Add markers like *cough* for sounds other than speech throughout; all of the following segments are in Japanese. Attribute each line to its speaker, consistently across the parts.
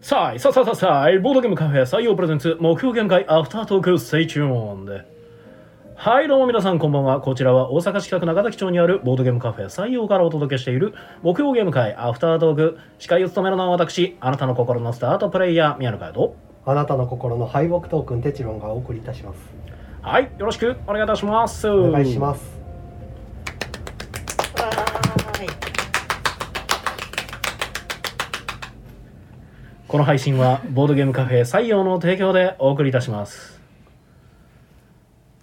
Speaker 1: さあい、さあさあさあさあい、ボードゲームカフェ採用プレゼンツ、目標限界アフタートーク、ステイチューンで。はい、どうも皆さん、こんばんは。こちらは大阪市北区中崎町にあるボードゲームカフェ採用からお届けしている、目標ゲーム会アフタートーク、司会を務めるのは私、あなたの心のスタートプレイヤー、宮野佳代と。
Speaker 2: あなたの心の敗北トークンテチロンがお送りいたします
Speaker 1: はい、よろしくお願いいたします。
Speaker 2: お願いします
Speaker 1: この配信はボードゲームカフェ採用の提供でお送りいたします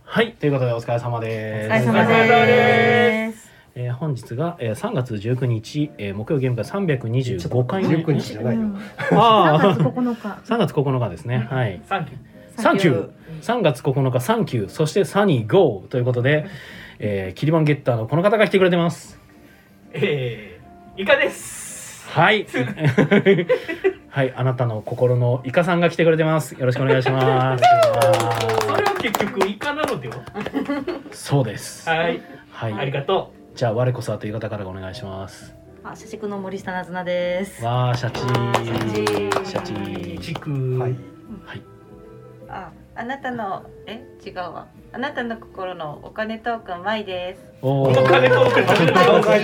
Speaker 1: はいということでお疲れ様で
Speaker 3: お
Speaker 1: す
Speaker 3: 疲れ様です。
Speaker 1: えー本日が、えー、3月19日、えー、木曜ゲームが325回目
Speaker 2: 19日じゃないよ、
Speaker 3: うん3
Speaker 1: あ
Speaker 3: 月9日
Speaker 1: あ。3月9日ですねはい
Speaker 4: サンキュー。
Speaker 1: サンキュー3月9日サンキューそしてサニーゴーということで、えー、キリマンゲッターのこの方が来てくれてます
Speaker 4: えー、イカです。
Speaker 1: はいはいあなたの心のイカさんが来てくれてますよろしくお願いします
Speaker 4: それは結局イカなのでは。
Speaker 1: そうです
Speaker 4: はい。
Speaker 1: はい、
Speaker 4: ありがと
Speaker 1: じゃあ我こそはという方からお願いします。
Speaker 3: あ、社畜の森下なずなです。
Speaker 1: わあシャチー、シャチ
Speaker 4: う。
Speaker 1: ー、
Speaker 4: ちく。
Speaker 2: はい
Speaker 1: はい、
Speaker 5: あ、あなたのえ違うわ。あなたの心のお金トークンマイです。
Speaker 1: お
Speaker 4: お
Speaker 1: お、
Speaker 4: 金とお金
Speaker 2: い
Speaker 4: と重要な重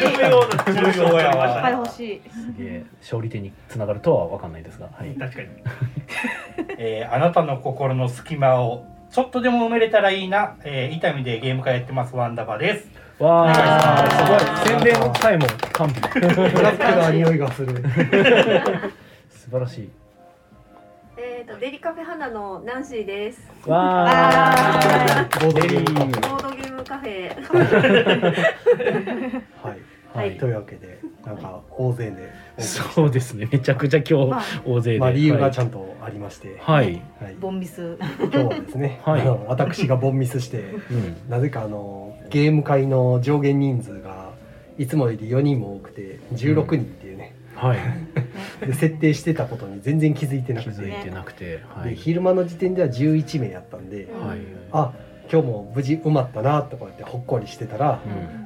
Speaker 4: 要や
Speaker 5: いっぱい欲しい。
Speaker 1: すげえ勝利点につながるとはわかんないですが、はい。
Speaker 4: 確かに。
Speaker 6: えーあなたの心の隙間をちょっとでも埋めれたらいいな、えー、痛みでゲーム会やってますワンダバです
Speaker 1: わあ
Speaker 2: あ
Speaker 1: す
Speaker 2: ー
Speaker 1: ごい宣伝の際も完備。
Speaker 2: ブラックな匂いがする
Speaker 1: *laughs* 素晴らしい。
Speaker 7: えっ、とデリカフェ花のナンシーです。
Speaker 1: わあ
Speaker 5: わ、
Speaker 2: ボード
Speaker 1: ベ
Speaker 2: ゲ
Speaker 1: リ
Speaker 2: ーム
Speaker 1: ー、
Speaker 7: ボードゲームカフェ。
Speaker 1: は
Speaker 2: はい、と
Speaker 1: い。
Speaker 2: いうわけでなんか大勢で
Speaker 1: そうですね、めちゃくちゃ今
Speaker 3: まあ
Speaker 1: 日大勢で。
Speaker 2: まあ理由がちゃ
Speaker 1: ん
Speaker 2: んとありまして、
Speaker 1: はい、
Speaker 2: はい、
Speaker 3: ボンミス。
Speaker 2: 今日はですね、
Speaker 1: はい
Speaker 2: あの私がボンミスして
Speaker 1: うん、
Speaker 2: なぜかあのゲーム会の上限人数がいつもより4人も多くて16人っていうね、
Speaker 1: はい、
Speaker 2: で設定してたことに全然気づいてな
Speaker 1: 気
Speaker 2: くて
Speaker 1: づいてなくて、は
Speaker 2: で
Speaker 1: い、
Speaker 2: 昼間の時点では11名やったんで、
Speaker 1: はい、
Speaker 2: あ今日も無事埋まったなとかやってほっこりしてたら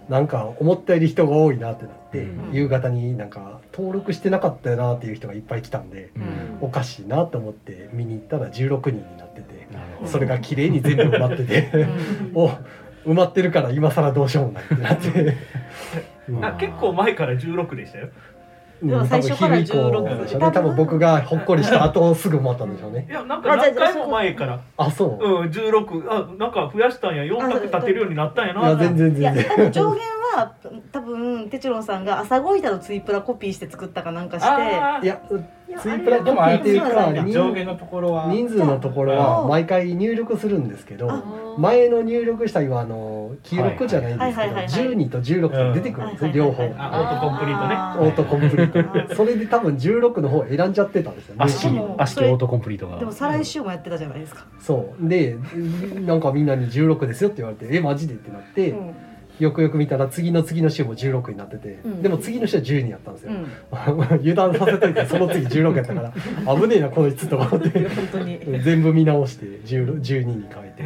Speaker 1: う、ん、
Speaker 2: なんか思ったより人が多いなってなって、
Speaker 1: うん
Speaker 2: 夕方になんか登録してなかったよなっていう人がいっぱい来たんで、
Speaker 1: うん、
Speaker 2: おかしいなと思って見に行ったら16人になってて
Speaker 1: なるほど
Speaker 2: それが綺麗に全部埋まって
Speaker 3: う
Speaker 2: て
Speaker 3: ん
Speaker 2: お埋まってるから今更どうしようもないってなって。
Speaker 1: まあ
Speaker 4: あ結構前から16でしたよ。
Speaker 2: うん
Speaker 5: でも最初から
Speaker 2: 多分昼以降
Speaker 5: 16
Speaker 2: でしょうね多分僕がほっこりした後すぐ埋まったんでしょうね
Speaker 4: いやなんか何回も前から。
Speaker 2: あそう、い
Speaker 4: うん16あなんか増やしたんや4択立てるようになったんや
Speaker 2: や
Speaker 4: な。
Speaker 2: 全然
Speaker 3: いや、
Speaker 2: 全然
Speaker 3: 多分上限は多分テチロンさんが朝ごいたのツイプラコピーして作ったかなんかして。
Speaker 4: あ
Speaker 2: い
Speaker 4: ー
Speaker 2: やツイプラコピーっていう
Speaker 3: でもあ
Speaker 2: か
Speaker 3: れ
Speaker 2: 人
Speaker 6: 上下のところは
Speaker 2: 人数のところは毎回入力するんですけど前の入力した今あの記録じゃないです
Speaker 3: は
Speaker 2: け
Speaker 3: い
Speaker 2: ど
Speaker 3: はいはい
Speaker 2: 12と16が出てくるんですよ
Speaker 3: うん
Speaker 2: 両方
Speaker 3: はいはい
Speaker 4: あオートコンプリートね。
Speaker 3: あ
Speaker 2: オートコンプリ
Speaker 3: は
Speaker 2: ー
Speaker 3: い
Speaker 2: トそれで多分16の方選んじゃってたんですよ
Speaker 1: 悪しき
Speaker 3: でも
Speaker 1: 悪しきオートコンプリート
Speaker 3: でも
Speaker 1: が。
Speaker 3: 再来週もやってたじゃないですか。
Speaker 2: そうでなんかみんなに16ですよって言われてえマジでってなって
Speaker 3: うん
Speaker 2: よくよく見たら次の次の週も16になってて
Speaker 3: うん
Speaker 2: でも次の週は10になったんです
Speaker 3: う
Speaker 2: よ
Speaker 3: ん、
Speaker 2: *laughs* 油断させといてその次16やったから危ねえなこいつと思って
Speaker 3: 本
Speaker 2: *laughs*
Speaker 3: 当に。う
Speaker 2: 全部見直して10 12に変えて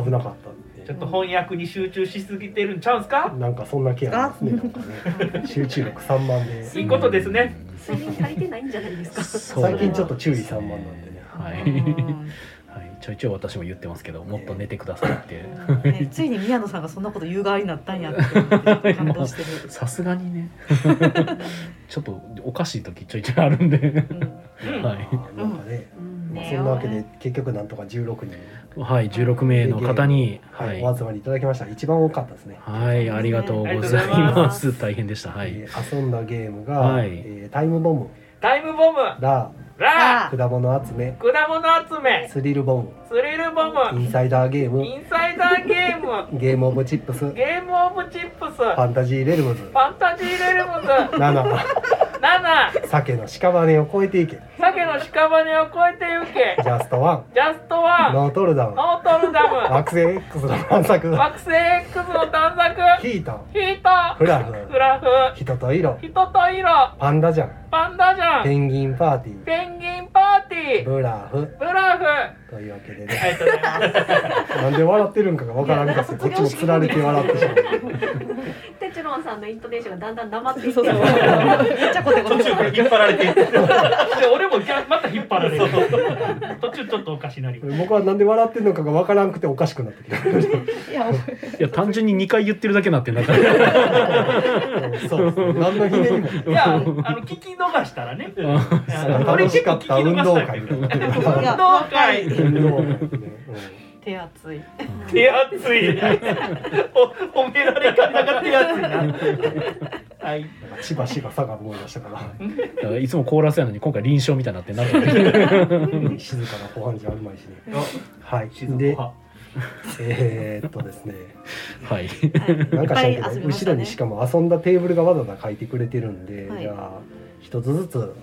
Speaker 3: ん。
Speaker 2: 危なかったって
Speaker 4: ちょっと翻訳に集中しすぎてるんちゃうんすか。
Speaker 2: なんかそんな気がしますね。なんかね集中力三万で。
Speaker 4: いいことですね。
Speaker 7: 睡眠足りてないんじゃないですか。
Speaker 1: そう
Speaker 2: *laughs* 最近ちょっと注意三万なんでね。
Speaker 1: は
Speaker 3: う
Speaker 1: い、
Speaker 3: ん
Speaker 1: はい、ちょいちょい私も言ってますけど、もっと寝てくださいって。
Speaker 3: ねついに宮野さんがそんなこと言う側になったんやって感動してる。
Speaker 1: さすがにね。 *laughs* ちょっとおかしい時ちょいちょいあるんで。
Speaker 4: うん
Speaker 1: は
Speaker 2: あーなんかね。まあそんなわけで結局なんとか16人
Speaker 1: い、はい、十六名の方に、
Speaker 2: は
Speaker 1: はいい、
Speaker 2: お集まりいただきました。一番多かったですね。
Speaker 1: はい、ありがとうございます。大変でした。はい、
Speaker 2: えー遊んだゲームが
Speaker 1: はい
Speaker 2: えータイムボム、
Speaker 4: タイムボム。
Speaker 2: ラ
Speaker 4: ラ
Speaker 2: ー、果物集め、
Speaker 4: ー。果物集め。
Speaker 2: スリルボム、
Speaker 4: スリルボム。
Speaker 2: インサイダーゲー
Speaker 4: イ
Speaker 2: ム、
Speaker 4: ンサイダーゲーム。
Speaker 2: ゲームオブチップス、フ
Speaker 4: ゲームオブチップス。フ
Speaker 2: ァンタジーレルムズ、
Speaker 4: ァンタジーレルムズ。
Speaker 2: 7、
Speaker 4: 7。
Speaker 2: 鮭の屍を越えていけ、
Speaker 4: 鮭の屍を越えてゆけ。
Speaker 2: ジャストワン、
Speaker 4: ジャストワン。ノ
Speaker 2: ノートルダム、
Speaker 4: ートルダム。
Speaker 2: 惑星 X の探索、
Speaker 4: 惑星 X の探索。
Speaker 2: ヒート、
Speaker 4: ヒート。
Speaker 2: フラフ
Speaker 4: フラフ。
Speaker 2: 人と色
Speaker 4: 人と色。
Speaker 2: パンダジャン
Speaker 4: パンダジャン。
Speaker 2: ペンギンパーティー
Speaker 4: ペンギンパーティー。
Speaker 2: ブラフ
Speaker 4: ブラ
Speaker 5: フ
Speaker 2: というわけで
Speaker 4: あり
Speaker 2: ね
Speaker 4: がとうございます。
Speaker 2: なんで笑ってるんかがわからんかってこっちもつられて笑ってしまう
Speaker 7: テチロンさんのイントネーションがだんだんなまってい
Speaker 3: そう
Speaker 7: っ
Speaker 3: そう
Speaker 7: て
Speaker 3: そう。めっちゃこてこ
Speaker 6: 途中から引っ張られていって
Speaker 4: で俺も逆また引っ張られる。途中ちょっとおかしなり。
Speaker 2: 僕はなんで笑ってるのかがわからんくておかしくなってきた
Speaker 3: いや、
Speaker 1: いや単純に2回言ってるだけなってんだから
Speaker 2: そうですね何のひねりも
Speaker 4: いやあの聞き逃したらね。あの俺
Speaker 2: 楽し
Speaker 4: 結
Speaker 2: か
Speaker 4: 構聞
Speaker 2: っ
Speaker 4: き
Speaker 2: た運
Speaker 4: 逃
Speaker 2: 動
Speaker 4: した
Speaker 2: 会
Speaker 4: け
Speaker 2: だ
Speaker 4: ど。
Speaker 2: った
Speaker 4: 運
Speaker 3: 動会
Speaker 4: 動会。
Speaker 2: 運動会ですね
Speaker 3: 手厚い。
Speaker 4: 手厚い。お褒められ方が手厚いな。はい。
Speaker 2: うんなんか千葉千葉佐賀思い出したから
Speaker 1: だからいつもコーラスやのに今回臨床みたいになってんなるわけ
Speaker 2: 静かなご飯じゃあるまいしねはい
Speaker 6: 静
Speaker 1: *laughs*
Speaker 2: で
Speaker 6: 岡
Speaker 2: えーっとですね *laughs*
Speaker 1: はい
Speaker 2: なんかしらんけ
Speaker 3: いっぱい遊
Speaker 2: ど
Speaker 3: びまし
Speaker 2: 後
Speaker 3: た
Speaker 2: ろ
Speaker 3: ね
Speaker 2: にしかも遊んだテーブルがわざわざ書いてくれてるんで
Speaker 3: はい
Speaker 2: じゃあ一つずつ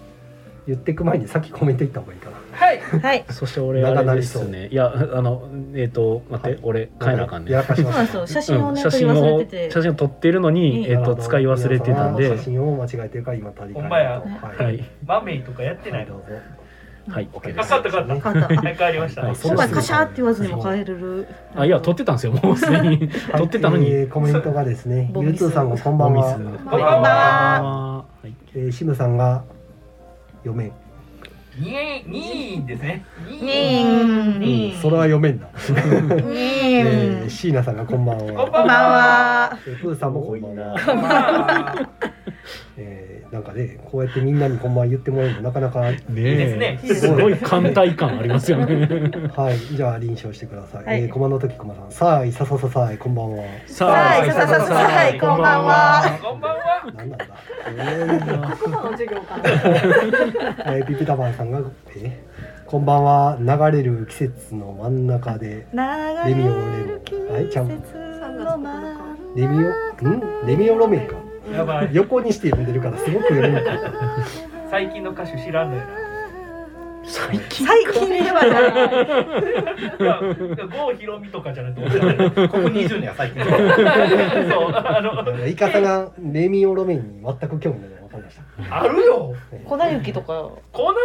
Speaker 2: 言ってく前に先コメントいった方がいいかな
Speaker 4: はい。
Speaker 3: はい。
Speaker 1: そして俺あ
Speaker 2: 長な
Speaker 1: れで
Speaker 2: りそう
Speaker 1: すねいやあのえっ、と待って、
Speaker 2: はい
Speaker 1: 俺帰らなあかんね
Speaker 2: やらかし
Speaker 3: *laughs* そう
Speaker 2: ま
Speaker 3: なん
Speaker 2: し
Speaker 3: です
Speaker 2: た
Speaker 1: うん
Speaker 3: よ。写真をね、
Speaker 1: 写
Speaker 3: 撮り
Speaker 1: 真
Speaker 3: 忘
Speaker 1: を
Speaker 3: れてて
Speaker 1: 写。真を撮ってるのに、
Speaker 3: うん
Speaker 1: えっと使い忘れてたん
Speaker 2: 皆
Speaker 1: で
Speaker 2: さ、写真を間違えてるから今足りない
Speaker 4: ほんまや
Speaker 2: は
Speaker 1: はいい
Speaker 4: マメイとかやって
Speaker 2: は
Speaker 4: ないい
Speaker 2: ど
Speaker 6: *laughs*
Speaker 4: の。
Speaker 2: うぞ
Speaker 1: はい、OK で
Speaker 4: あ
Speaker 1: す。
Speaker 4: かったかった。
Speaker 3: 買った。あ
Speaker 4: はい変わりました。
Speaker 1: はい
Speaker 3: 今回カシャーって言わずにも帰れる。
Speaker 1: あいや撮ってたんですよもうすでに
Speaker 2: はい
Speaker 1: 撮ってたのに。
Speaker 2: えーコメントがですね、
Speaker 3: ボ
Speaker 2: ゆ
Speaker 3: ミ
Speaker 2: う
Speaker 3: ス
Speaker 2: つーさんがこんばん
Speaker 1: ボミ
Speaker 2: は、
Speaker 4: こんばんは。
Speaker 1: はい
Speaker 2: えー、シムさんが読めん、
Speaker 4: にえにーですね。に
Speaker 3: ねーん
Speaker 2: うんそれは読めんだ。
Speaker 3: ね
Speaker 2: え
Speaker 3: ー
Speaker 2: ー、椎名さんがこんばんは、
Speaker 4: こんば
Speaker 3: こんばんは。
Speaker 2: えープーさんもこんばんは。
Speaker 4: こんばんは。
Speaker 2: えー、なんかね、こうやってみんなにこんばんは言ってもらえるのなかなか、はい
Speaker 1: ね
Speaker 4: いい
Speaker 1: え
Speaker 4: ですね。
Speaker 1: すごい艦隊感ありますよね。、
Speaker 2: じゃあ臨床してください。
Speaker 3: はい
Speaker 2: えー、駒の時駒さん、さあいささささあい、こんばんは。
Speaker 1: さ
Speaker 3: はいさあさあさあさあはいこんばんは
Speaker 4: こんばんは。
Speaker 2: なんなんだ。え
Speaker 7: 国語の授業かな
Speaker 2: ー、えー、ピピタパンさんが、えー、こんばんは、流れる季節の真ん中で。
Speaker 3: 流れる季
Speaker 2: はいちゃ
Speaker 3: 節
Speaker 2: ん
Speaker 3: の真ん
Speaker 2: レミオ、ん、レミオロメンか。
Speaker 4: やばい。
Speaker 2: 横にして読んでるから、すごく読めない。
Speaker 4: 最近の歌手知らんのよな。
Speaker 1: 最近
Speaker 3: 最近ではない。
Speaker 4: いや郷ひろみとかじゃなくて。そう
Speaker 6: *laughs* ここ20年は最近
Speaker 4: あの
Speaker 2: イカさんがレミオロメンに全く興味ないのが分かりました。
Speaker 4: あるよ。
Speaker 3: 粉雪とか。
Speaker 4: この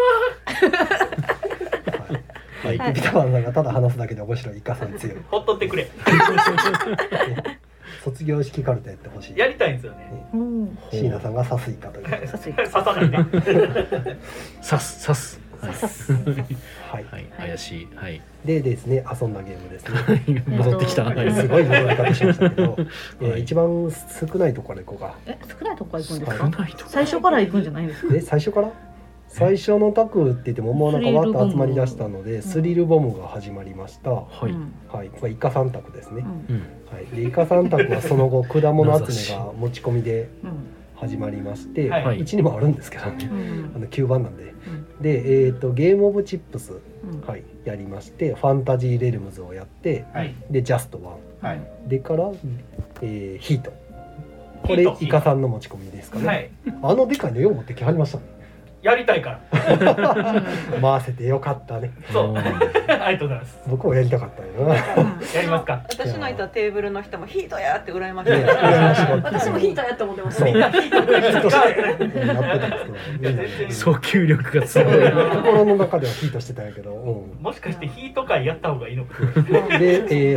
Speaker 2: はい、はい、ピタパンさんがただ話すだけで面白いイカさん強い。
Speaker 4: *laughs* ほっとってくれ。
Speaker 2: 卒業式カルタやってほしい。
Speaker 4: やりたいんですよね。
Speaker 3: うん。
Speaker 2: 椎名さんがサスイカという。
Speaker 3: さす
Speaker 4: 刺さないね。
Speaker 1: さすさす。はい
Speaker 2: はい。
Speaker 1: はい怪しいはい
Speaker 2: でですね、遊んだゲームですね。
Speaker 1: 戻ってきた。はい
Speaker 2: すごい戻り方しました
Speaker 1: *laughs*
Speaker 2: けど、えー
Speaker 1: はい
Speaker 2: 一番少ないとこからいこうか。
Speaker 3: え、少ないとこから行くんです
Speaker 1: 少
Speaker 3: か。
Speaker 1: ないと
Speaker 3: 最初から行くんじゃないんですか。
Speaker 2: え、最初から最初のタクって言っても、もうなんかわーっと集まり出したので、スリルボムが始まりました。は
Speaker 1: はい。
Speaker 3: う
Speaker 1: うん
Speaker 3: ん
Speaker 2: い、これイカさんタクですね
Speaker 3: う。ん
Speaker 1: うん
Speaker 2: はい、でイカさん宅はその後果物集めが持ち込みで
Speaker 3: うん
Speaker 2: 始まりまして、
Speaker 4: はい
Speaker 1: はいう
Speaker 2: ちにもあるんですけどね
Speaker 3: うん
Speaker 2: あの9番なんで、
Speaker 3: ん
Speaker 2: で、えー、とゲーム・オブ・チップス、
Speaker 3: うん
Speaker 2: はい、やりましてファンタジー・レルムズをやって
Speaker 6: はい
Speaker 2: でジャストワ
Speaker 6: はい
Speaker 2: ンでから、えーヒートこ
Speaker 4: ヒ
Speaker 2: れ
Speaker 4: ート
Speaker 2: イカさんの持ち込みですかね、
Speaker 4: はい。
Speaker 2: あのでかいのよう持ってきはりましたね
Speaker 4: やりたいから。
Speaker 2: 回せてよかったね
Speaker 4: そ
Speaker 1: *laughs*
Speaker 4: う。ありがとうございます。
Speaker 2: 僕もやりたかったよなね
Speaker 4: やりますか。
Speaker 5: 私のいたテーブルの人もヒートやって羨ましい
Speaker 2: 羨ましかった
Speaker 7: 私もヒートやって思ってまし
Speaker 2: そ
Speaker 7: た
Speaker 2: う
Speaker 7: ね
Speaker 2: 人としてうんやってたんですけどみんなね
Speaker 4: 全然
Speaker 1: *laughs* 訴求力がすごい。
Speaker 2: 心の中ではヒートしてたんやけど、うん、
Speaker 4: もしかしてヒート会やった方がいいのか。
Speaker 2: で、え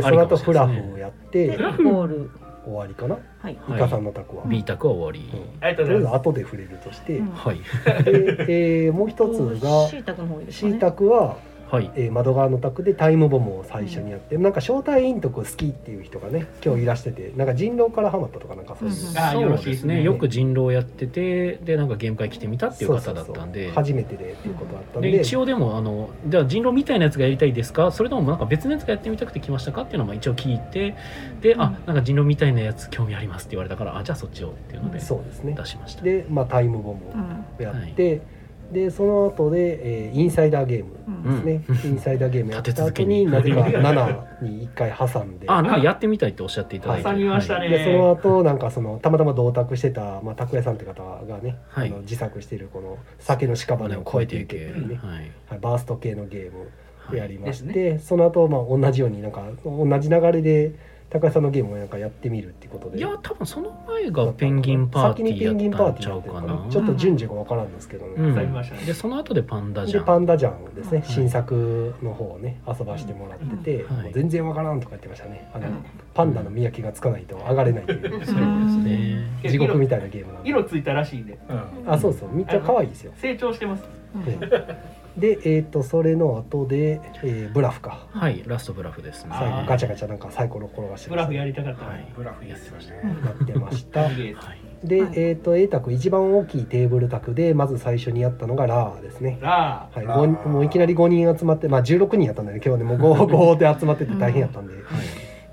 Speaker 2: ー、
Speaker 1: あ
Speaker 2: そ
Speaker 1: り
Speaker 2: の
Speaker 1: かも
Speaker 2: 後
Speaker 1: しれ
Speaker 2: フ
Speaker 1: な
Speaker 2: ラ
Speaker 1: いですね
Speaker 2: フをやって
Speaker 3: でゴール。
Speaker 2: 終わりかな、
Speaker 3: はい。
Speaker 1: はい
Speaker 2: イカさんのタコは、
Speaker 1: B 卓は終わり。
Speaker 4: ありがと
Speaker 2: とりあ
Speaker 4: う
Speaker 2: え
Speaker 4: ご
Speaker 2: ず
Speaker 4: ざいま
Speaker 2: 後で触れるとして、
Speaker 3: うん
Speaker 1: はい
Speaker 2: で、えー、もう一つが
Speaker 3: シータクの方ですか
Speaker 2: C
Speaker 3: ね。
Speaker 2: タクは、
Speaker 1: はい。
Speaker 2: えー、窓側のタクでタイムボムを最初にやって、なんか招待員徳好きっていう人がね今日いらしててなんか人狼からハマったとかなんかそういう、
Speaker 3: うん
Speaker 4: あ
Speaker 1: そうですね。
Speaker 2: よ
Speaker 1: よ
Speaker 2: ろしいですね
Speaker 1: く人狼やっててでなんかゲーム会来てみたっていう方だったん
Speaker 2: そうそうそ
Speaker 1: で
Speaker 2: う。初めてでっていうことだったんで
Speaker 1: で一応でもあのじゃあ人狼みたいなやつがやりたいですかそれともなんか別のやつがやってみたくて来ましたかっていうのも一応聞いてで、あなんか人狼みたいなやつ興味ありますって言われたからあじゃあそっちをっていうので出
Speaker 2: そうですね
Speaker 1: しました
Speaker 2: で、まあ、タイムボム
Speaker 3: うん。
Speaker 2: をやって、でその後で、えー、インサイダーゲーム
Speaker 3: うん
Speaker 1: うん
Speaker 2: ですね、インサイダーゲームやった
Speaker 1: 立て
Speaker 2: 後
Speaker 1: 続けに
Speaker 2: になぜか7に1回挟んで
Speaker 1: あなんかやってみたいっておっしゃっていただいて
Speaker 4: す。挟みましたね。
Speaker 2: でその後なんかそのたまたま同卓してた、まあ、拓也さんって方がね、
Speaker 1: はい
Speaker 2: あの自作しているこの酒の屍
Speaker 1: 骨
Speaker 2: を
Speaker 1: を
Speaker 2: 超
Speaker 1: 超
Speaker 2: え
Speaker 1: え
Speaker 2: て
Speaker 1: て
Speaker 2: い
Speaker 1: い
Speaker 2: け
Speaker 1: け
Speaker 2: っていうね、
Speaker 1: はい
Speaker 2: はい、バースト系のゲームをやりまして、
Speaker 4: は
Speaker 2: その後まあ同じようになんか同じ流れで高橋さんのゲームをなんかやってみるってことで
Speaker 1: いや多分その前がペンギンパーティ
Speaker 2: 先にペンギ
Speaker 1: ー
Speaker 2: ン
Speaker 1: や
Speaker 2: パ
Speaker 1: った
Speaker 2: ー
Speaker 1: ん
Speaker 2: ティ
Speaker 1: ち
Speaker 2: ー
Speaker 1: ゃ
Speaker 2: やっ
Speaker 1: う
Speaker 2: て
Speaker 1: か
Speaker 2: る
Speaker 1: な
Speaker 2: のかなちょっと順序がわからんですけどね、
Speaker 1: うん
Speaker 4: されましたね
Speaker 1: でその後でパンダじゃ
Speaker 2: で
Speaker 1: ん
Speaker 2: パンダジャンをですね、
Speaker 3: うん
Speaker 2: 新作の方をね遊ばしてもらってて、
Speaker 1: うんはい
Speaker 2: もう全然わからんとか言ってましたねあの、
Speaker 4: うん
Speaker 2: パンダの見分けがつかないと上がれない
Speaker 1: *laughs*
Speaker 2: という
Speaker 1: そうですね
Speaker 4: うん
Speaker 2: 地獄みたいなゲームなんで
Speaker 4: 色ついたらしいんで
Speaker 6: うん
Speaker 2: あそうそうめっちゃ可愛いですよ
Speaker 4: 成長してます
Speaker 2: でえっ、とそれの後で、えーブラフか
Speaker 1: はいラストブラフですね
Speaker 2: 最
Speaker 4: あ
Speaker 2: 後
Speaker 4: ー
Speaker 2: ガチャガチャなんかサイコロ転がして
Speaker 4: ブラフや
Speaker 2: や
Speaker 4: りたかった
Speaker 1: はい
Speaker 6: ブラフやってましたね
Speaker 2: ってました
Speaker 4: いいです
Speaker 1: はい
Speaker 2: で、
Speaker 3: はい
Speaker 2: えっ、と A 卓一番大きいテーブル卓でまず最初にやったのがラーですね
Speaker 4: ラ
Speaker 2: はい、
Speaker 6: ラー
Speaker 2: 五人もういきなり5人集まってまあ16人やったんだけど今日はねもう 5, 5で集まってて大変やったんで、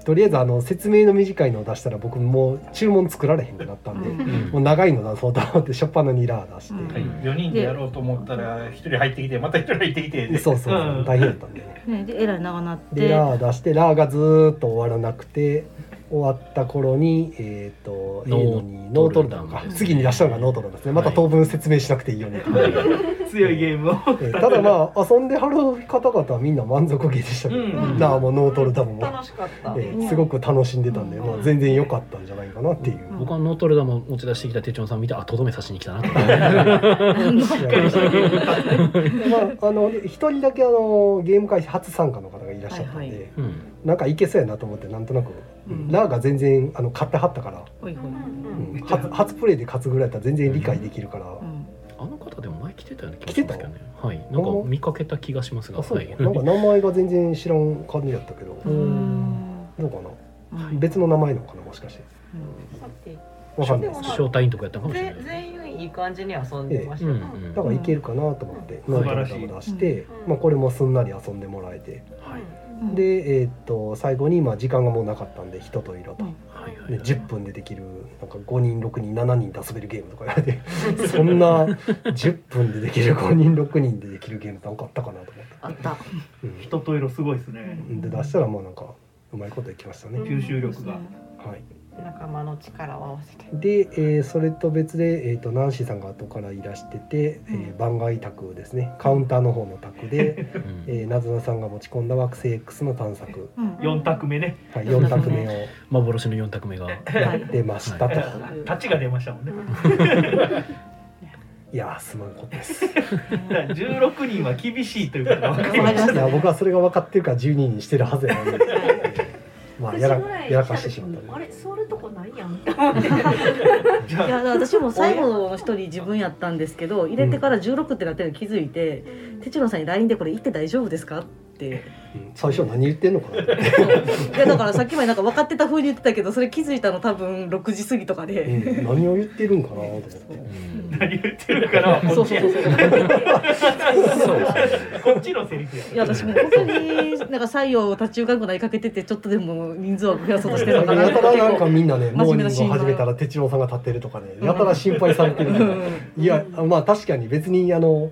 Speaker 2: とりあえずあの説明の短いのを出したら僕もう注文作られへんくなったんで、
Speaker 3: うん
Speaker 2: もう長いの出そうと思って初っ端にラー出し
Speaker 3: うん
Speaker 6: は
Speaker 2: て、
Speaker 6: い、4人でやろうと思ったら1人入ってきてまた1人入ってきてで
Speaker 2: そうそうそう
Speaker 4: うん
Speaker 2: 大変やったんでね
Speaker 3: ねでえらい長なっ
Speaker 2: で
Speaker 3: て
Speaker 2: ラー出してラーがずーっと終わらなくて終わった頃にえっ、と A のに
Speaker 1: ノ
Speaker 2: ノー
Speaker 1: ー
Speaker 2: ト
Speaker 1: トル
Speaker 2: ルダ
Speaker 1: ダ
Speaker 2: ム
Speaker 1: ム
Speaker 2: か
Speaker 1: ですね
Speaker 2: 次に出したのがノートルダムですねまた当分説明しなくていいよね、
Speaker 4: ー強いゲームを
Speaker 2: えーただまあ遊んではる方々はみんな満足げでしたけど、
Speaker 4: うん
Speaker 2: ラーもノートルダムも。
Speaker 5: 楽しかった。
Speaker 2: えーすごく楽しんでたんで、まあ、全然良かったんじゃないかなっていう、
Speaker 3: うん
Speaker 1: 僕はノートルダムを持ち出してきた手帳さんを見てあとどめ刺しに来たなと
Speaker 2: *laughs* まあ、あの一人だけあのゲーム会初参加の方がいらっしゃったんで、
Speaker 3: はいは
Speaker 1: うん
Speaker 2: なんかいけそうやなと思ってなんとなく、
Speaker 3: うん
Speaker 2: ラーが全然あの買ってはったから、
Speaker 3: ほいほ
Speaker 2: う
Speaker 3: い
Speaker 2: ん初初プレイで勝つぐらいだったら全然理解できるから、
Speaker 3: うん
Speaker 1: あの方でも前来てたような気がしますけどねはいなんか見かけた気がしますが
Speaker 2: あそう
Speaker 1: は
Speaker 2: だ
Speaker 1: い
Speaker 2: なんか名前が全然知らん感じやったけど、
Speaker 3: うん
Speaker 2: どうかな、
Speaker 3: うん
Speaker 2: 別の名前なのかなもしかして
Speaker 5: さて
Speaker 2: わかんないです
Speaker 5: そ
Speaker 2: け
Speaker 5: う
Speaker 1: 招
Speaker 2: ど
Speaker 5: だ
Speaker 1: 待員とかやったのかもしれ
Speaker 5: ぜ
Speaker 1: ない
Speaker 5: 全員いい感じに遊んでまし
Speaker 1: う
Speaker 5: た。
Speaker 1: んう
Speaker 5: うん
Speaker 1: ん
Speaker 2: だからいけるかなと思って、
Speaker 1: うん
Speaker 2: ノートルダム出して、
Speaker 5: 素晴らしい
Speaker 2: まあ、これもすんなり遊んでもらえて、
Speaker 3: うん
Speaker 2: で、えーっと最後にまあ時間がもうなかったんで人と色と、
Speaker 3: うん
Speaker 1: はいはい
Speaker 2: で10分でできるなんか5人6人7人で遊べるゲームとかやって
Speaker 5: *laughs*
Speaker 2: そんな10分でできる5人6人でできるゲームなんかあったかなと思って、
Speaker 3: あった
Speaker 2: う
Speaker 4: 人と色すごいですね
Speaker 2: ん、で出したらまあなんかうまいこといきましたね、
Speaker 4: 吸収力が
Speaker 2: はい、
Speaker 5: 仲間の力を合わせて。
Speaker 2: で、えーそれと別で、えーっとナンシーさんが後からいらしてて、えー番外卓ですねカウンターの方の卓で、
Speaker 5: *laughs*
Speaker 1: うん
Speaker 2: えー、なずなさんが持ち込んだ惑星 X の探索、
Speaker 3: うんは
Speaker 4: 4択目ね
Speaker 2: はい、4択目を
Speaker 1: 幻の4択目が
Speaker 3: い
Speaker 2: 出ましたと。
Speaker 4: 立ちが出ましたもんね
Speaker 2: いやーすまんことです。い
Speaker 4: だから16人は厳しいということが分かりました
Speaker 2: や僕はそれが分かってるから12にしてるはずやのに。まあ
Speaker 7: 9
Speaker 2: や
Speaker 7: 時
Speaker 2: ら
Speaker 7: ぐらい
Speaker 2: やらかしてしまった
Speaker 7: あ
Speaker 2: ね。
Speaker 7: れ座るとこないやん
Speaker 4: じゃ
Speaker 3: い
Speaker 4: あ
Speaker 3: やだから私も最後の一人自分やったんですけど入れてから16ってなってるの気づいて「てちろんさんに LINE でこれ行って大丈夫ですか?」って
Speaker 2: うん最初何言ってんのかな。
Speaker 3: いやだからさっきまでなんか分かってた風に言ってたけどそれ気づいたの多分6時過ぎとか
Speaker 2: う
Speaker 3: で、
Speaker 2: ん何を言ってるんかなと思って。
Speaker 1: うん
Speaker 4: 何言ってるかな
Speaker 3: そ
Speaker 4: こ
Speaker 3: うそう
Speaker 4: っち
Speaker 3: そうそう
Speaker 1: そうですね
Speaker 4: こっちのセリフ
Speaker 3: いや
Speaker 4: や
Speaker 3: 私もう本当になんか採用を立ち行かんくなりかけててちょっとでも人数を増やそうとしてるのかな
Speaker 2: や
Speaker 3: って
Speaker 2: たらなんかみんなねモ
Speaker 3: 真面目
Speaker 2: ー
Speaker 3: な
Speaker 2: ニングを始めたら哲郎さんが立ってるとかねやたら心配されてるとかいやまあ確かに別にあの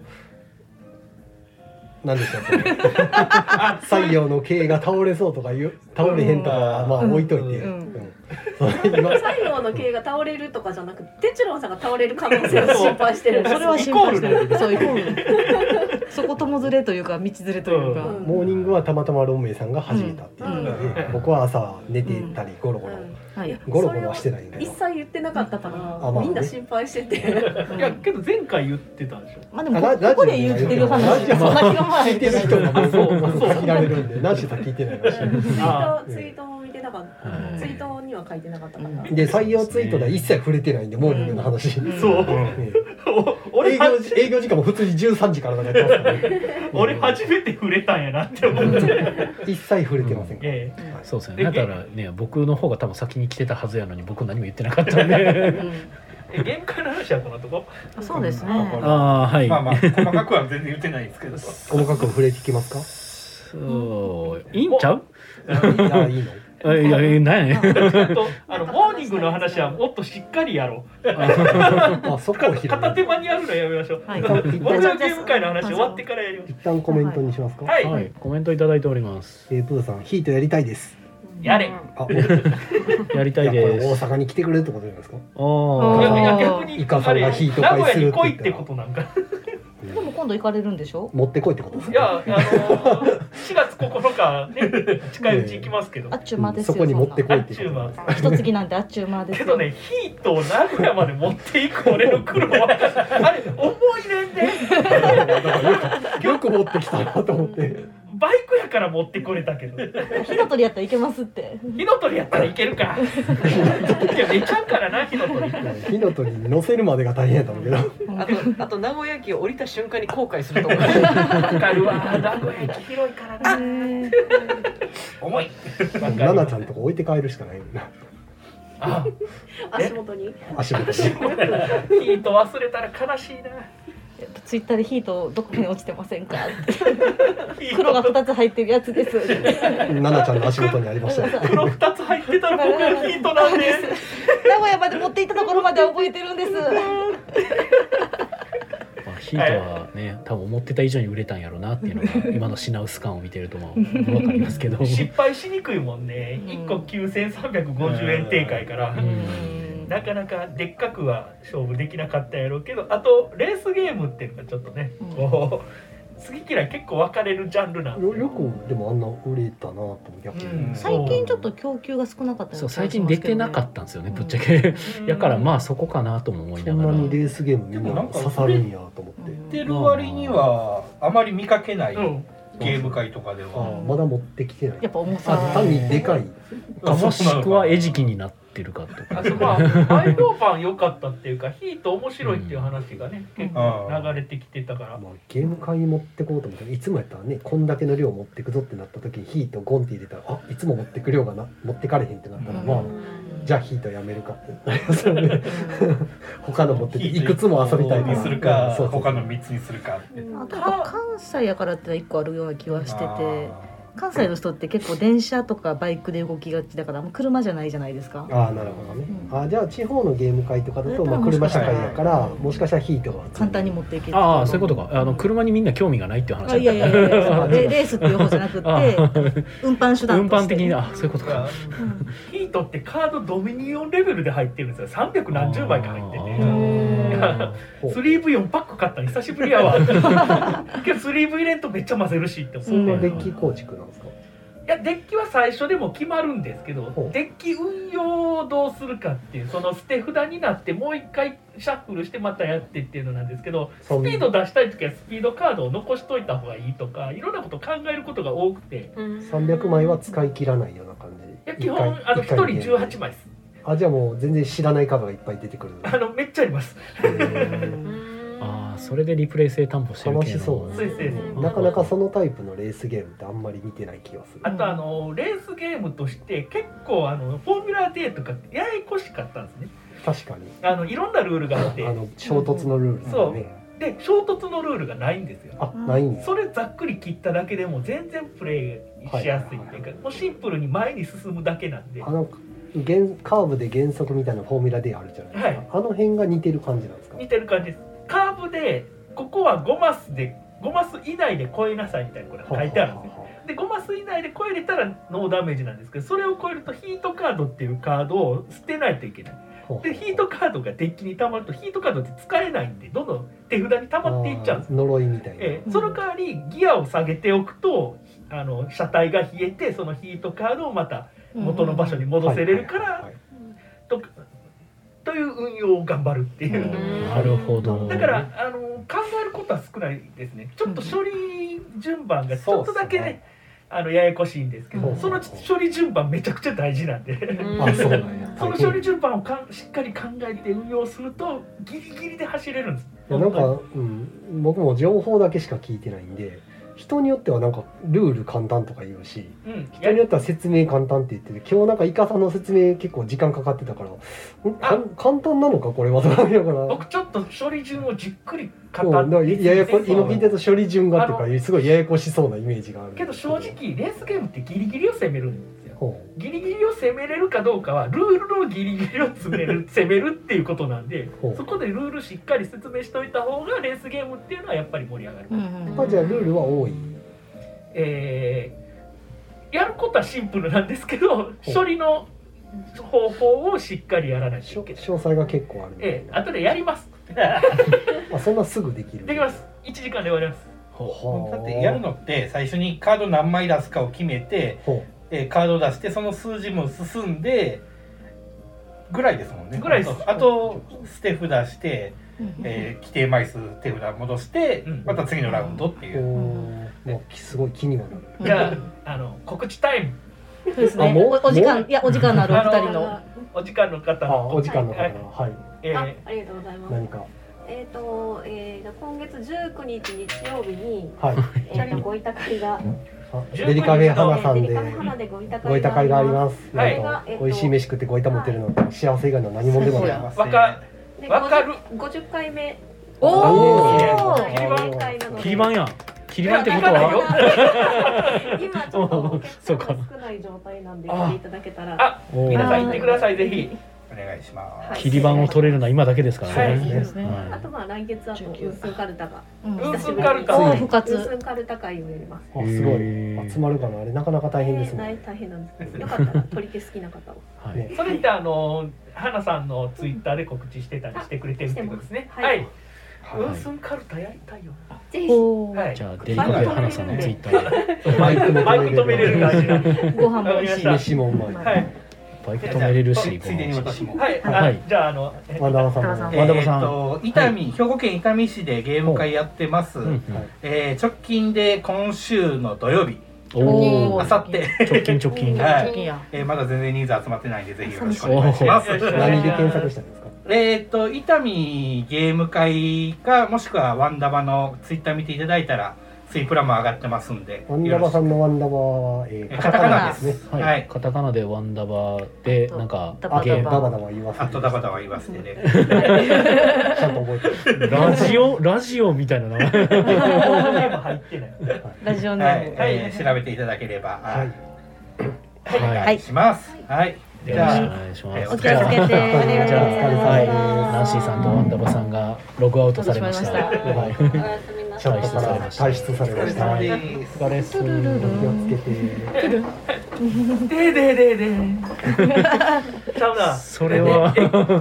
Speaker 2: 何でしょうその *laughs* 採用の経営が倒れそうとかいう倒れへんとかはまあ置いといて、
Speaker 3: うん
Speaker 2: うんそれ今
Speaker 7: 西洋の経営が倒れるとかじゃなくて哲郎さんが倒れる可能性を心配してるんです
Speaker 3: それ
Speaker 7: よ
Speaker 3: は心配してるそうイコールそこ友連れというか道連れというか、
Speaker 7: うん
Speaker 2: モーニングはたまたまロンメイさんが始めたっていうので、
Speaker 6: うん
Speaker 2: 僕は朝寝てたりゴロゴロ、
Speaker 7: う
Speaker 3: はい
Speaker 7: ん
Speaker 2: ゴロゴロはしてないんだ
Speaker 7: 一
Speaker 2: けど
Speaker 7: 切言ってなかったから、
Speaker 2: あまあね
Speaker 7: みんな心配してて
Speaker 4: いやけど前回言ってたでしょ
Speaker 3: まあでもこここで言ってる話そんな気が
Speaker 2: 聞
Speaker 3: 前
Speaker 2: いてる人がもう
Speaker 4: そうそう
Speaker 2: 聞られるんで何しさん聞いてないらし
Speaker 7: ツイ
Speaker 4: あ
Speaker 7: ートツイートも見てなかった、
Speaker 1: はい
Speaker 7: ツイートには書いてなかったから、
Speaker 2: いで採用ツイートでは一切触れてないんでモーニングの話、
Speaker 3: ん
Speaker 4: そう
Speaker 2: え
Speaker 4: お
Speaker 2: え営
Speaker 4: 俺
Speaker 2: 業
Speaker 4: は
Speaker 2: 営業時間も普通に13時からとかやってますからね
Speaker 4: 俺初めて触れたんやなって *laughs* 思って
Speaker 2: 一切触れてませんから、
Speaker 4: え
Speaker 2: はい
Speaker 1: そうですねだからね僕の方が多分先に来てたはずやのに僕何も言ってなかったんで
Speaker 4: え限界の話はこのとこ
Speaker 3: うんそうです
Speaker 6: まあ
Speaker 3: ね
Speaker 6: この
Speaker 1: ああはい
Speaker 6: まあまあ細かくは全然言ってないですけど
Speaker 2: 細かく触れてきますか
Speaker 1: そういいんちゃう
Speaker 2: あいいの
Speaker 1: あいやいやなんやねん
Speaker 4: ちゃんとあのモーニングの話はもっとしっかりやろ
Speaker 2: あそこを
Speaker 4: う
Speaker 2: 広
Speaker 4: 片手
Speaker 2: げる
Speaker 4: 間にやるのやめましょう *laughs*
Speaker 3: はい
Speaker 4: 僕はゲーム会の話終わってからやりまし
Speaker 2: 一旦コメントにしますか、
Speaker 4: ょうはい、
Speaker 1: はいコメントいただいております
Speaker 2: えープーさんヒートやりたいです
Speaker 4: やれ
Speaker 2: あおいやこ
Speaker 1: やりたい
Speaker 2: れ大
Speaker 1: です
Speaker 2: 阪に来てくれるってことじゃないですか
Speaker 1: ああ
Speaker 4: い
Speaker 3: ー
Speaker 4: やいや逆に
Speaker 2: イカさんがヒート会するって言ったら
Speaker 4: 名古屋に来いってことなんか
Speaker 2: うん
Speaker 3: でも今度行かれるんでしょ
Speaker 2: 持ってこいってことです
Speaker 4: いや、あのー、4月9日、ね、近いうち行きますけど
Speaker 3: あ。っちゅう間で
Speaker 2: そ
Speaker 3: すよ、
Speaker 2: こに持ってこい
Speaker 4: あ
Speaker 2: っ
Speaker 4: ってち
Speaker 2: こ
Speaker 4: ゅう
Speaker 2: と
Speaker 4: 間
Speaker 2: で。
Speaker 3: 一月なんてあっちゅう間です
Speaker 4: け
Speaker 3: よ
Speaker 4: どね、ヒートを名古屋まで持っていく俺の車は、あれ、重いねんで、
Speaker 2: すよく持ってきたなと思って
Speaker 4: バイクやから持ってこれたけど、
Speaker 3: 火の鳥やったらいけますって
Speaker 4: 火の鳥やったらいけるか。いや、寝ちゃうからな、火の鳥。
Speaker 2: 火の鳥に乗せるまでが大変やったんだけど
Speaker 5: あとあと名古屋駅を降りた瞬間に後悔すると思う
Speaker 4: わかるわ、名古屋駅広いからな。
Speaker 6: 重い
Speaker 2: 奈々ちゃんとこ置いて帰るしかないんだ
Speaker 4: あ
Speaker 7: 足元に
Speaker 2: 足元に
Speaker 4: ヒート忘れたら悲しいな。
Speaker 3: ツイッターでヒートどこに落ちてませんか
Speaker 2: *laughs*
Speaker 3: って
Speaker 4: ヒー
Speaker 3: 黒が
Speaker 4: ト
Speaker 3: 二つ入ってるやつです
Speaker 2: 奈々ちゃんの足元にありましたよ
Speaker 4: 黒二つ入ってたら僕はヒートなんで。
Speaker 3: 名古屋まで持って行ったところまでは覚えてるんです
Speaker 1: まあ、ヒートはね、多分思ってた以上に売れたんやろうなっていうのが今の品薄感を見てるとまあ分かりますけど
Speaker 4: 失敗しにくいもんね
Speaker 3: うん
Speaker 4: 1個9350円定価やから
Speaker 1: うん
Speaker 4: なかなかでっかくは勝負できなかったんやろうけどあとレースゲームっていうのがちょっとね
Speaker 3: うん
Speaker 4: こう好き嫌い結構分かれるジャンルなん
Speaker 2: よよくでもあんな売れたなと思って逆
Speaker 4: うん
Speaker 2: に
Speaker 3: 最近ちょっと供給が少なかったよ
Speaker 1: そうう
Speaker 3: な気がしますけどね
Speaker 1: 最近出てなかったんですよねぶっちゃけ *laughs* やからまあそこかなとも思い
Speaker 2: そ
Speaker 1: なが
Speaker 2: んな
Speaker 1: ら
Speaker 2: にレースゲームみんな刺さるんやと思っ
Speaker 3: う
Speaker 2: て
Speaker 3: ん
Speaker 6: てる割にはあまり見かけない
Speaker 4: うん
Speaker 6: ゲーム会とかで
Speaker 2: あ
Speaker 6: は
Speaker 2: あまだ持ってきてない
Speaker 3: やっぱ重
Speaker 2: あ
Speaker 3: さ
Speaker 2: 単にでかい
Speaker 1: かもしくは餌食になってるかと
Speaker 4: あ
Speaker 1: か
Speaker 4: とまあ大評判良かったっていうかヒート面白いっていう話がね
Speaker 3: うん
Speaker 4: 結構流れてきてたから
Speaker 2: まあ、ゲーム会に持ってこうと思ったらいつもやったらねこんだけの量持ってくぞってなった時にヒートゴンって入れたらあいつも持ってく量がな持ってかれへんってなったら、
Speaker 4: うん
Speaker 2: まあじゃあヒートやめるかって *laughs* なりますよね他の持ってていくつも遊びたい
Speaker 6: にするか
Speaker 2: そうそう
Speaker 6: 他の3つにするかって
Speaker 3: あとやっぱ関西やからって一個あるような気はして
Speaker 6: あ
Speaker 3: て
Speaker 6: ー
Speaker 3: 関西の人って結構電車とかバイクで動きがちだからあんま車じゃないじゃないですか
Speaker 2: ああなるほどね、
Speaker 3: うん
Speaker 2: ああじゃあ地方のゲーム会とかだと、
Speaker 3: それ
Speaker 2: まあ、
Speaker 3: とも
Speaker 2: 車
Speaker 3: し
Speaker 2: 社
Speaker 3: か
Speaker 6: したら
Speaker 2: 会やからもしかしたらヒートが
Speaker 3: 簡単に持っていける
Speaker 1: ああそういうことかあの車にみんな興味がないっていう話
Speaker 3: あいやいやいやいやレレースっていう方じゃ
Speaker 1: *laughs*
Speaker 3: なく
Speaker 1: あ
Speaker 3: て運搬手段
Speaker 1: 運
Speaker 3: と
Speaker 1: 搬
Speaker 3: して
Speaker 1: 的にあそういうことか
Speaker 3: うん
Speaker 4: ヒートってカードドミニオンレベルで入ってるんですよ300何十枚か入ってて。
Speaker 1: あ
Speaker 2: ほう
Speaker 4: スリーブ4パック買ったの久しぶりやわけどスリーブ入れんとめっちゃ混ぜるしって思
Speaker 2: そん
Speaker 4: う
Speaker 2: なデ
Speaker 4: ね
Speaker 2: ッキ構築なんですか
Speaker 4: いやデッキは最初でも決まるんですけど
Speaker 2: ほう
Speaker 4: デッキ運用をどうするかっていうその捨て札になってもう一回シャッフルしてまたやってっていうのなんですけど
Speaker 2: そ
Speaker 4: ス
Speaker 2: ん
Speaker 4: ピード出したい時はスピードカードを残しといた方がいいとかいろんなこと考えることが多くて
Speaker 2: 300枚は使い切らないような感
Speaker 4: いや
Speaker 2: じ
Speaker 4: 基本あの1人18
Speaker 2: 枚
Speaker 4: 枚です
Speaker 2: あじゃあもう全然知らない数がいっぱい出てくる
Speaker 4: あのめっちゃあります
Speaker 1: あそれでリプレイ性担保してる系
Speaker 2: 楽しそう
Speaker 1: の
Speaker 4: そうですそうです
Speaker 2: なかなかそのタイプのレースゲームってあんまり見てない気がする
Speaker 4: あとあのレースゲームとして結構あのフォーミュラーデーとかってややこしかったんですね
Speaker 2: 確かに
Speaker 4: あのいろんなルールがあって
Speaker 2: あの衝突のルールとかね
Speaker 4: で衝突のルールがないんですよ
Speaker 2: あないんです
Speaker 4: それざっくり切っただけでも全然プレイしやすいっていうか、
Speaker 2: はい
Speaker 4: もうシンプルに前に進むだけなんで
Speaker 2: あの減カーブで減速みたいなフォーミュラであるじゃないですか、
Speaker 4: はい
Speaker 2: あの辺が似てる感じなんですか
Speaker 4: 似てる感じですカーブでここは5マスで5マス以内で超えなさいみたいなこれ書いてあるんですよで5マス以内で超えれたらノーダメージなんですけどそれを超えるとヒートカードっていうカードを捨てないといけないでヒートカードがデッキに溜まるとヒートカードって使えないんでどんどん手札に溜まっていっちゃうんです
Speaker 2: あー呪いみたいな、
Speaker 4: ええ、その代わりギアを下げておくとあの車体が冷えてそのヒートカードをまた元の場所に戻せれるから、
Speaker 2: はいはいはい
Speaker 4: とという運用を頑張るっていう、
Speaker 1: なるほど
Speaker 4: だからあの考えることは少ないですねちょっと処理順番がちょっとだけね,、
Speaker 2: そうっすね
Speaker 4: あのややこしいんですけど、
Speaker 2: うん
Speaker 4: その処理順番めちゃくちゃ大事なんで。
Speaker 2: あそうなんや
Speaker 4: *laughs* その処理順番をかんしっかり考えて運用するとギリギリで走れるんです。
Speaker 2: いやなんか、うん、僕も情報だけしか聞いてないんで人によってはなんかルール簡単とか言うし
Speaker 4: うん、
Speaker 2: 人によっては説明簡単って言ってて今日なんかイカさんの説明結構時間かかってたからんかん簡単なのかこれはとか思いながら
Speaker 4: 僕ちょっと処理順をじっくり
Speaker 2: うん
Speaker 4: 語
Speaker 2: だから
Speaker 4: って
Speaker 2: ややこ
Speaker 4: 説
Speaker 2: 今
Speaker 4: 明
Speaker 2: 聞いてると処理順がって
Speaker 4: あ
Speaker 2: いうかすごいややこしそうなイメージがある
Speaker 4: けど正直レースゲームってギリギリを攻めるんですよ
Speaker 2: ほ
Speaker 4: ギリギリを攻めれるかどうかはルールのギリギリを詰める攻めるっていうことなんで
Speaker 2: ほう
Speaker 4: そこでルールしっかり説明しておいた方がレースゲームっていうのはやっぱり盛り上がる、
Speaker 2: うまあじゃあルールは多い
Speaker 4: えーやることはシンプルなんですけど処理の方法をしっかりやらない
Speaker 2: しょ
Speaker 4: といけ
Speaker 2: 詳
Speaker 4: ない
Speaker 2: 細が結構あるみたい
Speaker 4: ええ
Speaker 2: な、
Speaker 4: 後でやります
Speaker 2: まあ、そんなすぐできる
Speaker 4: できます1時間で終わります
Speaker 2: はあ
Speaker 6: だってやるのって最初にカード何枚出すかを決めて、
Speaker 2: ほ
Speaker 6: えーカード出してその数字も進んでぐらいですもんね
Speaker 4: ぐらいです
Speaker 6: あと捨て札して、
Speaker 3: うん
Speaker 6: えー規定枚数手札戻して、
Speaker 4: うん
Speaker 6: また次のラウンドっていうう、
Speaker 2: おーもうすごい気にはなる
Speaker 4: じゃああの告知タイム
Speaker 3: そうですね
Speaker 2: あもう
Speaker 3: おお時間
Speaker 2: も
Speaker 3: いやお時間のあるお二人の
Speaker 7: あ
Speaker 4: お時間の方
Speaker 2: あ
Speaker 4: の
Speaker 2: お時間の方
Speaker 4: はい
Speaker 2: ははい
Speaker 4: えー
Speaker 7: ありがとうございます
Speaker 2: 何か
Speaker 7: えっ、と、えー、じゃあ今月19日日曜日に、
Speaker 4: *laughs*
Speaker 2: はい
Speaker 7: えーと、ご委託会が
Speaker 2: あデリカフェ花さんで
Speaker 7: えーデリカフェ花でご委託
Speaker 2: ごいたかいがあります。
Speaker 4: は
Speaker 2: ないんか
Speaker 7: えっと
Speaker 2: 美味しい飯食ってごいた持てるのって幸せ以外の何もでもない。
Speaker 6: わ
Speaker 4: 若
Speaker 7: すで
Speaker 4: わかる
Speaker 7: 50回目
Speaker 3: お
Speaker 4: ー
Speaker 3: お
Speaker 4: 切り板
Speaker 7: 記念会なので
Speaker 1: 切り板やん切り板ってこと
Speaker 4: いやだから
Speaker 1: は
Speaker 4: よ
Speaker 7: 今ちょっとお客さんが少ない状態なんで来ていただけたら
Speaker 4: あ皆さん行ってください
Speaker 7: は
Speaker 4: ぜ
Speaker 7: い
Speaker 4: ひ
Speaker 6: お願いします、
Speaker 7: はい
Speaker 1: 切り板を取れるのは今だけですから
Speaker 4: は
Speaker 1: ね
Speaker 4: い
Speaker 3: いいですね
Speaker 1: は
Speaker 7: あとまあ来月はとウンスンカルタが
Speaker 3: うん
Speaker 4: ウン
Speaker 7: 久
Speaker 4: ス
Speaker 7: し
Speaker 4: ン
Speaker 7: ぶり
Speaker 4: カル
Speaker 7: に
Speaker 4: タ
Speaker 3: お
Speaker 4: は
Speaker 3: ー復
Speaker 7: ウンス
Speaker 3: 活
Speaker 7: ンカルタ会をやります
Speaker 2: あすご
Speaker 1: へ
Speaker 2: い
Speaker 1: ー
Speaker 2: 集まるかなあれなかなか大変ですね。
Speaker 7: 大変なんですけどよかったら取り手好きな方を
Speaker 1: はい
Speaker 2: ね
Speaker 4: それってあの花さんのツイッターで告知してたりしてくれてるってことですね
Speaker 7: してます
Speaker 4: は
Speaker 7: はい
Speaker 4: い
Speaker 1: はい
Speaker 4: ウンスンカルタやりたいよ
Speaker 7: ぜひ
Speaker 3: おー
Speaker 4: はい
Speaker 1: じゃあデリカフェ花さんのツイッターで
Speaker 2: マイクも
Speaker 4: マイク止めれる感じなんで
Speaker 3: ご飯も美味しい
Speaker 4: わかりま
Speaker 2: 飯もうまい。
Speaker 4: はい
Speaker 1: バイク止めれる
Speaker 6: つい
Speaker 1: し
Speaker 6: ついでに私も
Speaker 4: はい、
Speaker 1: は
Speaker 4: あ
Speaker 1: い
Speaker 4: じゃああの、え
Speaker 2: ワンダマさんも。
Speaker 3: ワンダマさん
Speaker 6: え
Speaker 1: ワンダマ
Speaker 6: ー
Speaker 1: さん
Speaker 6: っと伊丹、兵庫県伊丹市でゲーム会やってます、
Speaker 1: うんうん
Speaker 6: えー直近で今週の土曜日
Speaker 1: おお
Speaker 6: あ
Speaker 1: 直
Speaker 6: さ *laughs* って
Speaker 1: 近直近
Speaker 6: はい
Speaker 3: いや
Speaker 6: えーまだ全然人数集まってないんで、ぜひよろしくお願いします。
Speaker 4: 寂しいおー
Speaker 2: *laughs* 何で検索したんですか。
Speaker 6: えーっと、伊丹ゲーム会か、もしくはワンダバのツイッター見ていただいたら、ツイプラも上がってますんで。
Speaker 2: ワンダマさ
Speaker 6: よ
Speaker 2: んのワンダマはえー
Speaker 6: ろしくカタカナです。
Speaker 1: はい、
Speaker 6: はい。
Speaker 1: カタカナでワンダバでなんか
Speaker 3: ダ
Speaker 2: あ
Speaker 3: バ
Speaker 2: と
Speaker 1: ゲ
Speaker 2: ダ
Speaker 1: ーム
Speaker 2: バダバ言わせ
Speaker 6: あ
Speaker 2: て。
Speaker 6: とダバダバ言わせ *laughs* てね。
Speaker 2: ちゃんと覚えてる。
Speaker 1: ラジオラジオみたいな名前
Speaker 4: ーネーム入ってない
Speaker 3: ラジオネ
Speaker 6: は
Speaker 3: ー
Speaker 6: い
Speaker 3: ム、
Speaker 6: えー調べていただければ、
Speaker 2: は
Speaker 6: はいい。お
Speaker 1: は
Speaker 6: 願
Speaker 1: い
Speaker 6: いします。はい。
Speaker 1: よろしくお
Speaker 6: じゃあ、
Speaker 1: 願いします
Speaker 6: お
Speaker 3: お気をつけて
Speaker 1: じゃあ
Speaker 2: じゃあお疲れ様
Speaker 1: はい
Speaker 2: です
Speaker 1: ナンシーさんとワンダバさんがログアウトされました
Speaker 3: お疲れ様で
Speaker 1: はい
Speaker 5: おやすみな
Speaker 2: ちゃ
Speaker 5: さ
Speaker 2: んと
Speaker 5: い。
Speaker 2: さら退出され
Speaker 6: お
Speaker 2: ま
Speaker 6: 疲れ
Speaker 2: した。
Speaker 6: 様
Speaker 2: はい
Speaker 6: です。
Speaker 1: お疲れっす
Speaker 2: 気をつけて。
Speaker 4: ででででちゃうな
Speaker 1: それは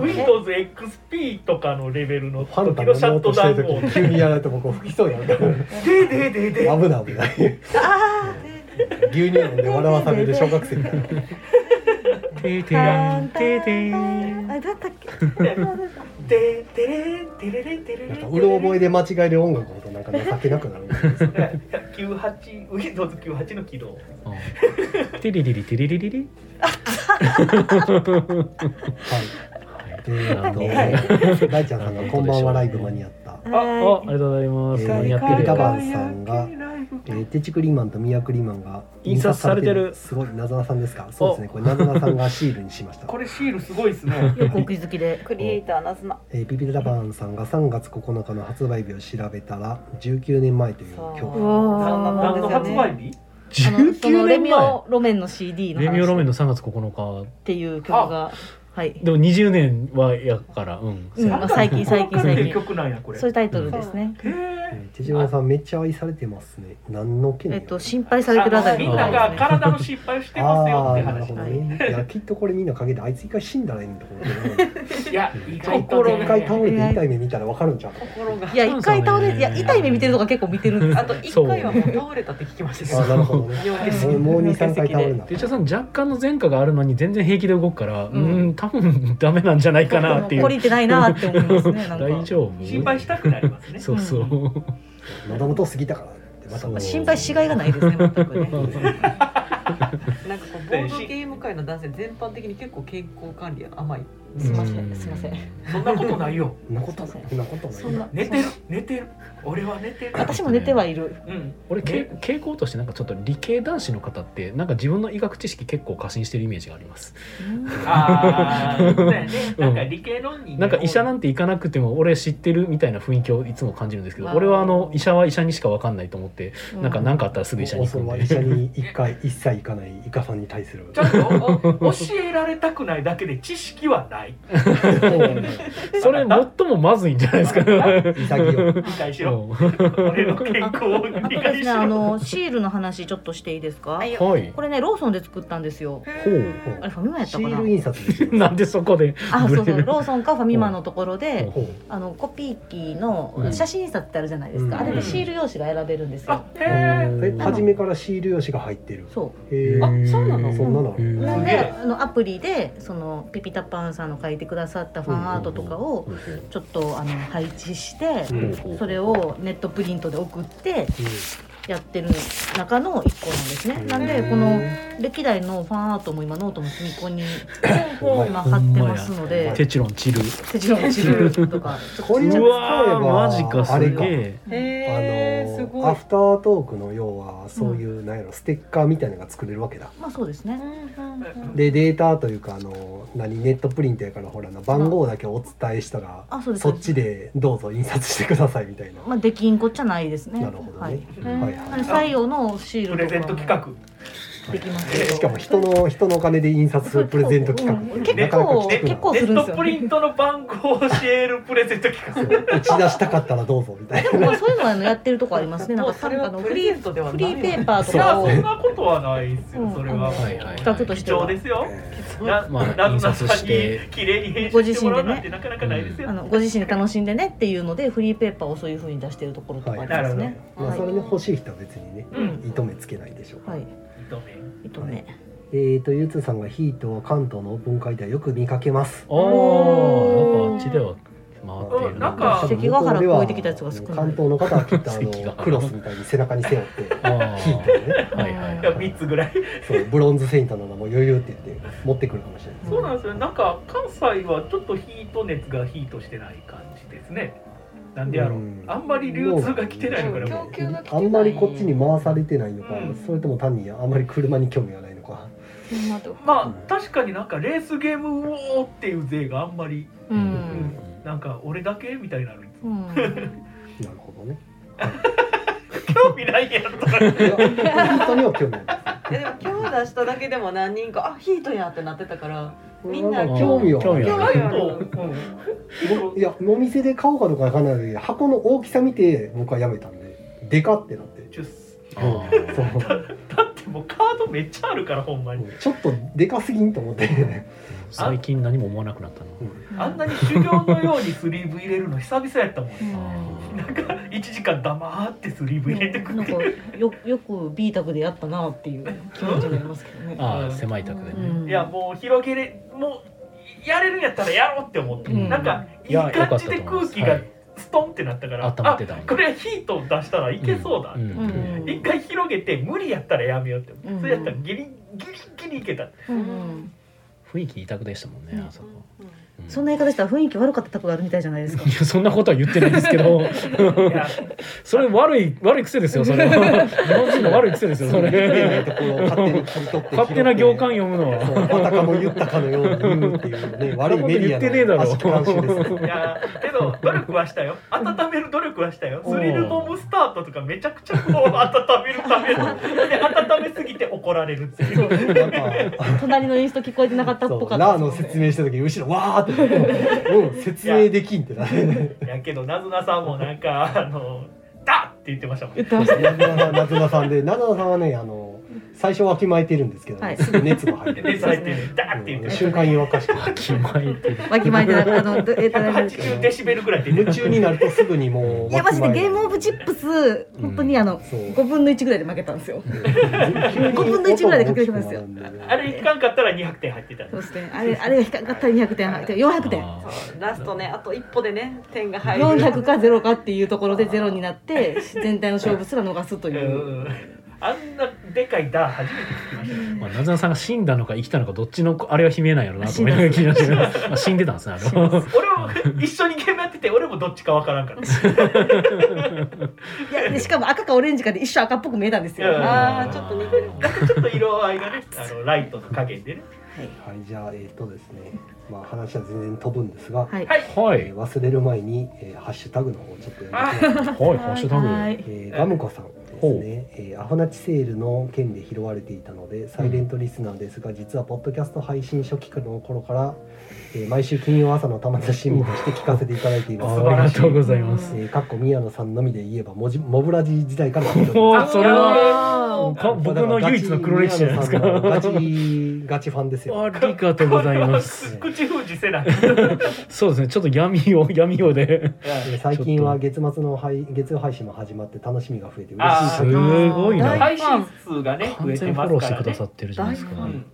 Speaker 4: Windows XP とかのレベルの
Speaker 2: ファン
Speaker 4: 時
Speaker 2: タ
Speaker 4: の
Speaker 2: の
Speaker 4: シャット
Speaker 2: とし
Speaker 4: ダ
Speaker 2: て
Speaker 4: ウ
Speaker 2: る
Speaker 4: ンを
Speaker 2: 時急にやられて僕吹きそうやな。
Speaker 4: でででで
Speaker 2: 危ない危ない。牛乳飲んで笑わされる小学生みたいな。
Speaker 1: てーてーんてーてーん
Speaker 3: あだったっけ
Speaker 4: ででれんてれれんてれれ
Speaker 2: なん
Speaker 4: ん
Speaker 2: かうろ覚えで間違える音楽のことなんか情けなくなるんですよ。
Speaker 4: 98 Windows 98の起動
Speaker 1: うんてりりりてりりりり
Speaker 2: はい。で、あ
Speaker 1: なる
Speaker 2: の、大ちゃんさんがこんばんはライブ間に合った。
Speaker 1: あ
Speaker 3: は
Speaker 1: ありがとうございます
Speaker 2: えー
Speaker 1: 間に合って
Speaker 2: ガ
Speaker 1: る
Speaker 2: 歌バ
Speaker 1: よ
Speaker 2: ンさんがえー、テチクリーマンとミヤクリーマンが
Speaker 1: 印刷されてる
Speaker 2: 印刷すごい、なずなさんですか。そうですね。これなずなさんがシールにしました。
Speaker 4: これシールすごいですね
Speaker 3: いよくお気づきで
Speaker 5: クリエイターなずな。
Speaker 2: えー、ビビルダバーンさんが3月9日の発売日を調べたら19年前という
Speaker 5: そう
Speaker 2: 今日
Speaker 3: わ
Speaker 4: 何
Speaker 5: そう
Speaker 4: の
Speaker 5: なん
Speaker 4: 発
Speaker 5: ですよね
Speaker 3: あの
Speaker 4: 売日
Speaker 3: その
Speaker 1: 19
Speaker 3: レ
Speaker 1: 年
Speaker 3: ミオ
Speaker 1: 前
Speaker 3: ロメンの CD の
Speaker 1: レミオロメン
Speaker 3: 話っ
Speaker 1: の3月9日
Speaker 3: ていう曲がはい
Speaker 1: でも20年はやからうん
Speaker 3: うんまあ最近最近
Speaker 4: これっ
Speaker 3: 最
Speaker 4: ていう
Speaker 3: 近
Speaker 4: 曲なんやこれ
Speaker 3: そういうタイトルですね
Speaker 4: へー
Speaker 2: えー手島さんめっちゃ愛されてますね何の件
Speaker 3: えっと心配されてるあたり
Speaker 4: みんなが体の心配をしてますよっ
Speaker 2: あーな
Speaker 4: て
Speaker 2: る
Speaker 4: 話
Speaker 2: ほど
Speaker 4: な
Speaker 2: ねいやきっとこれみんな陰であいつ一回死んだらいいんだと思う
Speaker 4: いや意
Speaker 2: けど
Speaker 4: 外と
Speaker 2: 心
Speaker 4: ね
Speaker 2: 一回倒れて痛い目見たらわかるんちゃう
Speaker 5: 心が
Speaker 3: い。や一回倒れていや痛い目見てるとか結構見てるんです
Speaker 5: あと一回はもう倒れたって聞きました
Speaker 2: あー
Speaker 5: よ。
Speaker 2: なるほどね
Speaker 5: 両手席
Speaker 2: もうもう23回倒れな
Speaker 1: 手帳さん若干の前科があるのに全然平気で動くからう
Speaker 5: うん
Speaker 1: ーん多分ダメなんじゃないかなってい
Speaker 3: 懲
Speaker 1: う
Speaker 3: りてないなって思いますねなんか
Speaker 1: 大丈夫
Speaker 4: 心配したくなりますね
Speaker 1: そうそう
Speaker 2: 喉元過ぎたからってまた
Speaker 1: そう
Speaker 3: 心配しがいがないですね全くね
Speaker 5: なんかこうボードゲーム界の男性全般的に結構健康管理甘い。
Speaker 3: すいませんすいません
Speaker 4: そんなことないよ
Speaker 2: そんなことないそんなこと
Speaker 3: そん
Speaker 2: ない
Speaker 3: な
Speaker 4: 寝てる寝てる俺は寝てる
Speaker 3: 私も寝てはいる
Speaker 4: うん
Speaker 1: 俺け
Speaker 4: ね
Speaker 1: 傾向としてなんかちょっと理系男子の方ってなんか自分の医学知識結構過信してるイメージがあります
Speaker 4: ああそうだよねなんか理系論人
Speaker 1: なんか医者なんて行かなくても俺知ってるみたいな雰囲気をいつも感じるんですけど俺はあの医者は医者にしか分かんないと思ってなんか何かあったらすぐ医者に行く
Speaker 2: そ
Speaker 1: ん
Speaker 2: は
Speaker 1: で
Speaker 2: 医者に一回一切行かないイカさんに対する
Speaker 4: ちゃんとお教えられたくないだけで知識はなない
Speaker 1: *laughs* それ最もまずいんじゃないです
Speaker 2: *laughs*
Speaker 1: か
Speaker 2: 潔い
Speaker 4: 理解しろ
Speaker 1: う
Speaker 4: 俺の健康を
Speaker 3: あ
Speaker 4: 理
Speaker 3: とです
Speaker 4: 解し
Speaker 3: ねあ
Speaker 4: ろ
Speaker 3: のシールの話ちょっとしていいですか、
Speaker 5: はい
Speaker 1: んはい
Speaker 3: これねローソンで作ったんですよ
Speaker 1: ほう
Speaker 3: あれファミマやった
Speaker 2: シ
Speaker 3: かな
Speaker 2: ール印刷ですよ
Speaker 1: なんでそこで
Speaker 3: あそう
Speaker 1: ブ
Speaker 3: そ
Speaker 1: レ
Speaker 3: う
Speaker 1: る
Speaker 3: ローソンかファミマのところで
Speaker 2: ほう
Speaker 3: あのコピー機の
Speaker 1: うん
Speaker 3: 写真印刷ってあるじゃないですか、
Speaker 2: うん
Speaker 3: あれでシール用紙が選べるんですよ
Speaker 4: あ、へ
Speaker 2: え初めからシール用紙が入ってる
Speaker 3: そ
Speaker 2: へえ
Speaker 5: あそうなの
Speaker 2: そんなのあ
Speaker 1: へ
Speaker 2: る
Speaker 3: うな
Speaker 1: ー
Speaker 3: ん
Speaker 4: すげ
Speaker 3: で
Speaker 4: え
Speaker 3: あのアプリでそのピピタパンさんの書いてくださったファンアートとかをちょっとあの配置して
Speaker 2: う
Speaker 3: それをネットプリントで送ってやってる中の一個なんですねなんでこの歴代のファンアートも今ノートの隅っこに
Speaker 2: ほう
Speaker 3: 今貼ってますので
Speaker 1: テチロンチル
Speaker 3: 手順を知るとか
Speaker 2: これを使え
Speaker 1: うわ
Speaker 2: ば
Speaker 1: ーマジか
Speaker 2: あ
Speaker 1: す
Speaker 2: れ
Speaker 1: げ
Speaker 2: か
Speaker 1: え
Speaker 5: へえす
Speaker 2: あの
Speaker 5: ご
Speaker 2: ア
Speaker 5: い
Speaker 2: フタートークの要はそういうなんやろステッカーみたいなのが作れるわけだ
Speaker 3: まあそうですね
Speaker 2: でデータというかあの何ネットプリントやからほらな番号だけお伝えしたら
Speaker 3: あそうです
Speaker 2: そっちでどうぞ印刷してくださいみたいな
Speaker 3: まあできんこっちゃないですね
Speaker 2: なるほど
Speaker 3: は
Speaker 2: ね
Speaker 3: い
Speaker 5: うん
Speaker 2: はい
Speaker 3: な
Speaker 2: は
Speaker 3: ん
Speaker 2: い
Speaker 3: で採用のシール
Speaker 4: プレゼント企
Speaker 3: とか
Speaker 4: 画
Speaker 3: もできます
Speaker 4: え
Speaker 3: けど
Speaker 2: しかも人の人のお金で印刷するプレゼント企画
Speaker 3: うん
Speaker 2: これなかなか聞く
Speaker 3: 結構
Speaker 4: ネ
Speaker 3: するんで
Speaker 4: ッ
Speaker 3: す
Speaker 4: ト
Speaker 3: よ
Speaker 4: プリントの番号を教えるプレゼント企画
Speaker 2: な打ち出したかったらどうぞみたいな
Speaker 3: でもまあそういうのはあのやってるとこありますねなんか
Speaker 5: それ
Speaker 3: あ
Speaker 5: は
Speaker 3: の
Speaker 5: プ
Speaker 3: フ
Speaker 5: レ
Speaker 3: リ
Speaker 5: ゼ
Speaker 3: ー
Speaker 5: ントでは
Speaker 3: フ
Speaker 5: ない
Speaker 3: リーペーパーと
Speaker 4: いや
Speaker 3: かを
Speaker 4: そんなことはないですよそれは
Speaker 3: うん
Speaker 1: はいはいはい
Speaker 3: 企画とし
Speaker 4: 貴
Speaker 3: ては
Speaker 4: 重ですよな
Speaker 1: まあ
Speaker 4: な
Speaker 1: 印
Speaker 4: な
Speaker 1: 刷
Speaker 4: さ
Speaker 1: し
Speaker 4: に
Speaker 1: て
Speaker 4: 綺麗に編集してもらうなんてなかなかないですよ
Speaker 3: あのご自身で楽しんでねっていうのでフリーペーパーをそういうふうに出してるところとかありますね。
Speaker 2: まあそれ
Speaker 3: は
Speaker 2: ね欲しい人は別にね
Speaker 4: う
Speaker 3: うん
Speaker 4: ん
Speaker 2: 糸目つけないでしょうから
Speaker 3: い、はい、
Speaker 4: 認めん
Speaker 3: えっとね、
Speaker 2: えーとゆつさんがヒートを関東のオープン会ではよく見かけます
Speaker 1: あーなんかあっちでは回っている
Speaker 4: なんか
Speaker 3: 関ヶ原越えてきたやつが少ない
Speaker 2: 関東の方はきっとあ
Speaker 1: 関ヶ
Speaker 2: の
Speaker 1: 原
Speaker 2: クロスみたいに背中に背負って
Speaker 1: あ
Speaker 2: ヒートをね
Speaker 1: ーはいはい
Speaker 4: い
Speaker 1: は
Speaker 4: や
Speaker 1: い
Speaker 4: 三つぐらい
Speaker 2: そうブロンズセイントの名も余裕って言って持ってくるかもしれない
Speaker 4: そうなんですよなんか関西はちょっとヒート熱がヒートしてない感じですねなんでやろう
Speaker 2: うん
Speaker 4: あんまり流通が来てないのか
Speaker 5: う
Speaker 4: ら
Speaker 5: ん
Speaker 4: も
Speaker 5: 供給が来て
Speaker 2: あ
Speaker 5: ない
Speaker 2: んまりこっちに回されてないのか、
Speaker 4: うん
Speaker 2: それとも単にあんまり車に興味がないのか、
Speaker 4: うまあ確かになんかレースゲームをっていう税があんまり
Speaker 3: うん、
Speaker 4: なんか俺だけみたいなのに
Speaker 3: うん、
Speaker 2: なるほどね
Speaker 4: *laughs* 興味ないやろとか
Speaker 2: いや本当には興味ない
Speaker 5: えでも今日出しただけでも何人かあヒートやってなってたからみん
Speaker 2: な
Speaker 5: な
Speaker 2: んか興味は
Speaker 1: 興味
Speaker 5: 今日
Speaker 1: は
Speaker 5: は
Speaker 4: とうん
Speaker 2: いやお店で買おうかどうかわからないので箱の大きさ見て僕はやめたんででかってなって
Speaker 4: ちょだ
Speaker 1: あー
Speaker 2: そう
Speaker 4: ってもうカードめっちゃあるからほんまに
Speaker 2: ちょっとでかすぎんと思
Speaker 4: *laughs*
Speaker 2: って
Speaker 1: 最近何も思わなくなったな
Speaker 4: あんなに修行のようにスリーブ入れるの久々やったもん
Speaker 3: うん
Speaker 1: あ
Speaker 4: 1時間黙ってスリーブ入れてく
Speaker 3: なん
Speaker 4: る
Speaker 3: かよよく B 卓でやったなっていう気持ちになりますけど
Speaker 1: ー。
Speaker 3: ね
Speaker 1: あー狭い宅で
Speaker 3: う
Speaker 1: ね
Speaker 3: ん
Speaker 4: いやもう広げれもうやれるんやったらやろうって思って、
Speaker 3: うん
Speaker 4: なんかい
Speaker 1: い
Speaker 4: い
Speaker 1: や良かった
Speaker 4: 感じ
Speaker 1: と
Speaker 4: で
Speaker 1: 思いま
Speaker 4: 空
Speaker 1: す
Speaker 4: 気がストンってなったから、
Speaker 1: はい温まってた
Speaker 4: あこれはヒートを出したらいけそうだ、
Speaker 1: ん
Speaker 3: うん
Speaker 4: 一回広げて無理やったらやめようって、
Speaker 3: うん
Speaker 4: それやったらギリギリギリいけた
Speaker 3: うんうん
Speaker 1: 雰囲気委託でしたもんねあそこう
Speaker 3: そんな言い方したら雰囲気悪かったとこがあるみたいじゃないですか
Speaker 1: い。やそんなことは言ってないですけど
Speaker 4: いや
Speaker 1: それ悪い悪い癖ですよそれは日本人の悪い癖ですよそ
Speaker 2: 見てない
Speaker 1: れ
Speaker 2: ところを勝手に切り取って
Speaker 1: 勝手な行間読むの
Speaker 2: そう
Speaker 1: は
Speaker 2: あたかも言ったかのように言うっていうね悪いメディアの悪しき慣習です
Speaker 4: いやけど努力はしたよ温める努力はしたよ
Speaker 1: うん
Speaker 4: スリルボムスタートとかめちゃくちゃこう温めるためので温めすぎて怒られるっていう
Speaker 2: なんか
Speaker 3: 隣のインスト聞こえてなかったっ
Speaker 2: そ
Speaker 3: ぽ
Speaker 2: う
Speaker 3: かっ
Speaker 2: ラー
Speaker 3: た
Speaker 2: の
Speaker 3: です
Speaker 2: 説明した時に後ろわーってうん説明できんってなる
Speaker 4: いやけどなずなさんもなんかあの「だ!」って言ってましたもんね
Speaker 3: 言ってましたね。
Speaker 2: なずなさんでなずなさんはねあの最初わきまえてるんですけど、
Speaker 3: はい
Speaker 2: すぐ熱が入って
Speaker 4: で
Speaker 2: る
Speaker 4: されて「だ!」って言って
Speaker 2: うん
Speaker 4: まし
Speaker 2: 瞬間に沸かして
Speaker 1: 気前って
Speaker 3: わきまえてなくあのえっと
Speaker 4: た
Speaker 3: なんだっけ
Speaker 4: 180デシベルぐらいで
Speaker 2: 夢中になるとすぐにもう
Speaker 3: いやマジでゲームオブチ
Speaker 2: プ
Speaker 3: ップス本当にあの
Speaker 2: そう
Speaker 3: 5分の1ぐらいで負けたんですよ。
Speaker 2: 5
Speaker 3: 5分の1ぐらいでかけてきますよ
Speaker 4: あれいかんかったら200点入ってた
Speaker 3: そうですね。あれあれが引っかかったら200点入って400点。
Speaker 1: あ
Speaker 5: そうラストねあと一歩でね点が入る
Speaker 3: 400か0かっていうところで0になって *laughs* 全体の勝負すら逃すと
Speaker 4: う
Speaker 3: いう。
Speaker 4: んあんなでかい「だ」初めて聞きました
Speaker 1: ーまあなずなさんが死んだのか生きたのかどっちのあれは悲鳴なんやろうなと思いながら聞いてましたけどまあ死んでたんですねあれは
Speaker 4: 俺も一緒にゲームやってて俺もどっちかわからんから
Speaker 3: いやでしかも赤かオレンジかで一緒赤っぽく見えたんですよ。
Speaker 4: うん
Speaker 1: あ
Speaker 5: ああちょっと似てる
Speaker 4: なんかちょっと色合いがねあのライトの加減でね
Speaker 2: はいじゃあえっとですねまあ話は全然飛ぶんですが、
Speaker 3: はい。
Speaker 4: はい
Speaker 1: はい
Speaker 2: えー忘れる前に、えーハッシュタグの方をちょっとやります
Speaker 1: はいハッシュタグ
Speaker 3: はい
Speaker 2: えーガムコさん、えですね、えーアホナチセールの件で拾われていたのでサイレントリスナーですが、実はポッドキャスト配信初期の頃から、えー毎週金曜朝の玉田新聞として聞かせていただいて
Speaker 1: *laughs*
Speaker 2: います。
Speaker 1: あありがとうございます。
Speaker 2: えー、かっこ宮野さんのみで言えばモジモブラジ時代から聞
Speaker 1: *laughs*
Speaker 2: いており
Speaker 1: お
Speaker 2: ま
Speaker 1: お、それは
Speaker 3: は
Speaker 1: か僕の唯一の黒歴史じゃないですか。
Speaker 2: だらガチ
Speaker 1: あ
Speaker 2: 宮野さんのガチガチファンですよ。
Speaker 1: りがとうございます。
Speaker 4: 口封じせない。
Speaker 1: そうですね。ちょっと闇を *laughs* 闇をで、
Speaker 2: えー最近は月末の配月曜配信も始まって楽しみが増えて嬉しい
Speaker 4: あ
Speaker 1: す
Speaker 4: ー
Speaker 1: ごいな。
Speaker 4: 配信数がね増
Speaker 1: 完
Speaker 4: えて
Speaker 1: 全フ
Speaker 4: ま
Speaker 1: ォ
Speaker 4: す
Speaker 1: ロー
Speaker 4: か
Speaker 1: して
Speaker 4: ら
Speaker 1: くだ
Speaker 4: ね
Speaker 1: さ。ってるじゃないですか。
Speaker 4: うん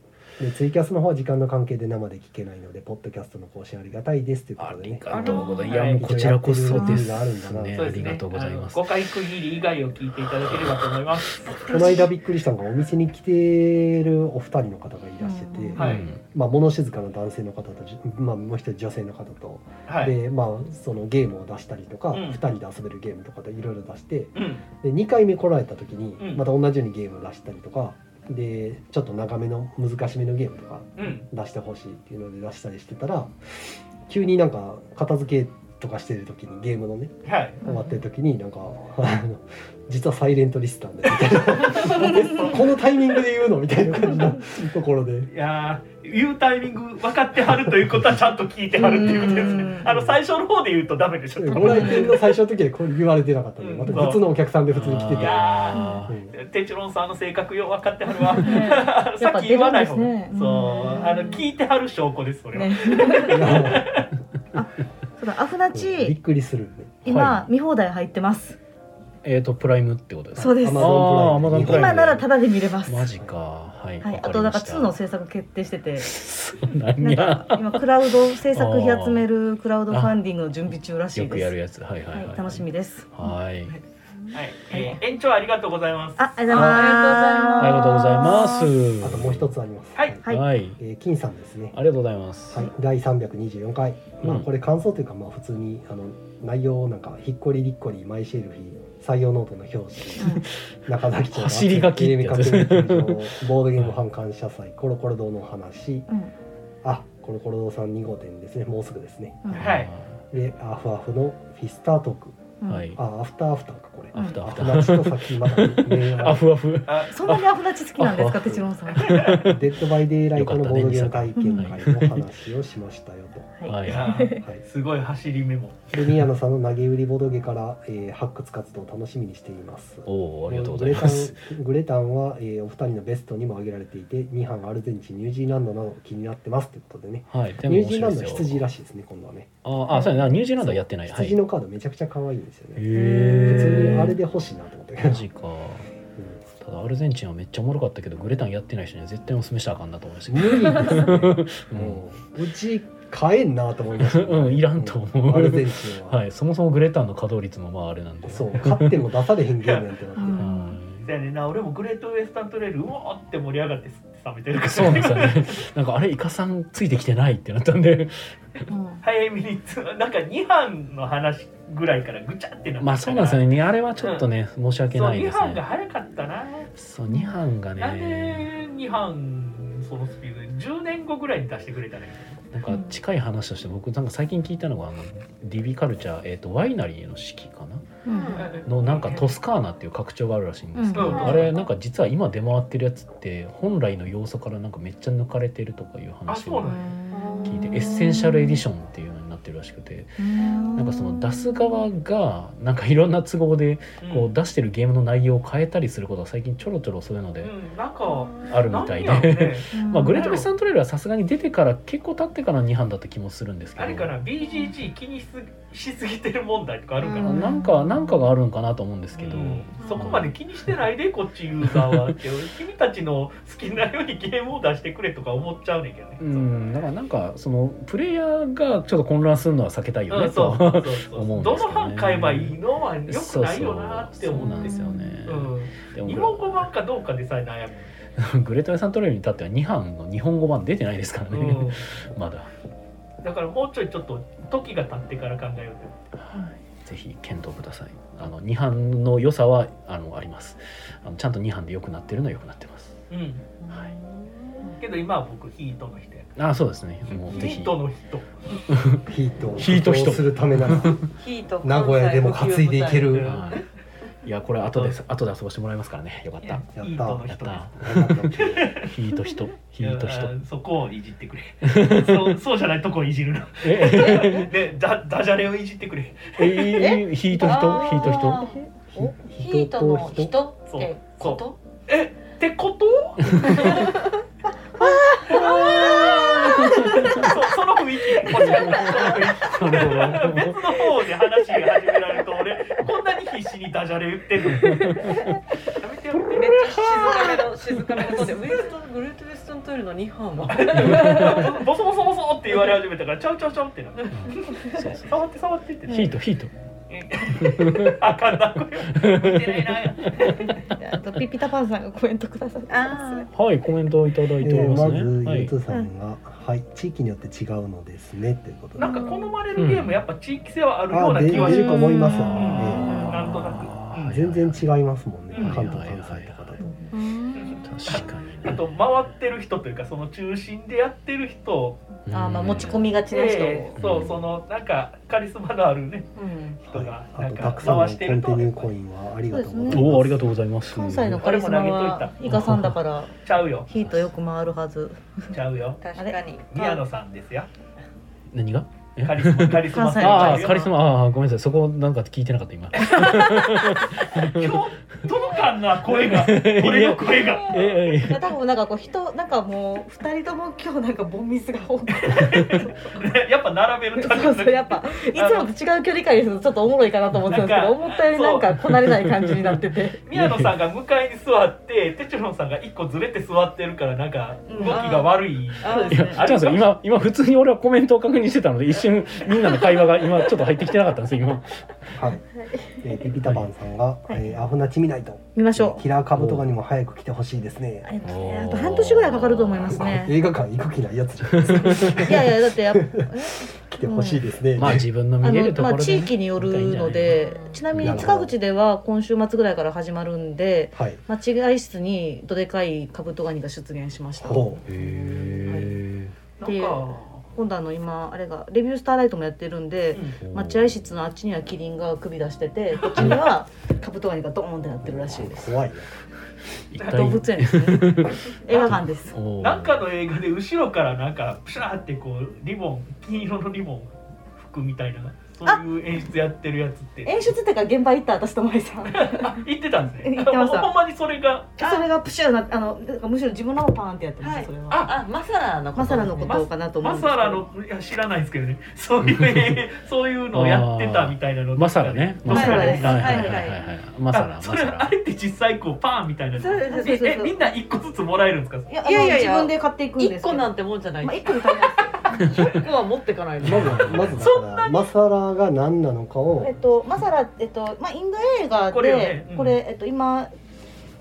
Speaker 2: でツイキャスの方は時間の関係で生で聞けないのでポッドキャストの更新ありがたいですというこ
Speaker 1: あ
Speaker 2: とで
Speaker 1: り
Speaker 2: ね
Speaker 1: がとうございます。い
Speaker 4: あの
Speaker 1: やもうこちらこそです
Speaker 2: あるんだな
Speaker 1: ね。
Speaker 4: そう
Speaker 1: あ
Speaker 4: です
Speaker 1: り
Speaker 4: ね
Speaker 1: がとうございます
Speaker 4: あ。の5回区切り以外を聞いていただければと思います。
Speaker 2: この間びっくりしたのがお店に来てるお二人の方がいらしてて、
Speaker 4: はい
Speaker 2: まあ、物静かな男性の方と、じまあ、もう一人女性の方と、
Speaker 4: はい。
Speaker 2: でまあ、そのゲームを出したりとか、
Speaker 4: う
Speaker 2: 二
Speaker 4: ん
Speaker 2: 人で遊べるゲームとかでいろいろ出して
Speaker 4: うん。
Speaker 2: で2回目来られた時に
Speaker 4: うん
Speaker 2: また同じようにゲームを出したりとかでちょっと長めの難しめのゲームとか
Speaker 4: うん。
Speaker 2: 出してほしいっていうので出したりしてたら急になんか片付けとかしてる時にゲームのね
Speaker 4: はい。
Speaker 2: 終わってる時になんか「あの実はサイレントリスターで」みたいな *laughs* えこのタイミングで言うのみたいな感じのところで
Speaker 4: いやー言うタイミング分かってはるということはちゃんと聞いてはるっていうことですね
Speaker 3: う。ん
Speaker 4: あの最初の方で言うとダメでしょ。
Speaker 2: ご来店の最初の時でこれ言われてなかったんでまた普通のお客さんで普通に来てて。
Speaker 1: あ
Speaker 2: う
Speaker 1: ー
Speaker 2: ん
Speaker 4: テチロンさんの性格よう分かってはるわ。さ
Speaker 3: やっ
Speaker 4: っ
Speaker 3: ぱ
Speaker 4: き言わない方
Speaker 3: 出るんですね
Speaker 4: そう
Speaker 3: う、ん
Speaker 4: あの聞いてはる証拠です、それは。
Speaker 3: ね、
Speaker 2: いや
Speaker 3: そうだアフナ
Speaker 2: びっ
Speaker 3: チ
Speaker 2: くりするね。
Speaker 1: は
Speaker 3: 今見放題入ってます
Speaker 1: えっとプライムってことですか
Speaker 3: そうです
Speaker 2: Amazon
Speaker 1: あー Amazon
Speaker 2: プライム
Speaker 1: Prime
Speaker 3: 今ならタダで見れます
Speaker 1: マジか。はい。
Speaker 3: はい、
Speaker 1: わ
Speaker 3: あ
Speaker 1: か
Speaker 3: と
Speaker 1: り
Speaker 3: なん
Speaker 1: ま
Speaker 3: か
Speaker 1: した
Speaker 3: 2の制作決定しててな
Speaker 1: 何
Speaker 3: ん
Speaker 1: や
Speaker 3: か。今クラウド制
Speaker 1: *laughs*
Speaker 3: 作費集めるクラウドファンディングの準備中らし
Speaker 1: よ
Speaker 3: い
Speaker 1: くやる
Speaker 3: で
Speaker 1: やつ。はい
Speaker 3: す。
Speaker 1: は
Speaker 3: はいい
Speaker 1: はい。、
Speaker 3: 楽しみです。
Speaker 1: はい。
Speaker 4: はい、えー延長ありがとうございます。
Speaker 3: あ、ありがとうございます。
Speaker 1: ありがとうございます。
Speaker 2: あともう一。つあります。
Speaker 4: はい
Speaker 3: はい
Speaker 1: はい。
Speaker 2: えー金さんですね。
Speaker 1: ありがとうございます。
Speaker 2: はい、第324回、まあ
Speaker 1: うん
Speaker 2: これ感想というかまあ普通にあの内容をなんか「ひっこりりっこりマイシェルフィ採用ノート」の表紙、中崎町の
Speaker 1: *laughs* 走り書きって
Speaker 2: エレメ
Speaker 1: や
Speaker 2: カ
Speaker 1: つ
Speaker 2: テレビ球場ボードゲーム反感謝祭コロコロ堂の話
Speaker 3: うん、
Speaker 2: あコロコロ堂さん2号店ですねもうすぐですね
Speaker 3: うん、
Speaker 4: はい
Speaker 2: でアフアフのフィスタートーク
Speaker 3: うん
Speaker 1: はい。
Speaker 2: あアフターアフターかこれ
Speaker 1: アフター
Speaker 2: ア
Speaker 1: ア
Speaker 2: フ
Speaker 1: フ
Speaker 2: タ
Speaker 1: タ
Speaker 2: ー
Speaker 1: ー。
Speaker 2: とさっきま
Speaker 1: *laughs*
Speaker 2: だね
Speaker 1: あふわふ。
Speaker 4: あ
Speaker 3: そんなにアフナチ好きなんですか、
Speaker 1: あ
Speaker 3: てちろんさん。はい。
Speaker 2: デッドバイデイライトのボードゲーム体験会の話をしましたよと。
Speaker 1: はいい。
Speaker 4: や
Speaker 2: は
Speaker 4: ー
Speaker 2: い
Speaker 4: すごい走りメモ。
Speaker 2: で宮野さんの投げ売りボドゲから、えー発掘活動を楽しみにしています。
Speaker 1: おお、ありがとうございます。
Speaker 2: グレタングレタンは、えーお二人のベストにも挙げられていて、2班アルゼンチン、ニュージーランドなど気になってますということでね。
Speaker 1: はい。でも
Speaker 2: ニュ
Speaker 1: 面白
Speaker 2: ージーラ
Speaker 1: い
Speaker 2: ン
Speaker 1: で
Speaker 2: ド
Speaker 1: すよ。
Speaker 2: 羊らしいですね、今度はね。
Speaker 1: ああ、そうやな。ニュージーランドはやってない。はい。
Speaker 2: 羊のカードめちゃくちゃ可愛いんですよね。普通にあれ
Speaker 1: へ
Speaker 2: で欲しいなと思って。
Speaker 1: え。マジか。ただアルゼンチンはめっちゃおもろかったけどグレタンやってない人には絶対おすすめしたらあかんなと思いまし
Speaker 2: 無理ですね。
Speaker 1: た。うん
Speaker 2: もううち買えんなと思いました、
Speaker 1: *laughs* うんいらんと思う
Speaker 2: アルゼンチンは。
Speaker 1: はい。そもそもグレタンの稼働率もまああれなんで。
Speaker 2: そう、買っても出されへんゲームなんてなって。
Speaker 3: うん
Speaker 1: はい。
Speaker 4: だよねんな、俺もグレートウエスタントレール、うわーって盛り上がって冷めてる
Speaker 1: *laughs*
Speaker 4: から。
Speaker 1: そうなんですよね。なんかあれイカさんついてきてないってなったんで、
Speaker 3: うん
Speaker 4: 早めにつ、なんか2班の話ぐらいからぐちゃってなってたから
Speaker 1: まあそうなんですよね。あれはちょっとね、申し訳
Speaker 4: そう、
Speaker 1: ない
Speaker 4: 2
Speaker 1: です
Speaker 4: 班が
Speaker 1: ね。
Speaker 4: 早かったな。
Speaker 1: そう二班が
Speaker 4: なんで
Speaker 1: ね、
Speaker 4: 2班、そのスピードで10年後ぐらいに出してくれたね。
Speaker 1: なんか近い話として僕なんか最近聞いたのがあのディビカルチャーえっ、とワイナリーの式かな
Speaker 3: うん
Speaker 1: のなんかトスカーナっていう拡張があるらしいんですけど、
Speaker 4: うん
Speaker 1: あれなんか実は今出回ってるやつって本来の要素からなんかめっちゃ抜かれてるとかいう
Speaker 4: あ、
Speaker 1: 話
Speaker 4: そう
Speaker 1: を
Speaker 4: なんや
Speaker 1: 聞いてエッセンシャルエディションっていうのになってるらしくて
Speaker 3: うん
Speaker 1: なんかその出す側がなんかいろんな都合でこう出してるゲームの内容を変えたりすることは最近ちょろちょろそういうの
Speaker 4: う
Speaker 1: で
Speaker 4: ん、なんか、
Speaker 1: あるみたい
Speaker 4: なんや
Speaker 1: で。
Speaker 4: ろね
Speaker 1: まあ、グレー
Speaker 4: ト
Speaker 1: トウェスタントレールはさすがに出てから結構経ってから2班だった気もするんですけ
Speaker 4: あ
Speaker 1: ど
Speaker 4: れかな BGG 気にししすぎてる問題とかあるかな、
Speaker 3: う
Speaker 1: なんかなんかがあるんかなと思うんですけど、
Speaker 4: うんそこまで気にしてないでこっちユーザーは *laughs* って君たちの好きなようにゲームを出してくれとか思っちゃうねんけどね、
Speaker 1: うん、だからなんかそのプレイヤーがちょっと混乱するのは避けたいよ
Speaker 4: う
Speaker 1: ね
Speaker 4: んそ
Speaker 1: と
Speaker 4: う *laughs* そうそう
Speaker 1: 思うん
Speaker 4: ど
Speaker 1: ですけどね
Speaker 4: の版買えばいいのはよくないよなって思
Speaker 1: そうそうそうな
Speaker 4: うん
Speaker 1: で
Speaker 4: んですす
Speaker 1: よ
Speaker 4: よ
Speaker 1: ね、
Speaker 4: うん、
Speaker 1: で
Speaker 4: 日本
Speaker 1: も
Speaker 4: 語版かどうかでさえ悩
Speaker 1: グレートウェスタントレールに至っては2班の日本語版出てないですから
Speaker 4: む、
Speaker 1: ね、まだ、
Speaker 4: うん、だからもうちょいちょっと時が経ってから考えようと
Speaker 1: はい、ぜひ検討くださいあの2班の良さはあのありますあのちゃんと2班で良くなってるのは良くなってます、
Speaker 4: うん
Speaker 1: はい、
Speaker 4: けど今は僕ヒートの人や
Speaker 1: あそうですねもう
Speaker 4: ヒ
Speaker 1: ぜ
Speaker 4: ー
Speaker 1: ひ
Speaker 4: トの人
Speaker 2: ヒートを
Speaker 1: ヒート人
Speaker 2: するためなら
Speaker 5: ヒート
Speaker 2: 名古屋でも担いでいける
Speaker 4: の
Speaker 1: はいいやこれ後で後で遊ばしてもらいますからねよかった
Speaker 2: た
Speaker 4: いいとの
Speaker 1: やっ
Speaker 4: 人です
Speaker 1: たヒート人ヒート人
Speaker 4: そこをいじってくれ *laughs* そうそうじゃないとこをいじるな
Speaker 1: え
Speaker 4: *laughs* でダダジャレをいじってくれ
Speaker 1: ええヒート人ヒート人
Speaker 5: ヒートの人ってこと
Speaker 4: ってことそその雰囲気こちらの雰囲気
Speaker 1: なるほ
Speaker 4: 別の方で話が始められると俺こんなに必死にダジャレ言ってるのにやめてや
Speaker 5: めっ
Speaker 4: めて
Speaker 5: ちゃ静かめの静かめの音でウエストングルートウエストントイルの2班は
Speaker 4: ボソボソボソって言われ始めたからちゃうちゃうちゃうってな
Speaker 1: どそうそう
Speaker 4: 触って触ってってな
Speaker 1: ヒートヒート
Speaker 4: あかんなこれ
Speaker 5: 見てないな
Speaker 8: あとピピタパンさんがコメントくださってます
Speaker 5: あ
Speaker 1: はいコメントをいただいており
Speaker 2: えー
Speaker 1: ます
Speaker 2: ま
Speaker 1: ね、
Speaker 2: ず、
Speaker 1: は
Speaker 2: ゆ
Speaker 1: いう
Speaker 2: とさんが、はい、地域によって違うのですね、ということで。
Speaker 4: なん
Speaker 2: あ
Speaker 4: か好まれるゲームやっぱ地域性はあるような
Speaker 2: 出
Speaker 4: 気は
Speaker 2: 出
Speaker 4: し
Speaker 2: ると
Speaker 4: ます
Speaker 2: 思いますわ
Speaker 4: う
Speaker 2: え
Speaker 4: ん
Speaker 2: ー
Speaker 4: なんとな
Speaker 2: 全然違いますもんね
Speaker 4: うん、
Speaker 2: 関東関西とかだと。
Speaker 1: 確かに
Speaker 4: くあと回ってる人というかその中心でやってる人
Speaker 3: あーまあ持ち込みがちな人、
Speaker 4: でそうそのなんかカリスマのあるね
Speaker 3: うん、
Speaker 4: 人
Speaker 2: は
Speaker 4: が
Speaker 2: い、あ
Speaker 4: なん
Speaker 2: とた
Speaker 4: か
Speaker 2: くさんの
Speaker 4: 回
Speaker 2: コ
Speaker 4: し
Speaker 2: ン
Speaker 4: て
Speaker 2: テ
Speaker 4: ると
Speaker 2: ィニューコインはありがとうございます。
Speaker 1: おおありがとうございます
Speaker 3: 関西のカリスマはイカさんだから
Speaker 4: ちゃうよ
Speaker 3: ヒートよく回るはず
Speaker 4: ちゃうよ
Speaker 5: ー確かに
Speaker 4: 宮野さんですよ
Speaker 1: 何が
Speaker 4: カリスマカリスマ
Speaker 3: 関西の
Speaker 1: ああ
Speaker 4: ちゃうよ
Speaker 1: カリスマああごめんなさいそこなんか聞いてなかった
Speaker 3: *laughs*
Speaker 1: 今
Speaker 4: 今日届かんな声が俺の声が *laughs*
Speaker 1: ええ
Speaker 8: いや多分なんかこう人なんかもう二人とも今日なんかボンミスが多くて
Speaker 4: やっぱ並べるため
Speaker 8: そうそうやっぱいつもと違う距離感にするとちょっとおもろいかなと思ってたんですけど
Speaker 4: なん
Speaker 8: 思ったよりなんかこなれない感じになって
Speaker 4: *laughs*
Speaker 8: て
Speaker 4: 宮野さんが向かいに座ってテチュロンさんが一個ずれて座ってるからなんか動きが悪い
Speaker 5: あ
Speaker 1: いや、違うんですよ。今、今普通に俺はコメントを確認してたので、一瞬みんなの会話が今ちょっと入ってきてなかったんですよ。今。
Speaker 2: はい。えー、ピピタパンさんが、えーアホなチミナイト。
Speaker 3: 見ましょ
Speaker 2: キラーカブとかにも早く来てほしいですね
Speaker 3: う。えっとねあと半年ぐらいかかると思いますね
Speaker 2: 映画館行く気ないやつじゃないですか。
Speaker 3: いやいやだってやっぱ
Speaker 2: *laughs* 来てほしいですね。
Speaker 1: まあ、自分の見
Speaker 3: あ
Speaker 1: れる
Speaker 3: の
Speaker 1: とこ
Speaker 3: ま
Speaker 1: ろ
Speaker 3: あ、
Speaker 1: で、ね。
Speaker 3: 地域によるのでちなみに近口では今週末ぐらいから始まるんで
Speaker 2: はい。
Speaker 3: 間違い室にどでかいカブトガニが出現しました
Speaker 2: ほ
Speaker 1: へえ。
Speaker 4: なんか
Speaker 3: 今度あの今あれがレビュースターライトもやってるんで待合室のあっちにはキリンが首出し
Speaker 1: *laughs*
Speaker 3: ててこっちにはカブトガニがドーンってなってるらしいです
Speaker 2: う。怖いね。
Speaker 1: 一
Speaker 3: 動物園で
Speaker 1: *laughs*
Speaker 3: すね映画館です
Speaker 1: おー
Speaker 4: なんかの映画で後ろからなんかプシャーってこうリボン金色のリボン服みたいなそういう演出やってるやつって
Speaker 3: 演出っていうか現場行った私と森さん
Speaker 4: あ *laughs* 言ってたんですね
Speaker 3: 言ってました
Speaker 4: ほんまにそれが
Speaker 3: それがプシューなあのなんかむしろ自分の方をパーンってやってました、
Speaker 5: はい
Speaker 3: それは
Speaker 4: あ
Speaker 5: あマサラのこと
Speaker 3: マサラのことかなと思うんで
Speaker 4: マ
Speaker 3: すけ
Speaker 4: サ
Speaker 3: ど
Speaker 4: ラのいや知らないですけどねそういう
Speaker 3: *laughs*
Speaker 4: 映そういうのをやってたみたいなの
Speaker 1: マサラね。
Speaker 4: マサラ
Speaker 1: は
Speaker 4: で
Speaker 1: い
Speaker 4: す
Speaker 1: はい
Speaker 5: は
Speaker 1: はいい
Speaker 5: はい
Speaker 1: はいはい。マサラ、
Speaker 4: あ
Speaker 1: マ
Speaker 4: そ
Speaker 1: サ
Speaker 4: れあ
Speaker 1: ラ。
Speaker 4: れって実際こうパーンみたいな
Speaker 3: そうですそうですそう
Speaker 4: え
Speaker 3: です
Speaker 4: みんな一個ずつもらえるんですか
Speaker 3: いや
Speaker 5: い
Speaker 3: い
Speaker 5: や
Speaker 3: や
Speaker 5: いやいや
Speaker 3: 自分で買っていくんですけ
Speaker 5: 1
Speaker 3: ど
Speaker 5: 個なんてもんじゃない
Speaker 3: まあ、
Speaker 5: 1
Speaker 3: 1個に足りない
Speaker 5: 個は持ってかない
Speaker 2: ま
Speaker 5: と
Speaker 2: ずは、まずだから、マサラが何なのかを
Speaker 3: えっ。と、マサラ、えっと、まあ、インド映画で、
Speaker 4: こ
Speaker 3: こ
Speaker 4: れ
Speaker 3: れ,、
Speaker 4: よねうん
Speaker 3: えっと、今。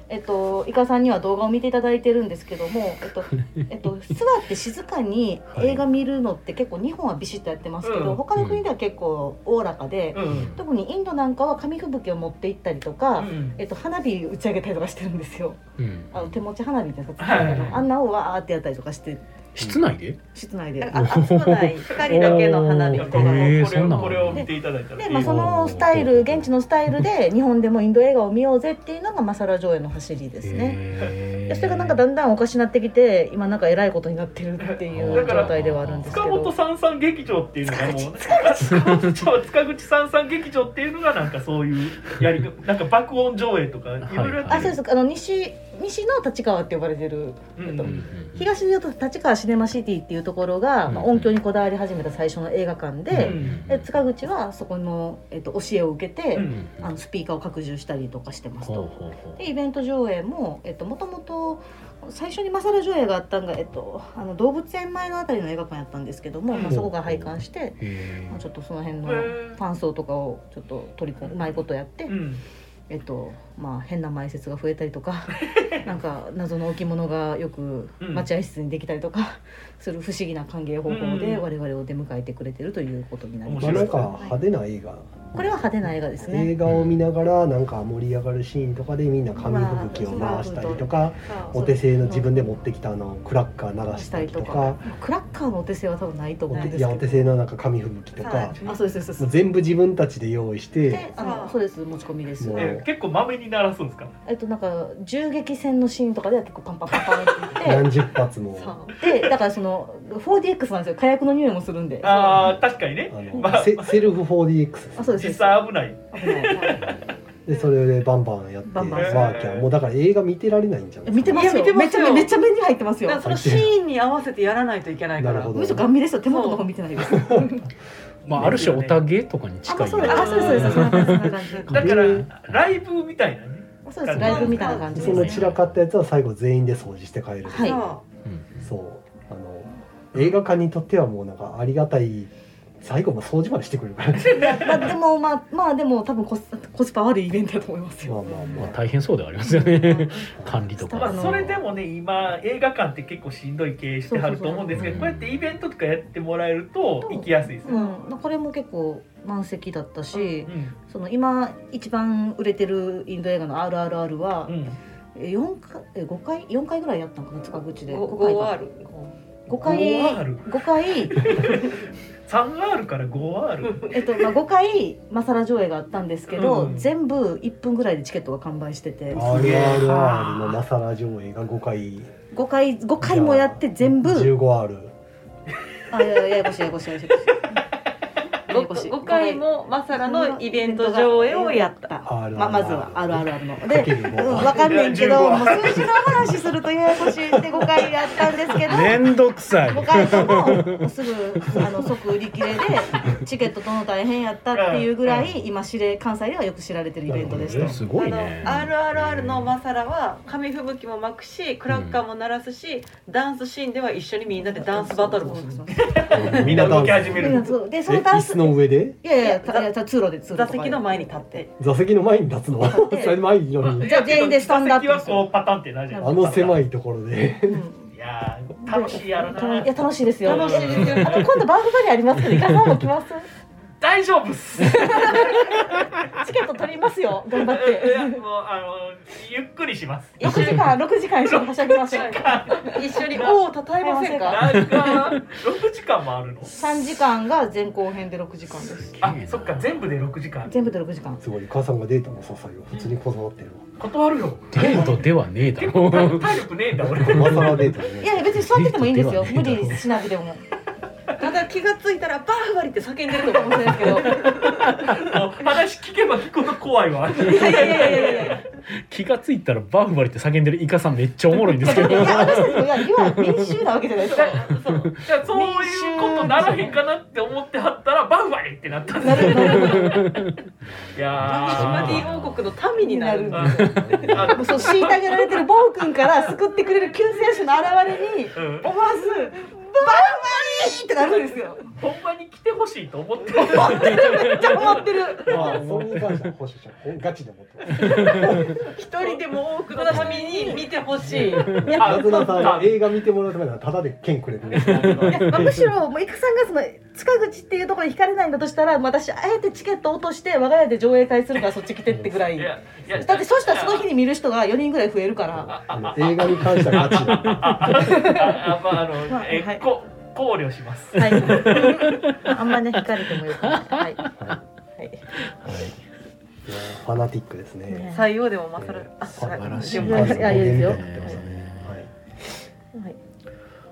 Speaker 3: えっと、イカさんには動画を見ていただいてるんですけども、えっと、えっと、座って静かに映画見るのって結構日本はビシッとやってますけど、
Speaker 4: うん
Speaker 3: 他の国では結構おおらかで、
Speaker 4: うん
Speaker 3: 特にインドなんかは紙吹雪を持って行ったりと
Speaker 4: う
Speaker 3: か、
Speaker 4: ん
Speaker 3: えっと、花火打ち上げたりとかしてるんですよ
Speaker 1: うん。
Speaker 3: あの手持ち花火みたいなやつ、
Speaker 4: はい
Speaker 3: あんなをわーってやったりとかして
Speaker 1: 室内で。
Speaker 3: 室内で。
Speaker 5: 熱くない2人だけの花
Speaker 4: い
Speaker 5: 火
Speaker 4: や
Speaker 5: み
Speaker 4: こ
Speaker 5: たいな
Speaker 1: へ
Speaker 4: れ
Speaker 1: え
Speaker 4: をこれ
Speaker 1: そんな
Speaker 4: を
Speaker 1: の
Speaker 4: これを見ていただいたら
Speaker 3: で、まあ、
Speaker 4: いい
Speaker 3: そのスタイル現地のスタイルで日本でもインド映画を見ようぜっていうのがマサラ上映の走りですね。
Speaker 1: へ
Speaker 3: で
Speaker 1: ー
Speaker 3: それがなんかだんだんおかしなってきて今なんかえらいことになってるっていう
Speaker 4: だから
Speaker 3: 状態ではあるんですけ
Speaker 4: 塚本
Speaker 3: ど
Speaker 4: さんさん劇場っていうのがもうね塚 *laughs* 本さん塚口さんさん劇場っていうのがなんかそういうや
Speaker 3: *laughs*
Speaker 4: り方なんか爆音上映とかいろいろやって
Speaker 3: あそうですあの西西の立川って呼ばれてる
Speaker 4: うん
Speaker 1: うんうん
Speaker 3: 東でいうと立川シネマシティっていうところが、まあ、
Speaker 1: うん
Speaker 3: 音響にこだわり始めた最初の映画館
Speaker 1: うん。
Speaker 3: で,、で塚口はそこの、えっと、教えを受けて、
Speaker 4: うん
Speaker 3: あのスピーカーを拡充したりとかしてます
Speaker 1: ほう
Speaker 3: と。
Speaker 1: ほうほ
Speaker 3: でイベント上映も、えっと、もともと最初にマサラ上映があったんが、えっと、あの動物園前のあたりの映画館やったんですけども、まあ、そこが拝観して、
Speaker 1: う。へ
Speaker 3: まあ、ちょっとその辺の
Speaker 4: へー
Speaker 3: 感想とかをちょっと取り込むうまいことやって、
Speaker 4: うん
Speaker 3: えっとまあ、変な埋設が増えたりと
Speaker 4: *laughs*
Speaker 3: かなんか謎の置物がよく
Speaker 4: うん
Speaker 3: 待合室にできたりとかする不思議な歓迎方法で
Speaker 4: うん
Speaker 3: 我々を出迎えてくれてるということになりま
Speaker 4: 面
Speaker 2: まあ、
Speaker 4: 白い
Speaker 3: す。
Speaker 2: なんか派手な映画
Speaker 3: これは派手な映画ですね
Speaker 2: 映画を見ながらなんか盛り上がるシーンとかでみんな紙吹雪を回したりとかお手製の自分で持ってきたあのクラッカー流したりとか
Speaker 3: クラッカーのお手製は多分ないと
Speaker 2: お
Speaker 3: 思うん
Speaker 2: 手
Speaker 3: で
Speaker 2: い
Speaker 3: す
Speaker 2: や
Speaker 3: け
Speaker 2: お
Speaker 3: ど
Speaker 2: 手製のなんか紙吹雪と
Speaker 7: は
Speaker 2: か
Speaker 7: い
Speaker 3: あそうですそうです
Speaker 2: も
Speaker 3: そう
Speaker 2: う
Speaker 3: です
Speaker 2: 全部自分たちで用意して
Speaker 3: であのそうです持ち込みです
Speaker 2: もう
Speaker 4: え結構まめに鳴らすんですか
Speaker 3: えっとなんか銃撃戦のシーンとかでは結構パンパンパンパンって言って
Speaker 2: 何十発も
Speaker 3: そうでだからその 4DX なんですよ火薬の匂いもするんであ
Speaker 4: あー確かにね
Speaker 2: あ
Speaker 4: ま
Speaker 2: の
Speaker 4: あ
Speaker 2: セセルフ 4DX です
Speaker 3: そうです
Speaker 4: 実際危ない
Speaker 3: 危ないはい
Speaker 2: でそれでバンバンやって
Speaker 3: バンバン
Speaker 2: ワーキャーもうだから映画見てられないんじゃない
Speaker 3: 見てま
Speaker 2: か
Speaker 3: すよ
Speaker 5: いや見て
Speaker 3: め
Speaker 5: ま
Speaker 3: ち
Speaker 5: す
Speaker 3: ゃ
Speaker 5: よ
Speaker 3: めめちゃ目に入ってます
Speaker 5: だ
Speaker 3: よ
Speaker 5: からそのシーンに合わせてやらないといけないか
Speaker 2: な
Speaker 5: ら
Speaker 2: るほど
Speaker 3: むしろガン見ですよ手元の方見てないです
Speaker 9: まあある種おたげとかに近いよね
Speaker 3: あそうですあそうですそうですそんな感じそんな感
Speaker 4: だから
Speaker 2: で
Speaker 4: ライブみたいなね
Speaker 3: じそうですライブみたいな感じ
Speaker 2: そ
Speaker 3: で
Speaker 2: の
Speaker 3: す
Speaker 2: 散
Speaker 3: ね
Speaker 2: らかったやつは最後全員で掃除して帰る、
Speaker 3: はい
Speaker 2: そうあの映画館にとってはもうなんかありがたい最後も掃除までしてくれるから
Speaker 3: まあでもまあまあでも多分コスコスパ悪いイベントだと思いますよ
Speaker 2: *laughs* まあまあま
Speaker 9: ま
Speaker 2: あ
Speaker 9: あ大変そうではありますよね管理と
Speaker 3: あ
Speaker 4: ま
Speaker 9: か
Speaker 4: あ、
Speaker 3: の
Speaker 4: それでもね今映画館って結構しんどい経営してはると思うんですけどこ
Speaker 9: そうう
Speaker 4: や
Speaker 9: そうそう
Speaker 4: ってイベントとかやってもらえると行きやすいです
Speaker 3: う
Speaker 4: よ、
Speaker 3: んこれも結構満席だったし
Speaker 4: うん
Speaker 3: その今一番売れてるインド映画の「RRR」は
Speaker 4: うん
Speaker 3: え四回え五回四回ぐらいやったのかな塚口で
Speaker 5: ご
Speaker 3: 五回
Speaker 5: ご
Speaker 3: か
Speaker 5: R
Speaker 3: 五回
Speaker 4: 5R
Speaker 3: 五回
Speaker 4: 3R から 5R
Speaker 3: えっとまあ五回マサラ上映があったんですけ
Speaker 4: う
Speaker 3: ど
Speaker 4: ん
Speaker 3: 全部一分ぐらいでチケットが完売してて
Speaker 2: RRR のマサラ上映が5回
Speaker 3: 五回五回もやって全部
Speaker 2: 15R
Speaker 3: あいやいやややこしいややこしいややこしいややこしい
Speaker 5: 5回もマサラのイベント上映をやった
Speaker 3: た
Speaker 2: る
Speaker 3: ままずはあるあるあるの
Speaker 2: か
Speaker 3: で
Speaker 2: ける
Speaker 3: うん、
Speaker 2: 5
Speaker 3: わかんないけ
Speaker 4: いや15
Speaker 3: ど、もう数字の話するとややこしいって5回やったんですけど、
Speaker 9: めんどくさい
Speaker 3: 5回ともすぐあの即売り切れでチケットとの大変やったっていうぐらい今知れ関西ではよく知られてるイベントでした。
Speaker 9: すごい
Speaker 5: あ
Speaker 9: ね
Speaker 5: の RRR のマサラは紙吹雪も巻くしクラッカーも鳴らすし、ダンスシーンでは一緒にみんなでダンスバトルもする
Speaker 4: みんな動き始め
Speaker 3: いや
Speaker 4: る
Speaker 3: そうで
Speaker 2: え
Speaker 3: そのダ
Speaker 2: 椅
Speaker 3: ンス
Speaker 2: 子の上で
Speaker 3: いやいやいやいや通路で通路
Speaker 5: 座
Speaker 3: とかで
Speaker 5: 席の前に立って
Speaker 2: 座席の前に立つの *laughs* それ前に乗り
Speaker 3: *laughs* じゃあ全員でスタンドアップ
Speaker 4: 座席はこうパタンってなるじゃ
Speaker 2: あ
Speaker 4: ない
Speaker 2: の狭
Speaker 4: い
Speaker 2: いところで
Speaker 3: うん
Speaker 4: いやー楽しいやろない
Speaker 3: や楽しいですよ
Speaker 5: 楽しいですよ
Speaker 3: あの今度バーフバリありますけどいかさんも来ます
Speaker 4: 大丈夫っすい
Speaker 3: チケット取りますよ頑張って
Speaker 4: やもうあのゆっくりします
Speaker 3: 6時
Speaker 5: *laughs*
Speaker 3: 間6時間一緒にはしゃぎましょう
Speaker 5: 一緒に「おおたたえませんか?
Speaker 4: なんか6時間もあるの
Speaker 3: 3時間が前後編で6時間です
Speaker 4: あそっか全部で6時間
Speaker 3: 全部で6時間
Speaker 2: すごい母さんがデートの支えを普通にこだわってる
Speaker 4: 断るよ
Speaker 9: デートではねえだ
Speaker 4: 結構体
Speaker 9: ろ
Speaker 4: 体力ねえんだ俺
Speaker 2: わマサラデート
Speaker 3: い
Speaker 2: ね
Speaker 3: やいや別に座って *laughs* てもいいんですよ
Speaker 9: デー
Speaker 3: 無
Speaker 9: トではね
Speaker 3: 理しなくても」
Speaker 5: ただ気が付いたら「バーバリ」って叫んでるのかもしれないですけど
Speaker 4: もう話聞けば聞くほど怖い
Speaker 3: *laughs*
Speaker 4: わ
Speaker 5: いやいやいやいやいやいや
Speaker 9: *laughs* 気がついたらバフバリって叫んでるイカさんめっちゃおもろいんですけど
Speaker 3: いや私たちもいや要は民衆なわけじゃないですか
Speaker 4: そうじゃあそういうことならへんかなって思ってはったらバンバリってなったんです
Speaker 5: シマ
Speaker 4: よいや
Speaker 5: ディ王国の民になる
Speaker 4: ーあ
Speaker 3: もうそう虐げられてるボウ君から救ってくれる救世主の現れに
Speaker 4: うん
Speaker 3: 思わず「バンバリー!」ってなるんですよ
Speaker 4: ほんまに来てほしいと思ってる
Speaker 3: めっちゃ困ってる
Speaker 2: まあそれに関しては保守者ガチで思ってます
Speaker 5: 一人でも多くのために見てほしい
Speaker 2: なずなさんは映画見てもらうためならタダで券くれてる
Speaker 3: いやまあむしろもういくさんがその近口っていうところに惹かれないんだとしたら私あえてチケット落として我が家で上映会するからそっち来てってぐらい
Speaker 4: いやいや
Speaker 3: だってそしたらその日に見る人が4人ぐらい増えるから
Speaker 2: 映画に関してはガチだ
Speaker 4: ああまああ
Speaker 3: まあ
Speaker 4: のえ
Speaker 3: はい
Speaker 4: こ考慮します
Speaker 3: はい *laughs* あんまね惹かれてもよくないはい
Speaker 2: いやファナティックですね
Speaker 3: ね
Speaker 5: 採用でもマサラあ
Speaker 2: 素晴らしい
Speaker 5: で
Speaker 2: お
Speaker 5: も
Speaker 2: 母さん
Speaker 3: いやいやいいですよ
Speaker 2: ごめんみたいになってますね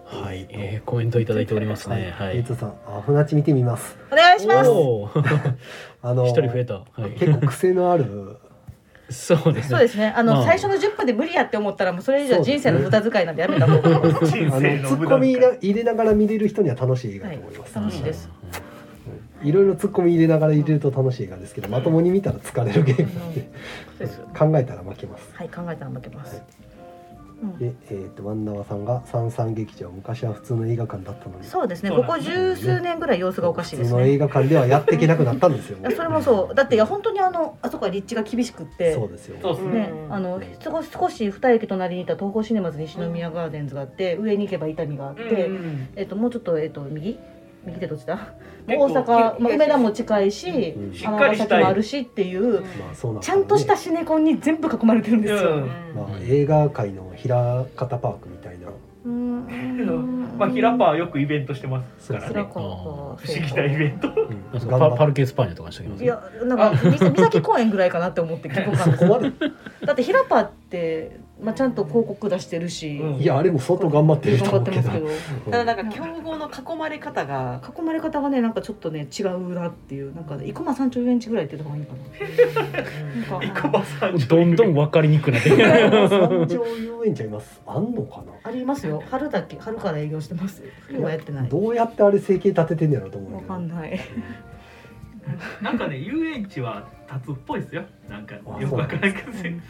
Speaker 2: はい
Speaker 9: はい、えー、コメントいただいておりますねは
Speaker 2: えー
Speaker 9: い
Speaker 2: とさん、あ、船地見てみます。
Speaker 3: お願いします
Speaker 9: おー
Speaker 2: あの、
Speaker 9: 一人増えたはい
Speaker 2: 結構癖のある。
Speaker 9: そうです
Speaker 3: そう
Speaker 9: ね
Speaker 3: ですねあの、
Speaker 9: まあ
Speaker 3: 最初の10分で無理やって思ったらもうそれ以上人生の無駄遣いなんでやめた方が
Speaker 2: あ
Speaker 4: 人
Speaker 2: の、ツ
Speaker 4: 生の
Speaker 2: ッ
Speaker 4: 無
Speaker 2: コ
Speaker 4: 駄
Speaker 2: ミ
Speaker 4: 遣い
Speaker 2: 入れ入れながら見れる人には楽しい映画と思います。
Speaker 3: 楽しいです
Speaker 2: いろいろツッコミ入れながら入れると楽しい映画ですけど、まともに見たら疲れるゲームなんで、
Speaker 3: そうです
Speaker 2: 考えたら負けます。
Speaker 3: はい考えたら負けますうん
Speaker 2: で、えっ、と、ワンダワさんが、三三劇場、昔は普通の映画館だったのに。
Speaker 3: そうですね
Speaker 4: そ
Speaker 3: こ
Speaker 4: うなん
Speaker 3: こ
Speaker 4: です
Speaker 3: 十数年ぐらい様子がおかしいで
Speaker 2: 普
Speaker 3: す
Speaker 2: 通の映
Speaker 3: ね
Speaker 2: 画館ではやっていけなくなったんですよ。
Speaker 3: いやそれもそうだっていや本当にあのあそこは立地が厳しくって
Speaker 2: そうですよ。
Speaker 4: そうですね
Speaker 3: ね、あの少し少し二駅隣にいた東宝シネマズ西宮ガーデンズがあって、上に行けば伊丹があって、
Speaker 4: うんうん
Speaker 3: えっともうちょっとえっと右右手どっちだ
Speaker 4: 結
Speaker 3: もう
Speaker 4: 構
Speaker 3: 大阪、まあ、梅田も近いし
Speaker 2: うん
Speaker 4: しっか
Speaker 3: 尼
Speaker 4: りし
Speaker 3: 崎も
Speaker 4: た
Speaker 3: あ
Speaker 4: い
Speaker 3: るしってい
Speaker 2: ま
Speaker 3: う
Speaker 2: あそうなんだ
Speaker 3: ち
Speaker 2: ろう
Speaker 3: ゃ
Speaker 2: ね
Speaker 3: んとしたシネコンに全部囲まれてるんですよ。
Speaker 4: うん
Speaker 2: まあ、映画界の平方パークみたいな
Speaker 3: うん
Speaker 4: *laughs* まあ、ヒラパーはよくイベントしてますから
Speaker 3: 辛
Speaker 4: ね
Speaker 3: かった。そ
Speaker 4: 不思議なイベント
Speaker 2: うん
Speaker 9: な
Speaker 2: 頑
Speaker 9: んかパ
Speaker 2: 張っ
Speaker 9: パルケ・エスパーニャとかにしときます
Speaker 3: いやなんかみ *laughs* 三崎公園ぐらいかなって思って聞こうか
Speaker 2: そこまで
Speaker 3: なだって平パーって、まあ、ちゃんと広告出してるし、
Speaker 4: うん
Speaker 2: いやあれも相当頑張ってると
Speaker 3: 頑張
Speaker 2: 思うけ
Speaker 3: って *laughs* ます
Speaker 2: ど
Speaker 3: けど
Speaker 5: ただなんか競合の囲まれ方が
Speaker 3: 囲まれ方がねなんかちょっとね違うなっていうなんか生駒三丁遊園地ぐらいってとこがいいのかななんか
Speaker 4: 生駒さん
Speaker 9: どんどん分かりにくくなってきて
Speaker 2: 三条遊園地ありますあんのかな
Speaker 3: ありますよ春だけ春から営業してます冬はやってない
Speaker 2: どうやってあれ整形立ててんやろうと思う
Speaker 3: わ
Speaker 2: けど
Speaker 3: かんない
Speaker 4: なんかね遊園地は立つっぽいですよなんかよ
Speaker 2: あ
Speaker 4: くわからんけどね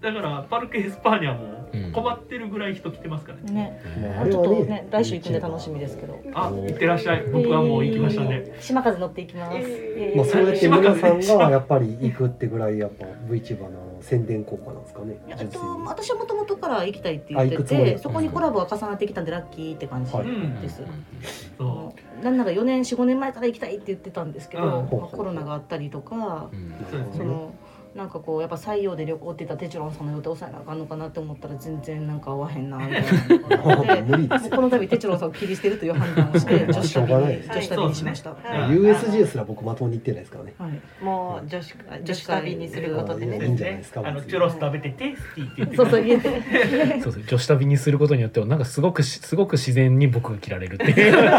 Speaker 4: だからパルケ・エスパーニャも困ってるぐらい人来てますからね、
Speaker 3: ね
Speaker 2: まああ
Speaker 3: ち
Speaker 2: れ
Speaker 3: ょ
Speaker 2: は
Speaker 3: っ
Speaker 2: ね
Speaker 3: とね来週行くんで楽しみですけど
Speaker 4: あ行ってらっしゃい僕はもう行きましたね、
Speaker 3: 島風乗っていきます、え
Speaker 2: まあ、そうやって皆さん
Speaker 4: 島風
Speaker 2: がやっぱり行くってぐらいやっぱ VTuber の宣伝効果なんですかね
Speaker 3: いや
Speaker 2: 純
Speaker 3: えっと
Speaker 2: 粋に
Speaker 3: 私はもともとから行きたいって言っ
Speaker 2: あ行
Speaker 3: て
Speaker 2: くつもりだ
Speaker 3: てそこにコラボが重なってきたんでラッキーって感じ
Speaker 2: はい
Speaker 4: うん
Speaker 3: です、
Speaker 4: そ
Speaker 3: なんなら4年45年前から行きたいって言ってたんですけど、
Speaker 4: うん
Speaker 3: まあコロナがあったりとか、
Speaker 4: うそうで
Speaker 3: そ
Speaker 4: すね
Speaker 3: のなんかこうやっぱ採用で旅行って言ったテチロンさんの予定抑えなあかんのかなって思ったら全然なんか合わへんなみたいなの
Speaker 2: *laughs*
Speaker 3: で
Speaker 2: 無理で
Speaker 3: も
Speaker 2: す
Speaker 3: う
Speaker 2: よ
Speaker 3: この度テチロンさんを切り捨てるという判断をして
Speaker 2: ま
Speaker 3: 女
Speaker 2: あ
Speaker 3: 子
Speaker 2: しょうがない
Speaker 3: 旅
Speaker 2: で
Speaker 3: に
Speaker 2: す
Speaker 3: 女子旅にしました、
Speaker 4: う
Speaker 5: はい
Speaker 2: USJ すら僕まともに行ってないですからね
Speaker 3: はい、
Speaker 5: もう女子女子旅にすることで
Speaker 4: う
Speaker 2: い
Speaker 5: ね
Speaker 2: いんじゃないですか
Speaker 4: あの
Speaker 2: 別に
Speaker 4: チュロス食べてテイスティって言って
Speaker 3: そうそう言えて
Speaker 9: そうそう女子旅にすることによってはなんかすごくしすごく自然に僕が切られるっていう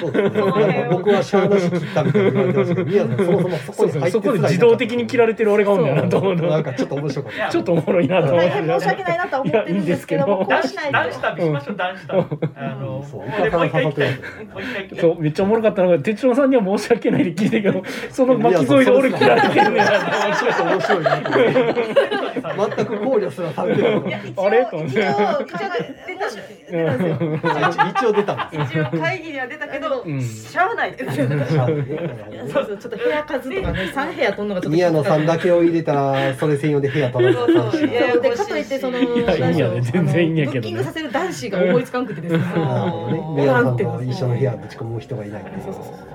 Speaker 2: そうですねなんか僕はしゃーなし切ったみたいに言われてましたけど宮さんそもそもそこ
Speaker 9: そう
Speaker 2: に入
Speaker 9: そう
Speaker 2: って
Speaker 9: そ
Speaker 2: すらい
Speaker 9: こで
Speaker 2: なかった
Speaker 9: 自動的に切られてる俺がおんだなと思う
Speaker 2: なん
Speaker 9: の
Speaker 2: かちょっと面白かった
Speaker 9: ちょっとおもろいなと思う
Speaker 3: 大変申し訳ないなとは思ってるんですけどもこ
Speaker 4: 男
Speaker 3: う
Speaker 4: 子
Speaker 3: しない
Speaker 4: 男子
Speaker 3: と
Speaker 4: 旅しましょう男子旅あの
Speaker 2: そう
Speaker 4: *laughs* 俺もう一回行きたいもう一回行きた
Speaker 9: そ
Speaker 4: いう
Speaker 9: めっちゃおもろかったのが哲郎さんには申し訳ないで聞いたけどその巻き添えで俺切られてるね
Speaker 2: ちょっと面白いなと思って全く考慮すらされてなかっ
Speaker 9: 一応あれと思って
Speaker 3: 一応一応
Speaker 2: た一応出たんですよ
Speaker 5: 一応会議には出たけど、
Speaker 9: うん
Speaker 5: しゃあないです
Speaker 3: そうそうちょっと部屋数とかね3部屋取るのがちょっと
Speaker 2: 宮野さんだけを入れたらそれ専用で部屋取られたんですよ
Speaker 5: ややこしい
Speaker 3: で
Speaker 5: し
Speaker 3: かといってその
Speaker 5: い
Speaker 9: やいいんやね全然いいんや
Speaker 3: あのブ
Speaker 9: けどね
Speaker 3: ッキングさせる男子が思いつかんくてですね
Speaker 2: なるほどね宮野さんと一緒の部屋ぶち込む人がいないんで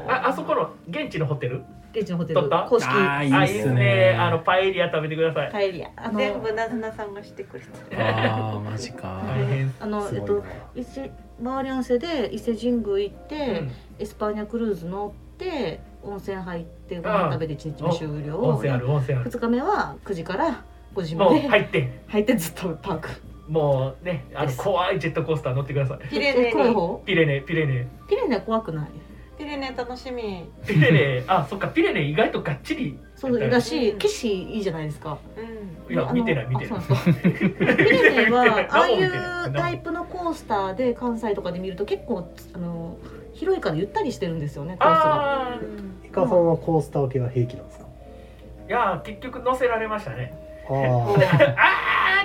Speaker 4: ああそこの現地のホテル
Speaker 3: 現地のホテル
Speaker 4: 撮った
Speaker 3: 公式
Speaker 9: あーい
Speaker 4: あい
Speaker 9: い
Speaker 4: い
Speaker 9: っ
Speaker 4: ですす
Speaker 9: ね
Speaker 4: ねあのパエリア食べてください
Speaker 3: パエリアあ
Speaker 5: 全
Speaker 3: の
Speaker 5: 部なずなさんがしてくれた
Speaker 9: ああマジか
Speaker 4: 大変
Speaker 3: あの
Speaker 2: す
Speaker 3: えっ
Speaker 2: ごい
Speaker 3: と
Speaker 2: な
Speaker 3: 伊勢マーリャンセで伊勢神宮行って、エスパーニャクルーズ乗って温泉入ってご飯食べて1日目終了
Speaker 4: 温泉ある温泉ある
Speaker 3: 2日目は9時から5時ま
Speaker 4: もう
Speaker 3: で
Speaker 4: 入って
Speaker 3: 入ってずっとパーク
Speaker 4: もうねあの怖いジェットコースター乗ってください
Speaker 5: ピレネ
Speaker 3: *laughs* え黒い
Speaker 5: に
Speaker 3: 方
Speaker 4: ピレネピレネ
Speaker 3: ピレネは怖くない
Speaker 5: ピレネ楽しみ、
Speaker 4: ピレネあそっかピレネ意外とがっちり
Speaker 3: そうだし岸いいじゃないですか
Speaker 5: うん、
Speaker 4: いや
Speaker 3: あの
Speaker 4: 見てない見てない
Speaker 3: あそう
Speaker 4: *laughs*
Speaker 3: なんですかピレネはああい
Speaker 4: 何も
Speaker 3: う
Speaker 4: 見てな
Speaker 3: タ
Speaker 4: い
Speaker 3: イプのコースターで関西とかで見ると結構あの広いからゆったりしてるんですよねコースが
Speaker 4: ああ
Speaker 2: イカさんはコースター系は平気なんですか
Speaker 4: いやー結局乗せられましたね
Speaker 2: ああ
Speaker 4: あ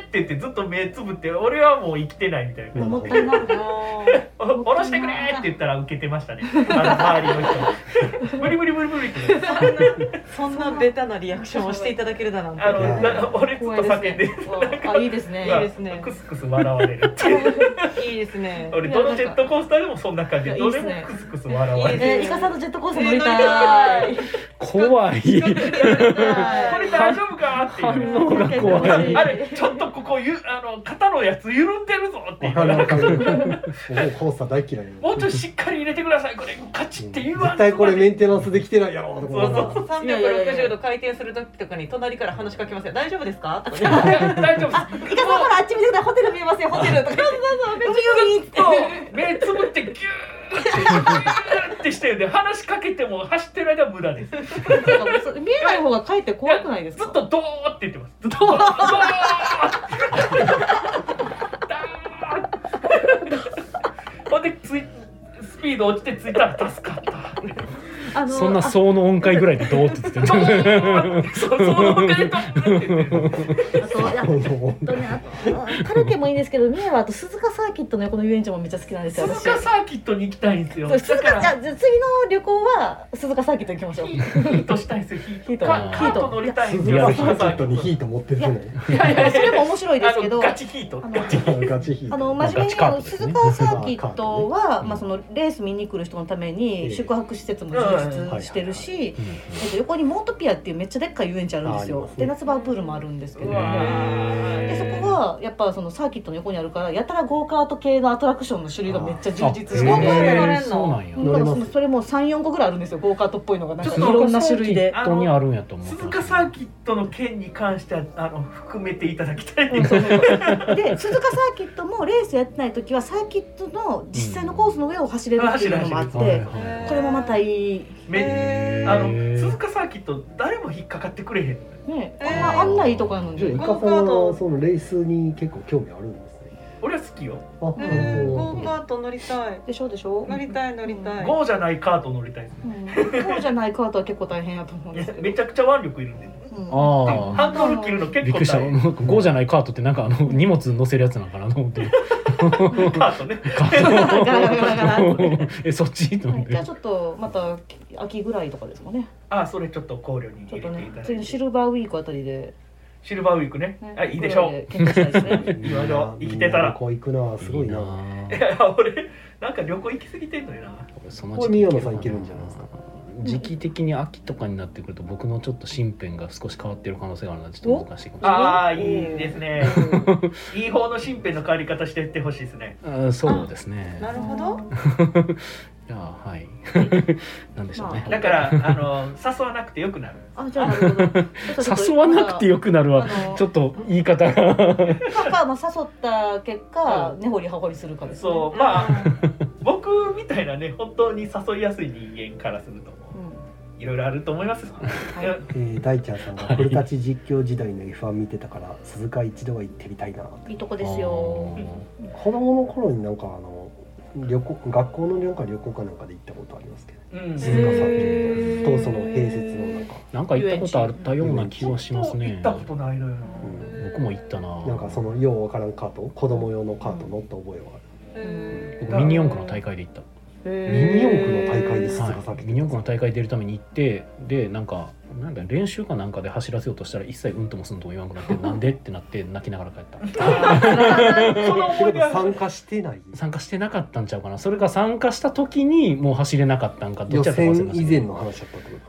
Speaker 4: ーって言ってずっと目つぶって俺はもう生きてないみたいな
Speaker 2: なる
Speaker 3: もっ
Speaker 2: ほ
Speaker 3: たいない
Speaker 5: も
Speaker 4: お下ろしてくれーって言ったら受けてましたね。あの周りの人。無理無理無理無理って。
Speaker 5: うそんなベタなリアクションをしていただけるだなんて
Speaker 4: あの、な俺ずっと
Speaker 3: 怖い
Speaker 4: 叫ん
Speaker 3: で
Speaker 4: で、
Speaker 3: すねああいいですね
Speaker 5: いいですね
Speaker 4: クスクス笑われるっていう。
Speaker 5: いいですね
Speaker 4: 俺どのジェットコースターでもそんな感じ
Speaker 3: い
Speaker 4: で、
Speaker 3: やいい
Speaker 4: ど
Speaker 3: っす
Speaker 4: れ
Speaker 3: ね
Speaker 4: もクスクス笑われる。
Speaker 3: えー、イカさんのジェットコースター乗り
Speaker 4: *laughs*
Speaker 3: たい。
Speaker 9: 怖い
Speaker 4: これ大丈夫かっていう
Speaker 9: 反応が怖い
Speaker 4: あれちょっとここゆあの肩のやつ緩んでるぞってい
Speaker 2: わ
Speaker 4: う
Speaker 2: かるわかる。もうコースター大嫌いよ。
Speaker 4: もうちょいしっかり入れてくださいこれカチって言わ
Speaker 2: 絶対これメンテナンスできてないやろと思
Speaker 4: そう
Speaker 2: って。
Speaker 5: 360度回転する時とかに隣から話しかけますよ大丈夫ですかとかね
Speaker 4: 大丈夫です
Speaker 3: イカさんほらあっち見てくださいホテル見えますよホテルとか。そうそうそう。って。
Speaker 4: 目つぶってギューってギューってしてるんで話しかけても走ってる間は無駄です
Speaker 3: 見えない方がかえって怖くないですか。
Speaker 4: ずっとドーって言ってますずっとドーッほんでついスピード落ちて着いたら助かった
Speaker 10: あの
Speaker 1: そんな層の音階ぐらいでどうって言ってた
Speaker 4: そそのお金と
Speaker 3: あとあ
Speaker 2: も
Speaker 3: とね、ああカルテもいいんですけど、三重はあと鈴鹿サーキットの横の遊園地もめっちゃ好きなんですよ。
Speaker 4: 鈴
Speaker 3: 私
Speaker 4: 鹿サーキットに行きたいんですよ
Speaker 3: そう鈴
Speaker 4: だか
Speaker 3: 鹿じゃ
Speaker 4: ら
Speaker 3: あじゃあ次の旅行は鈴鹿サーキット行きましょう。
Speaker 4: ヒートしたいんですよヒ
Speaker 3: ヒー
Speaker 4: ー
Speaker 3: ト
Speaker 4: トカ
Speaker 1: ヒ
Speaker 4: カ
Speaker 1: ー
Speaker 4: ー
Speaker 3: ト
Speaker 4: ト乗りたいんです
Speaker 2: 鈴
Speaker 4: よ
Speaker 2: 鹿サーキットにヒート持ってるじゃない
Speaker 3: それも面白いですけ
Speaker 4: あの
Speaker 3: ど。
Speaker 4: ガチヒートガチ
Speaker 2: ガチヒー
Speaker 3: あ
Speaker 2: ト
Speaker 3: の真面目にあの鈴鹿サーキットは、まあ、そのレース見に来る人のために宿泊施設も充実してるし、えっと、横にモートピアっていうめっちゃでっかい遊園地あるんです
Speaker 2: ああり
Speaker 3: よ
Speaker 2: ますね
Speaker 3: で夏場はプールもあるんですけ
Speaker 4: う
Speaker 3: ど
Speaker 4: わ
Speaker 3: でそこはやっぱそのサーキットの横にあるからやたらゴーカート系のアトラクションの種類がめっちゃ充実して
Speaker 5: あへ
Speaker 3: て
Speaker 5: え
Speaker 1: へーそうなんや
Speaker 3: うんだからそのそれも34個ぐらいあるんですよゴーカートっぽいのがなんかい
Speaker 4: ちょっと
Speaker 3: ろんな種類 *laughs* で
Speaker 4: あ
Speaker 1: 本当にあるんやと思う
Speaker 4: 鈴鹿サーキットの件に関してはあの含めていただきたいん
Speaker 3: うん
Speaker 4: です
Speaker 3: そうそうそうで鈴鹿サーキットもレースやってない時はサーキットの実際のコースの上を走れるっていうのもあって、
Speaker 1: はいはい
Speaker 3: これもまたいい、
Speaker 4: め
Speaker 5: へー
Speaker 4: あの鈴鹿サーキット誰も引っかかってくれへん
Speaker 3: ね、
Speaker 5: え
Speaker 3: あ
Speaker 5: ー
Speaker 3: んなあんないいとこなのに
Speaker 2: じゃあイカさんはそのレースに結構興味あるんですね
Speaker 4: 俺は好きよ
Speaker 2: あなるほど
Speaker 5: えー、ゴーカート乗りたい
Speaker 3: でしょでしょ
Speaker 5: 乗りたい乗りたい、
Speaker 4: ゴーじゃないカート乗りたいんです
Speaker 3: うん、そうじゃないカートは結構大変やと思うんですけど
Speaker 4: *laughs* めちゃくちゃ腕力いるんで
Speaker 3: うん
Speaker 1: ああ
Speaker 4: ハンドル切るの
Speaker 1: びっく
Speaker 4: 結構
Speaker 1: りした
Speaker 4: 大変
Speaker 1: なんか5じゃないカートってなんかあの荷物乗せるやつなんかなと思って
Speaker 4: カートね
Speaker 1: カー
Speaker 3: ガラガラガラガラ *laughs* は
Speaker 1: トえそっちと思っ
Speaker 3: いじゃあ
Speaker 1: て
Speaker 3: ちょっとまた秋ぐらいとかですもんね
Speaker 4: あそれちょっと考慮に
Speaker 3: ちょ
Speaker 4: 入
Speaker 3: っと
Speaker 4: れてい
Speaker 3: ね
Speaker 4: ただい
Speaker 3: 次の
Speaker 4: て
Speaker 3: シルバーウィークあたりで、
Speaker 4: シルバーウィークね
Speaker 3: ね
Speaker 4: あいいでしょう
Speaker 3: う結構したいですね
Speaker 4: いろいろ生きてたら
Speaker 2: みんな旅行行くなすごいな
Speaker 4: え俺なんか旅行行き過ぎてんのよな
Speaker 1: これその
Speaker 2: これ宮野さんいけるんじゃないですか
Speaker 1: 時期的に秋とかになってくると僕のちょっと身辺が少し変わってる可能性があるのでちょっと難しいかもしれない
Speaker 4: ああいいですねいい方の身辺の変わり方していってほしいですね
Speaker 1: あーそうですね
Speaker 5: なる
Speaker 1: *laughs*
Speaker 5: ほど
Speaker 1: じゃあはいなんでしょうね、
Speaker 4: だからあの誘わなくてよくなる
Speaker 3: *laughs* あじゃあなるほど
Speaker 1: 誘わなくてよくなる
Speaker 3: あ
Speaker 1: わ
Speaker 3: の
Speaker 1: ちょっと言い方が
Speaker 3: かか、まあ、誘った結果根掘、り葉掘りするかですね
Speaker 4: そうまあ僕みたいなね本当に誘いやすい人間からすると
Speaker 3: うん
Speaker 4: いろいろあると思います
Speaker 3: い
Speaker 4: い
Speaker 2: えー、大ちゃんさんが「俺たち実況時代の F1 見てたから鈴鹿一度は行ってみたいな」
Speaker 3: いいとこですよ。
Speaker 2: 子供の頃になんかあの旅行学校のなんか旅行かなんかで行ったことありますけど
Speaker 4: やうん
Speaker 2: 鈴鹿サーキットとその併設のなんか、
Speaker 1: なんか行ったことあったような気はしますね
Speaker 4: ちょっと行ったことないのよな
Speaker 2: う、
Speaker 1: 僕も行ったなん
Speaker 2: なんかそのようわからんカート子供用のカート乗った覚えはある、
Speaker 1: 僕ミニ四駆の大会で行った
Speaker 2: ミニ四駆の大会で鈴鹿サーキッ
Speaker 1: は
Speaker 2: ト
Speaker 1: い、ミニ四駆の大会出るために行ってでなんかなんだ練習かなんかで走らせようとしたら一切うんともすんとも言わなくなって
Speaker 2: *laughs*
Speaker 1: なんでってなって泣きながら帰った
Speaker 4: その思い出は
Speaker 2: 参加してない
Speaker 1: 参加してなかったんちゃうかなそれか参加した時にもう走れなかったんかど
Speaker 2: 予
Speaker 1: っちだったか忘れ
Speaker 2: 選
Speaker 1: まし
Speaker 2: 以
Speaker 1: たけ
Speaker 2: 前
Speaker 1: ど
Speaker 2: の話だったってことか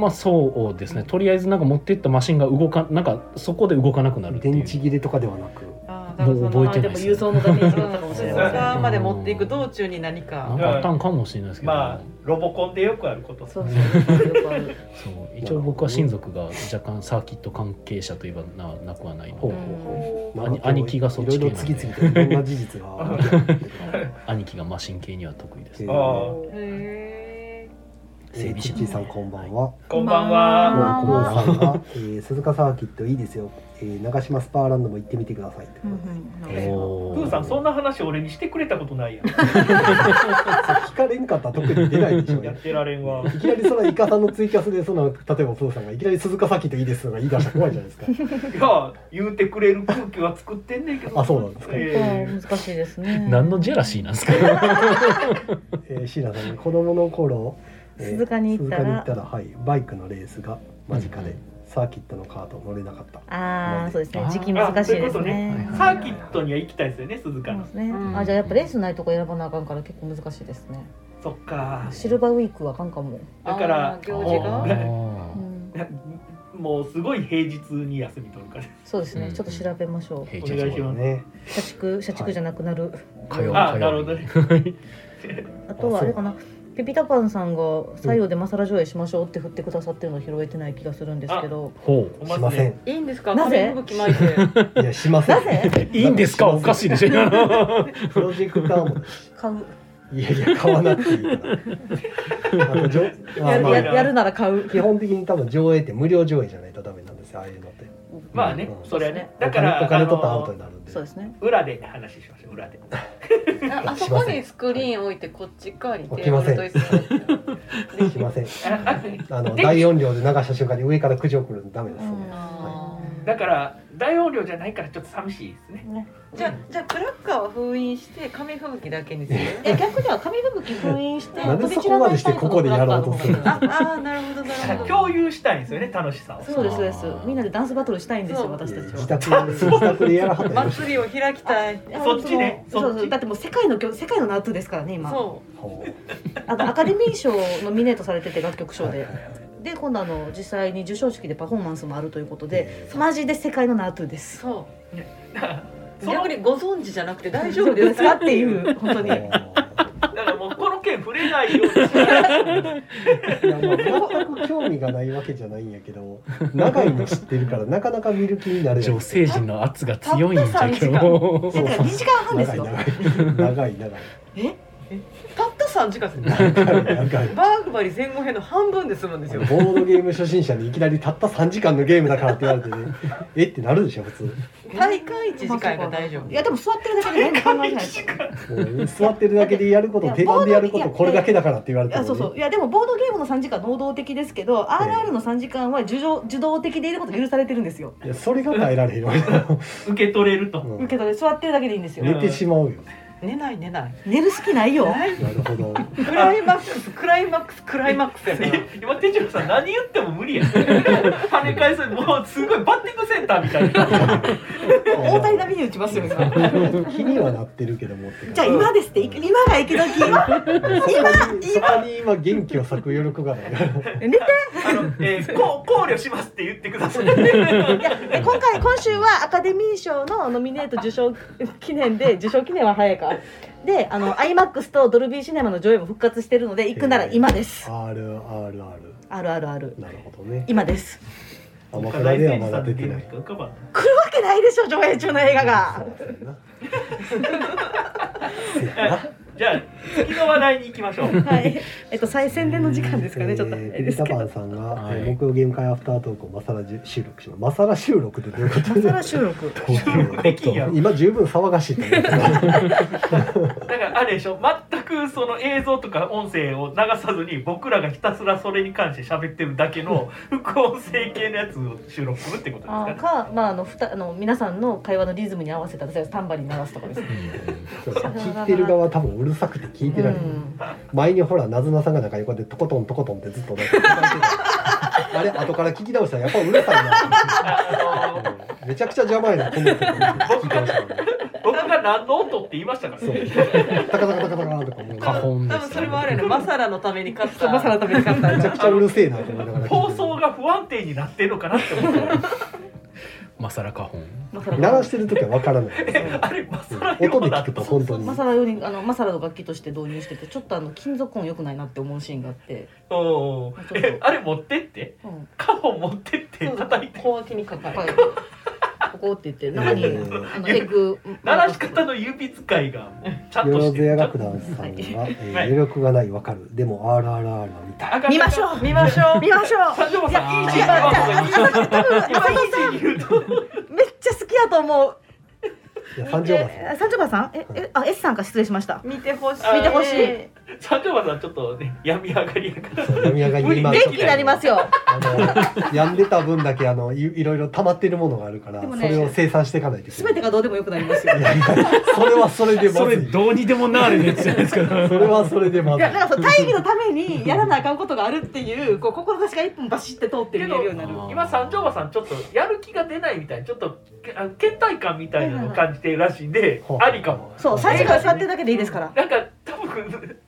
Speaker 1: まあそうですねとりあえずなんか持ってったマシンが動かなんかそこで動かなくなるっていう
Speaker 2: 電池切れとかではなく
Speaker 5: あー
Speaker 1: もう覚えて
Speaker 3: で
Speaker 1: ない
Speaker 3: も
Speaker 1: です
Speaker 3: 郵送のダメージだったかもし
Speaker 5: そ
Speaker 3: れ
Speaker 5: う
Speaker 3: ません。
Speaker 5: かまで持っていく道中に何
Speaker 1: なん
Speaker 5: か
Speaker 1: かあったんかもしれないですけど、
Speaker 4: まあロボコンでよくあること
Speaker 3: そうそうよくある。
Speaker 1: そう一応僕は親族が若干サーキット関係者といえばななくはないの
Speaker 2: ほう
Speaker 1: で
Speaker 2: ほうほう
Speaker 1: うん
Speaker 2: なんか
Speaker 1: 兄貴がそっち
Speaker 2: いろい
Speaker 1: 系
Speaker 2: ろ
Speaker 1: なん
Speaker 2: 次
Speaker 1: で
Speaker 2: 々といろんな事実が分かっ
Speaker 1: *laughs*
Speaker 2: てくる
Speaker 1: 兄貴がマシン系には得意です、
Speaker 2: え
Speaker 4: あ
Speaker 2: ー
Speaker 4: ー
Speaker 5: へ
Speaker 1: 整備士
Speaker 2: チッチーさんこんばんは
Speaker 4: こんばん
Speaker 2: も
Speaker 4: は
Speaker 2: うこうさんが、えー鈴鹿サーキットいいですよ、えー長島スパーランドも行ってみてくださいってことで
Speaker 4: プ
Speaker 1: お
Speaker 4: ーさんそんな話俺にしてくれたことないやん
Speaker 2: さ聞かれんかったら特に出ないでしょ
Speaker 4: やっ
Speaker 2: い
Speaker 4: てられんわ
Speaker 2: きなりそのイカさんのツイキャスでその例えばプーさんがいきなり鈴鹿サーキットいいですとか言い出したら怖いじゃないですか
Speaker 4: いや言うてくれる空気は作ってんねんけど
Speaker 2: あそうなんですか
Speaker 4: ええ
Speaker 3: 難しいですね。
Speaker 1: 何のジェラシーなんですか
Speaker 2: えー椎名さんに子供の頃、えー
Speaker 3: 鈴鹿に行ったら
Speaker 2: 鈴鹿に行ったらはいバイクのレースが間近で、サーキットのカート乗れなかった
Speaker 3: ああそうです
Speaker 1: あ
Speaker 3: ね
Speaker 1: ー
Speaker 3: 時期難しい
Speaker 4: あそういう
Speaker 3: で
Speaker 4: こ
Speaker 3: す
Speaker 4: とね
Speaker 3: ね。
Speaker 4: サーキットには行きたいですよね鈴
Speaker 3: そ
Speaker 4: 鹿
Speaker 3: う
Speaker 4: の
Speaker 3: ですね
Speaker 5: うん
Speaker 3: あじゃあやっぱレースないとこ選ばなあかんから結構難しいですね。
Speaker 4: そっか
Speaker 3: シルバーウィークはあかんかも。
Speaker 5: ー
Speaker 4: だから
Speaker 5: あー行事
Speaker 1: あ
Speaker 5: が
Speaker 1: ー
Speaker 3: うん
Speaker 4: もうすごい平日に休み取るから
Speaker 3: そうです
Speaker 1: う
Speaker 3: ね
Speaker 1: ん
Speaker 3: ちょっと調べましょ
Speaker 1: 平
Speaker 4: お
Speaker 1: 日
Speaker 4: 願いします
Speaker 2: ね
Speaker 3: う。社畜社畜じゃなくなる。
Speaker 1: 火曜
Speaker 4: あ
Speaker 1: 火
Speaker 4: なる
Speaker 1: 曜
Speaker 4: ほどね
Speaker 1: 日
Speaker 3: あとはあれかな。ピピタパンさんが「採用でマサラ上映しましょう」って振ってくださってるの拾えてない気がするんですけど
Speaker 1: ほう
Speaker 4: お
Speaker 2: しませ
Speaker 4: 祭り
Speaker 2: ん
Speaker 5: いいんですか
Speaker 3: なぜ
Speaker 5: 紙吹雪巻いて
Speaker 2: いやしません
Speaker 3: なぜ
Speaker 1: いいんですかおかしいでしょ今の
Speaker 2: プロジェクターもだし
Speaker 3: 買う
Speaker 2: いやいや買わなくていいから。あのじょまあ
Speaker 3: や
Speaker 2: ま
Speaker 3: る
Speaker 2: あ
Speaker 3: やるなら買う
Speaker 2: 基本的に多分上映って無料上映じゃないとダメなんですよああいうのって。
Speaker 4: まあね、
Speaker 2: うん
Speaker 4: それはねだ
Speaker 2: お
Speaker 4: か
Speaker 2: 金
Speaker 4: ら
Speaker 2: お金取ったら
Speaker 4: あ
Speaker 2: ア
Speaker 4: の
Speaker 2: ウトになるんで
Speaker 3: そうですね
Speaker 4: 裏で話しましょう裏で *laughs*
Speaker 5: ああそこにスクリーン置いてこっち側に
Speaker 2: 置きません
Speaker 5: と椅子
Speaker 2: すいま
Speaker 3: *laughs*
Speaker 2: せん
Speaker 4: あ
Speaker 2: あの
Speaker 4: で
Speaker 2: 大音量で流した瞬間に上からくじを送るのダメですね、
Speaker 3: うん
Speaker 2: は
Speaker 4: だから大容量じゃないからちょっと寂しいですね
Speaker 5: じゃあじゃあクラッカーは封印して紙吹雪だけにする
Speaker 3: え逆には紙吹雪封印して
Speaker 2: なんでそこまでしてここでやろうとするの
Speaker 5: ああーなるほどなるほど
Speaker 4: 共有したいんですよね楽しさを
Speaker 3: そうですそうですみんなでダンスバトルしたいんです
Speaker 5: そう
Speaker 3: よ私たち
Speaker 2: 自宅
Speaker 3: は
Speaker 2: で自宅でやらはった
Speaker 3: *laughs*
Speaker 2: ら
Speaker 5: 祭りを開きたい
Speaker 4: そっちね
Speaker 3: そう
Speaker 4: そっ
Speaker 3: そ
Speaker 4: ち
Speaker 3: うだってもう世界の世界の夏ですからね今
Speaker 5: そ
Speaker 2: ほう
Speaker 3: あとアカデミー賞ノミネートされてて楽曲賞で
Speaker 2: はいはいはい
Speaker 3: で今度あの実際に授賞式でパフォーマンスもあるということで
Speaker 2: え
Speaker 3: マジで世界のナートゥで
Speaker 5: う
Speaker 3: す
Speaker 5: そ
Speaker 4: そうの
Speaker 5: 逆にご存知じゃなくて大丈夫
Speaker 3: どう
Speaker 5: で
Speaker 3: ですす
Speaker 5: か
Speaker 3: かって *laughs* いう本当に
Speaker 4: だからもうこの件触れないようにしない
Speaker 2: いやまあ全く興味がないわけじゃないんやけど長いの知ってるからなかなか見る気になれない
Speaker 9: 女性陣の圧が強いんじゃけど
Speaker 3: だから2時間半です
Speaker 2: 長い
Speaker 3: よ
Speaker 2: 長い長い長い
Speaker 5: たった3時間です
Speaker 2: 長い
Speaker 5: バーグバリ前後編の半分で済むんですよ
Speaker 2: ボードゲーム初心者にいきなりたった3時間のゲームだからって言われてね *laughs* えってなるでしょ普通も
Speaker 5: 大会1時間が大丈夫
Speaker 3: いやでも座ってるだけで何も考えないし
Speaker 2: *laughs* う座ってるだけでやること手番でやるこ
Speaker 3: いや
Speaker 2: とこれだけだからって言われ
Speaker 3: い
Speaker 2: ても
Speaker 3: や
Speaker 2: ね
Speaker 3: そうそういやでもボードゲームの3時間は能動的ですけど RR の3時間は受動受動的でいることが許されてるんですよ
Speaker 2: いやそれが耐えられへんわ、
Speaker 4: 受け取れると、
Speaker 2: *laughs* うん
Speaker 3: 受け取り座ってるだけでいいんですよ
Speaker 2: 寝てしまうよ
Speaker 5: *laughs* 寝ない寝ない
Speaker 3: 寝る隙ないよ
Speaker 2: なるほど
Speaker 5: クライマ
Speaker 2: *laughs*
Speaker 5: ックスクライマックスクライマックスやな
Speaker 4: 今手順さん何言っても無理やん跳ね返すもうすごいバッティングセンターみたいな
Speaker 3: 大谷並みに打ちますよ
Speaker 2: *laughs*
Speaker 3: 今
Speaker 2: 気にはなってるけどもって
Speaker 3: じゃあ今ですってい今が行
Speaker 2: *laughs*
Speaker 3: き時
Speaker 2: そこに今元気を割く余力がない
Speaker 3: 寝て
Speaker 4: あの、えーこう考慮しますって言ってください
Speaker 3: いやえ今回今週はアカデミー賞のノミネート受賞記念で受賞記念は早いかであの iMAX とドルビーシネマの上映も復活してるので行くなら今です
Speaker 2: RRR
Speaker 3: あるあるある
Speaker 2: なるほどね
Speaker 3: 今です
Speaker 2: アマプラではまだ出てない
Speaker 4: 浮かばん
Speaker 3: 来るわけないでしょ上映中の映画が
Speaker 2: そうやな
Speaker 4: じゃあ次の話題に行きましょう
Speaker 3: はいえっと再宣伝の時間ですかねちょっとあ
Speaker 2: えー
Speaker 3: れ
Speaker 2: ピ
Speaker 3: で
Speaker 2: ピ
Speaker 3: す
Speaker 2: タ
Speaker 3: け
Speaker 2: パン
Speaker 3: ど
Speaker 2: さんが、
Speaker 9: はい
Speaker 2: えー木曜ゲーム会アフタートークをマサラ収録しますマサラ収録ってどういうこと
Speaker 3: まさら収録
Speaker 4: 収録できんやろ
Speaker 2: 今十分騒がしいと思うけど
Speaker 4: だからあれでしょ全くその映像とか音声を流さずに僕らがひたすらそれに関して喋ってるだけの副音声系のやつを収録するってことですか
Speaker 3: あ
Speaker 4: ね
Speaker 3: かまああのふたあの皆さんの会話のリズムに合わせた例えばタンバリン鳴らすとかですね
Speaker 2: *laughs* そうそう聞いてる側多分うるさくて聞いてられない、
Speaker 3: うん
Speaker 2: 前にほらなずなさんが中横でトコトントコトンってずっとなんか聞かれてたあれ後から聞き直したらやっぱうるさい
Speaker 4: あの
Speaker 2: なめちゃくちゃ邪魔やなこんなこと聞いてましたね
Speaker 4: 僕が何の音って言いましたから
Speaker 2: そう
Speaker 4: ね
Speaker 2: タカタカタカタカとかもう
Speaker 9: 花
Speaker 2: め
Speaker 5: 多
Speaker 9: 本で
Speaker 5: 分
Speaker 9: す
Speaker 5: それはあれのマサラのために買った
Speaker 3: マサラのために買った
Speaker 2: ちゃくちゃうるせえなと思いながら聞いて
Speaker 4: 放送が不安定になってるのかなって思った
Speaker 9: マサラ花本
Speaker 3: マサラ
Speaker 2: 鳴らしてる時はわからない
Speaker 4: あれマサラ用
Speaker 2: 音で
Speaker 4: だ
Speaker 2: 聞
Speaker 4: と
Speaker 2: くと本当に
Speaker 3: マサラ用にあのマサラの楽器として導入しててちょっとあの金属音良くないなって思うシーンがあって、
Speaker 4: おーえあれ持ってって
Speaker 3: うん、
Speaker 4: カホン持ってって叩いて
Speaker 5: 小脇にかか
Speaker 3: やっぱ
Speaker 5: る
Speaker 3: りここって言って中に、
Speaker 2: えー
Speaker 3: あのエッグ
Speaker 4: 鳴らし方の指使いがちゃんと
Speaker 2: よろ
Speaker 4: し
Speaker 2: ずや
Speaker 4: て
Speaker 2: 楽団さんが、えー
Speaker 4: はい
Speaker 2: 余力がないわかるでも RRR は見たい
Speaker 3: 見ましょう見ましょう見ましょう
Speaker 4: 三条
Speaker 3: い
Speaker 4: さん
Speaker 3: やいや
Speaker 4: いい
Speaker 3: いや
Speaker 4: 時間
Speaker 3: あそこ多分あそこ
Speaker 4: 今いい時言うと
Speaker 3: めっちゃ好きやと思う
Speaker 2: いや三条馬さん
Speaker 3: え三条馬さんええあ S さんか失礼しました
Speaker 5: 見てほしい
Speaker 3: 見てほしい
Speaker 4: 三条さんちょっとね病み上がりやから
Speaker 2: 飲み屋が今
Speaker 4: 無理
Speaker 2: ちょ
Speaker 3: 元
Speaker 2: っ
Speaker 3: 気
Speaker 2: と
Speaker 3: になりますよ
Speaker 2: あの病んでた分だけあのいいろいろ溜まってるものがあるから、
Speaker 3: でも
Speaker 2: そ
Speaker 3: ね
Speaker 2: れを生産していかないといけな
Speaker 3: 全
Speaker 2: い
Speaker 3: てがどうでもよくなりますよ
Speaker 2: いやいやそれはそれでま
Speaker 9: そ
Speaker 2: ず
Speaker 9: れ
Speaker 2: い
Speaker 9: どうにでもなるやつじゃないですか
Speaker 2: それはそれでま
Speaker 3: い
Speaker 2: ずい
Speaker 3: やなんかそう大義のためにやらなあかんことがあるっていうこう志が一本バシって通って見えるようになる
Speaker 9: あー
Speaker 4: 今三条馬さんちょっとやる気が出ないみたいなちょっとけあ倦怠感みたいなのを感じてるらしいんで
Speaker 2: はい
Speaker 4: ありかも
Speaker 3: そう3時間座ってるだけでいいですから
Speaker 4: なんか多分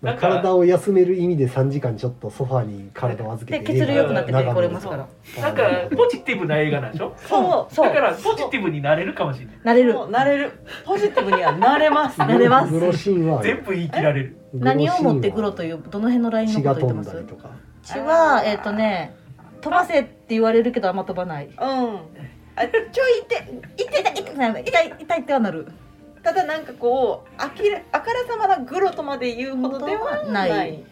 Speaker 2: ま
Speaker 4: な
Speaker 2: あ
Speaker 4: んか
Speaker 2: 体を休める意味で3時間ちょっとソファに体を預け
Speaker 3: で
Speaker 2: て
Speaker 3: 血流良くなって
Speaker 2: 映画
Speaker 3: て
Speaker 2: を
Speaker 3: これますから
Speaker 4: なんかポジティブな映画なんでしょ
Speaker 5: そう
Speaker 3: そう
Speaker 4: だからポジティブになれるかもしれない
Speaker 3: なれる
Speaker 5: もうなれるポジティブにはなれます
Speaker 3: 慣れます
Speaker 2: グロシーンはある
Speaker 4: 全部言い切られる
Speaker 3: 何を持ってグロと
Speaker 2: いう
Speaker 3: いうどの辺のラインの
Speaker 2: 血
Speaker 3: こ
Speaker 2: が
Speaker 3: と言
Speaker 2: 飛
Speaker 3: って
Speaker 2: ん
Speaker 3: ま
Speaker 2: だり
Speaker 3: す
Speaker 2: とか
Speaker 3: 血はえっ、とね飛ばせって言われるけどあんま飛ばない
Speaker 5: うんあ
Speaker 3: ちょい痛い痛い痛い痛い痛い痛いってはなる
Speaker 5: ただなんかこうあきらあからさまなグロとまで言うほどではない
Speaker 3: ない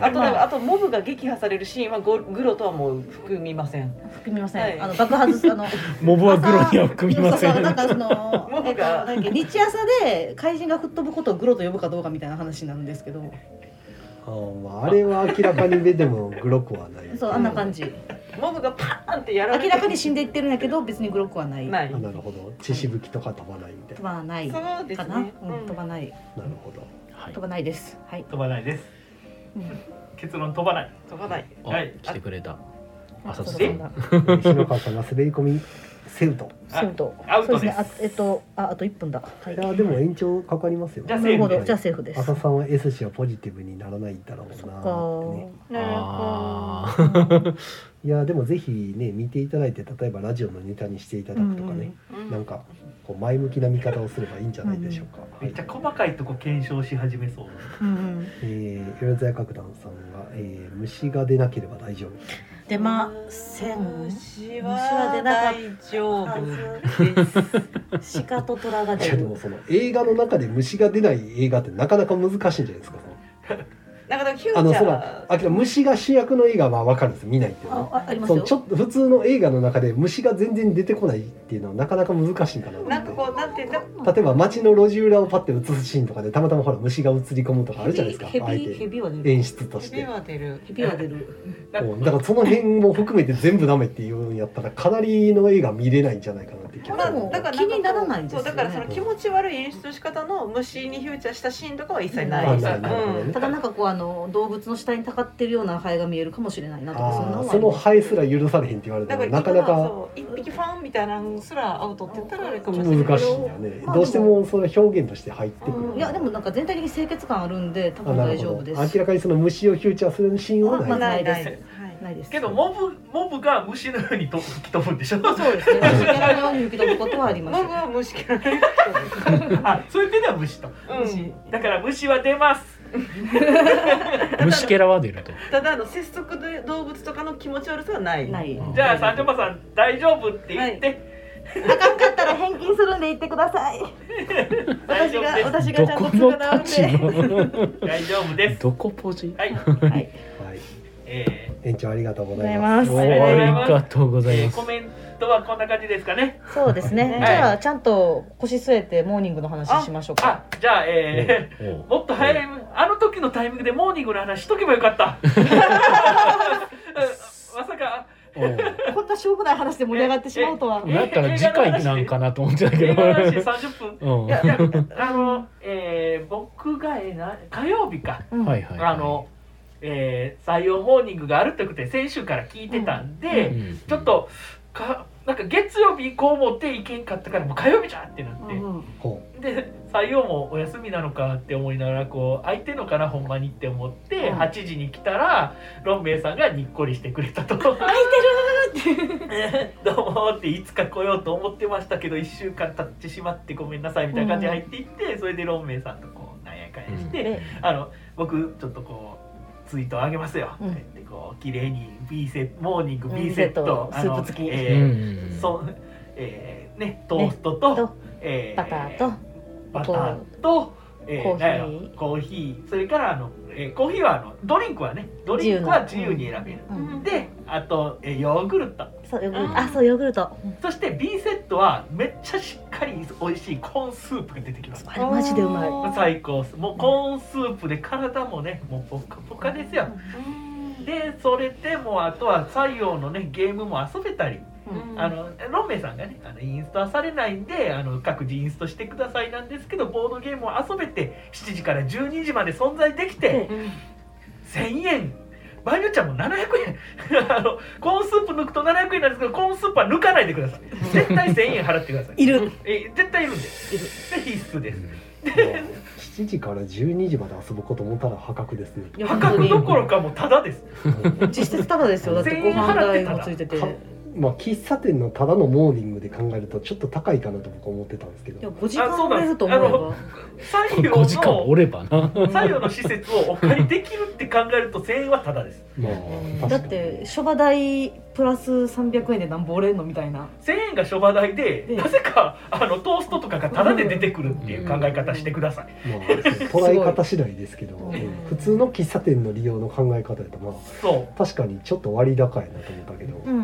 Speaker 5: あとなんかあとモブが撃破されるシーンはゴグロとはもう含みません。
Speaker 3: 含みません、
Speaker 5: はい
Speaker 3: あの爆発すあの
Speaker 9: *laughs* モブはグロには含みませ
Speaker 3: そうそうんなんかその
Speaker 5: モブが
Speaker 3: えっとなんだっけ日朝で怪人が吹っ飛ぶことをグロと呼ぶかどうかみたいな話になるんですけど
Speaker 2: あーまああれは明らかに目でもグロくはない
Speaker 3: そうあんな感じ
Speaker 5: モブがパーンってやられ
Speaker 3: 明
Speaker 5: て
Speaker 3: らかに死んでいってるんだけど別にグロくはない
Speaker 5: ない
Speaker 2: あ。なるほど血しぶきとか飛ばないみたい
Speaker 3: 飛ばないか
Speaker 5: そうです
Speaker 3: な、
Speaker 5: ね。
Speaker 3: うん飛ばない
Speaker 2: ななるほど
Speaker 9: はい
Speaker 3: 飛ばないですはい
Speaker 4: 飛ばないです
Speaker 3: うん
Speaker 4: 結論飛ばない
Speaker 5: 飛ばない。
Speaker 9: あ
Speaker 4: はい
Speaker 9: 来てくれた朝
Speaker 3: そ
Speaker 9: 津
Speaker 3: う
Speaker 9: さ
Speaker 3: そうんだ
Speaker 2: えー日野川さんが滑り込みセウト
Speaker 4: あ
Speaker 3: そうと
Speaker 4: アウ
Speaker 3: そう
Speaker 4: ト
Speaker 3: です
Speaker 4: で
Speaker 3: ね
Speaker 4: す
Speaker 3: あえっとああと一分だはい
Speaker 2: いやでも延長かかりますよ
Speaker 4: じゃあ
Speaker 3: なるほ
Speaker 4: セー
Speaker 3: ど
Speaker 4: フ
Speaker 3: じゃあセーフです
Speaker 2: 浅さんは S 氏はポジティブにならないんだろうなーってね
Speaker 9: あー
Speaker 2: いやでもぜひね見ていただいて例えばラジオのネタにしていただくとかね、なんかこう前向きな見方をすればいいんじゃないでしょうか、
Speaker 4: めっちゃ細かいとこ検証し始めそう
Speaker 3: うんうん
Speaker 2: えー、米沢角団さんが、えー虫が出なければ大丈夫」
Speaker 3: 出ません
Speaker 5: 虫
Speaker 3: は
Speaker 5: は
Speaker 3: 出
Speaker 5: 出
Speaker 3: な
Speaker 5: な
Speaker 3: か
Speaker 5: か
Speaker 3: っです鹿と虎が
Speaker 2: い
Speaker 3: 出
Speaker 2: やで
Speaker 3: る
Speaker 2: もその映画の中で虫が出ない映画ってなかなか難しいんじゃないですか
Speaker 5: なんかだからフュ
Speaker 2: あの
Speaker 5: ーチ
Speaker 2: そ
Speaker 5: ャ
Speaker 2: ら
Speaker 5: ー。
Speaker 2: あきら虫が主役の映画はまあ分かるんですよ見ないっていうのは
Speaker 3: ああります
Speaker 2: その
Speaker 3: よ
Speaker 2: ちょっと普通の映画の中で虫が全然出てこないっていうのはなかなか難しいかな
Speaker 5: なん
Speaker 2: と
Speaker 5: か
Speaker 2: 思っ
Speaker 5: こうなんていうの
Speaker 2: て例えば街の路地裏をパッて映すシーンとかでたまたまほら虫が映り込むとかあるじゃないです
Speaker 3: ヘ
Speaker 2: かあえ
Speaker 3: ビヘ
Speaker 2: て
Speaker 3: ビは出る
Speaker 2: 演出とし
Speaker 5: 指
Speaker 2: て
Speaker 5: は出る。
Speaker 3: ヘビは出る
Speaker 2: うんだからその辺も含めて全部ダメっていうんやったらかなりの映画見れないんじゃないかなって気が
Speaker 5: まあ
Speaker 2: する
Speaker 3: もう
Speaker 5: だからんかこう
Speaker 3: 気にならないですよね
Speaker 5: そうだからその気持ち悪い演出の仕方の虫にフューチャーしたシーンとかは一切ない。
Speaker 2: あ
Speaker 5: う
Speaker 2: なるほどね
Speaker 5: ん。
Speaker 3: ただなんかこうあの動物の下にたかってるようなハエが見えるかもしれないなとかそんな
Speaker 2: あ
Speaker 3: の
Speaker 2: ー
Speaker 3: は
Speaker 2: そのハエすら許されへんって言われたらなかなか
Speaker 5: そう一匹ファンみたいなのすらアウトって言ったらあれかもしれない
Speaker 2: 難しいんだよねどうしてもその表現として入ってく
Speaker 5: う
Speaker 2: る
Speaker 5: ん
Speaker 3: いやでもなんか全体的に清潔感あるんで多
Speaker 2: あ
Speaker 3: 分
Speaker 2: なる
Speaker 3: 大
Speaker 2: ほ
Speaker 3: 丈夫
Speaker 2: ど
Speaker 3: で
Speaker 2: 明
Speaker 3: す
Speaker 2: らかにその虫をフューチャーするシーンは
Speaker 3: まあ
Speaker 2: ない
Speaker 3: ないです
Speaker 5: はい
Speaker 3: ないです
Speaker 4: けどモブモブが虫のようにと *laughs* 吹き飛ぶんでしょ
Speaker 3: そうですね虫けらのように吹き飛ぶことはあり
Speaker 5: モ
Speaker 3: ま
Speaker 5: ブ
Speaker 3: す
Speaker 9: *laughs*
Speaker 5: は虫嫌い。
Speaker 4: あ *laughs* そういう点では虫と、
Speaker 5: うん
Speaker 4: だから虫は出ます
Speaker 9: 虫けらは出ると
Speaker 5: ただあの節足で動物とかの気持ち悪さはない。
Speaker 3: ない
Speaker 4: じゃあ三島さん大丈夫って言って、
Speaker 3: あかんかったら返金するんで言ってください
Speaker 4: 大
Speaker 5: 私
Speaker 4: 丈
Speaker 5: が
Speaker 4: 夫です
Speaker 5: 私が
Speaker 9: ど
Speaker 5: ちゃん
Speaker 9: こと
Speaker 5: 償
Speaker 9: の
Speaker 5: うん
Speaker 9: 立
Speaker 5: で。
Speaker 9: 場
Speaker 4: 大丈夫です
Speaker 9: どこポジ
Speaker 4: はい、
Speaker 2: はい
Speaker 4: え
Speaker 2: 延長ありがとうご
Speaker 3: ござ
Speaker 2: ざ
Speaker 3: い
Speaker 2: います
Speaker 3: ます
Speaker 9: おーありがとうご
Speaker 4: ー
Speaker 9: ざい
Speaker 4: えー
Speaker 9: ます
Speaker 4: コメントはこんな感じですかね
Speaker 3: そうですね
Speaker 5: はい
Speaker 3: じゃあちゃんと腰据えてモーニングの話しましょうか
Speaker 4: あじゃあえー
Speaker 9: おう
Speaker 4: もっと早いあの時のタイミングでモーニングの話しとけばよかったまさか
Speaker 9: おう
Speaker 3: こんなしょうもない話で盛り上がってしまうとは
Speaker 9: だったら次回なんかなと思ってたけ
Speaker 4: 映
Speaker 9: ど
Speaker 4: 画の話30分
Speaker 9: うん
Speaker 4: いやいや *laughs* あの、えー僕が、えーな火曜日か、
Speaker 3: うん
Speaker 9: はいはいはい
Speaker 4: あの、えー採用モーニングがあるということで先週から聞いてたんで、
Speaker 9: うん
Speaker 4: ちょっとかなんか月曜日以降もっていけんかったからもう火曜日じゃんってなって、
Speaker 2: ほ
Speaker 4: で採用もお休みなのかって思いながらこう空いてんのかなほんまにって思って、8時に来たらロンメイさんがにっこりしてくれたと *laughs* 空いてるって *laughs* どうもっていつか来ようと思ってましたけど1週間経ってしまってごめんなさいみたいな感じで入っていって、それでロンメイさんとこうなんやかんやして、
Speaker 3: で
Speaker 4: あの僕ちょっとこうツイートあげますよ、
Speaker 3: うん
Speaker 4: って言ってこう綺麗に B セットモーニング B
Speaker 3: うん
Speaker 4: セット,、
Speaker 3: セットスープ付き
Speaker 4: え
Speaker 9: うん
Speaker 4: ー
Speaker 9: うんうん
Speaker 4: そうえーね、トーストと,、
Speaker 3: と
Speaker 4: え
Speaker 3: バターと
Speaker 4: バターと、え
Speaker 3: コーヒー
Speaker 4: なんやろコーヒーそれからあの、えーコーヒーはあのドリンクはねドリンクは
Speaker 3: 自
Speaker 4: 自
Speaker 3: 由
Speaker 4: 由
Speaker 3: な
Speaker 4: に選べる、
Speaker 3: うん
Speaker 4: であと、えーヨーグルト
Speaker 3: そうヨーグルトあそうヨーグルト
Speaker 4: そして B セットはめっちゃしっかり美味しいコーンスープが出てきます
Speaker 3: あれマジでうまい
Speaker 4: 最高ですもうコーンスープで体もねもうポカポカですよでそれでもうあとは採用のねゲームも遊べたり
Speaker 5: うん
Speaker 4: あのロンメイさんがねあのインストはされないんであの各自インストしてくださいなんですけどボードゲームを遊べて7時から12時まで存在できて
Speaker 5: うん
Speaker 4: 1000円場合によっちゃもう700円 *laughs* あのコーンスープ抜くと700円なんですけどコーンスープは抜かないでください絶対1000円払ってください
Speaker 3: いる
Speaker 4: え絶対いるんでで必須です
Speaker 2: う7時から12時まで遊ぶこと思ったら破格ですね
Speaker 4: 破格どころかもうタダです
Speaker 2: うん
Speaker 3: 実質タダですよだってご飯代もついててい
Speaker 2: かまあ喫茶店のただのモーニングで考えるとちょっと高いかなと僕思ってたんですけ
Speaker 3: や
Speaker 2: ど
Speaker 3: 5時間もらえると思え
Speaker 4: あそ
Speaker 3: ば
Speaker 4: 採用
Speaker 9: 5時間
Speaker 4: の
Speaker 9: おればな
Speaker 4: 採用の施設をお借りできるって考えると1000円はタダです
Speaker 2: まあ確か
Speaker 3: だ
Speaker 2: に
Speaker 3: って諸話代プラス300円でなんぼ折れんのみたいな
Speaker 4: 1000円が諸話代で
Speaker 3: で
Speaker 4: なぜかあのトーストとかがタダで出てくるっていう考え方してください、
Speaker 2: まあ、捉え方次第ですけど、うん普通の喫茶店の利用の考え方やとまあ
Speaker 4: そ
Speaker 2: 確かにちょっと割高やなと思ったけど、
Speaker 3: うん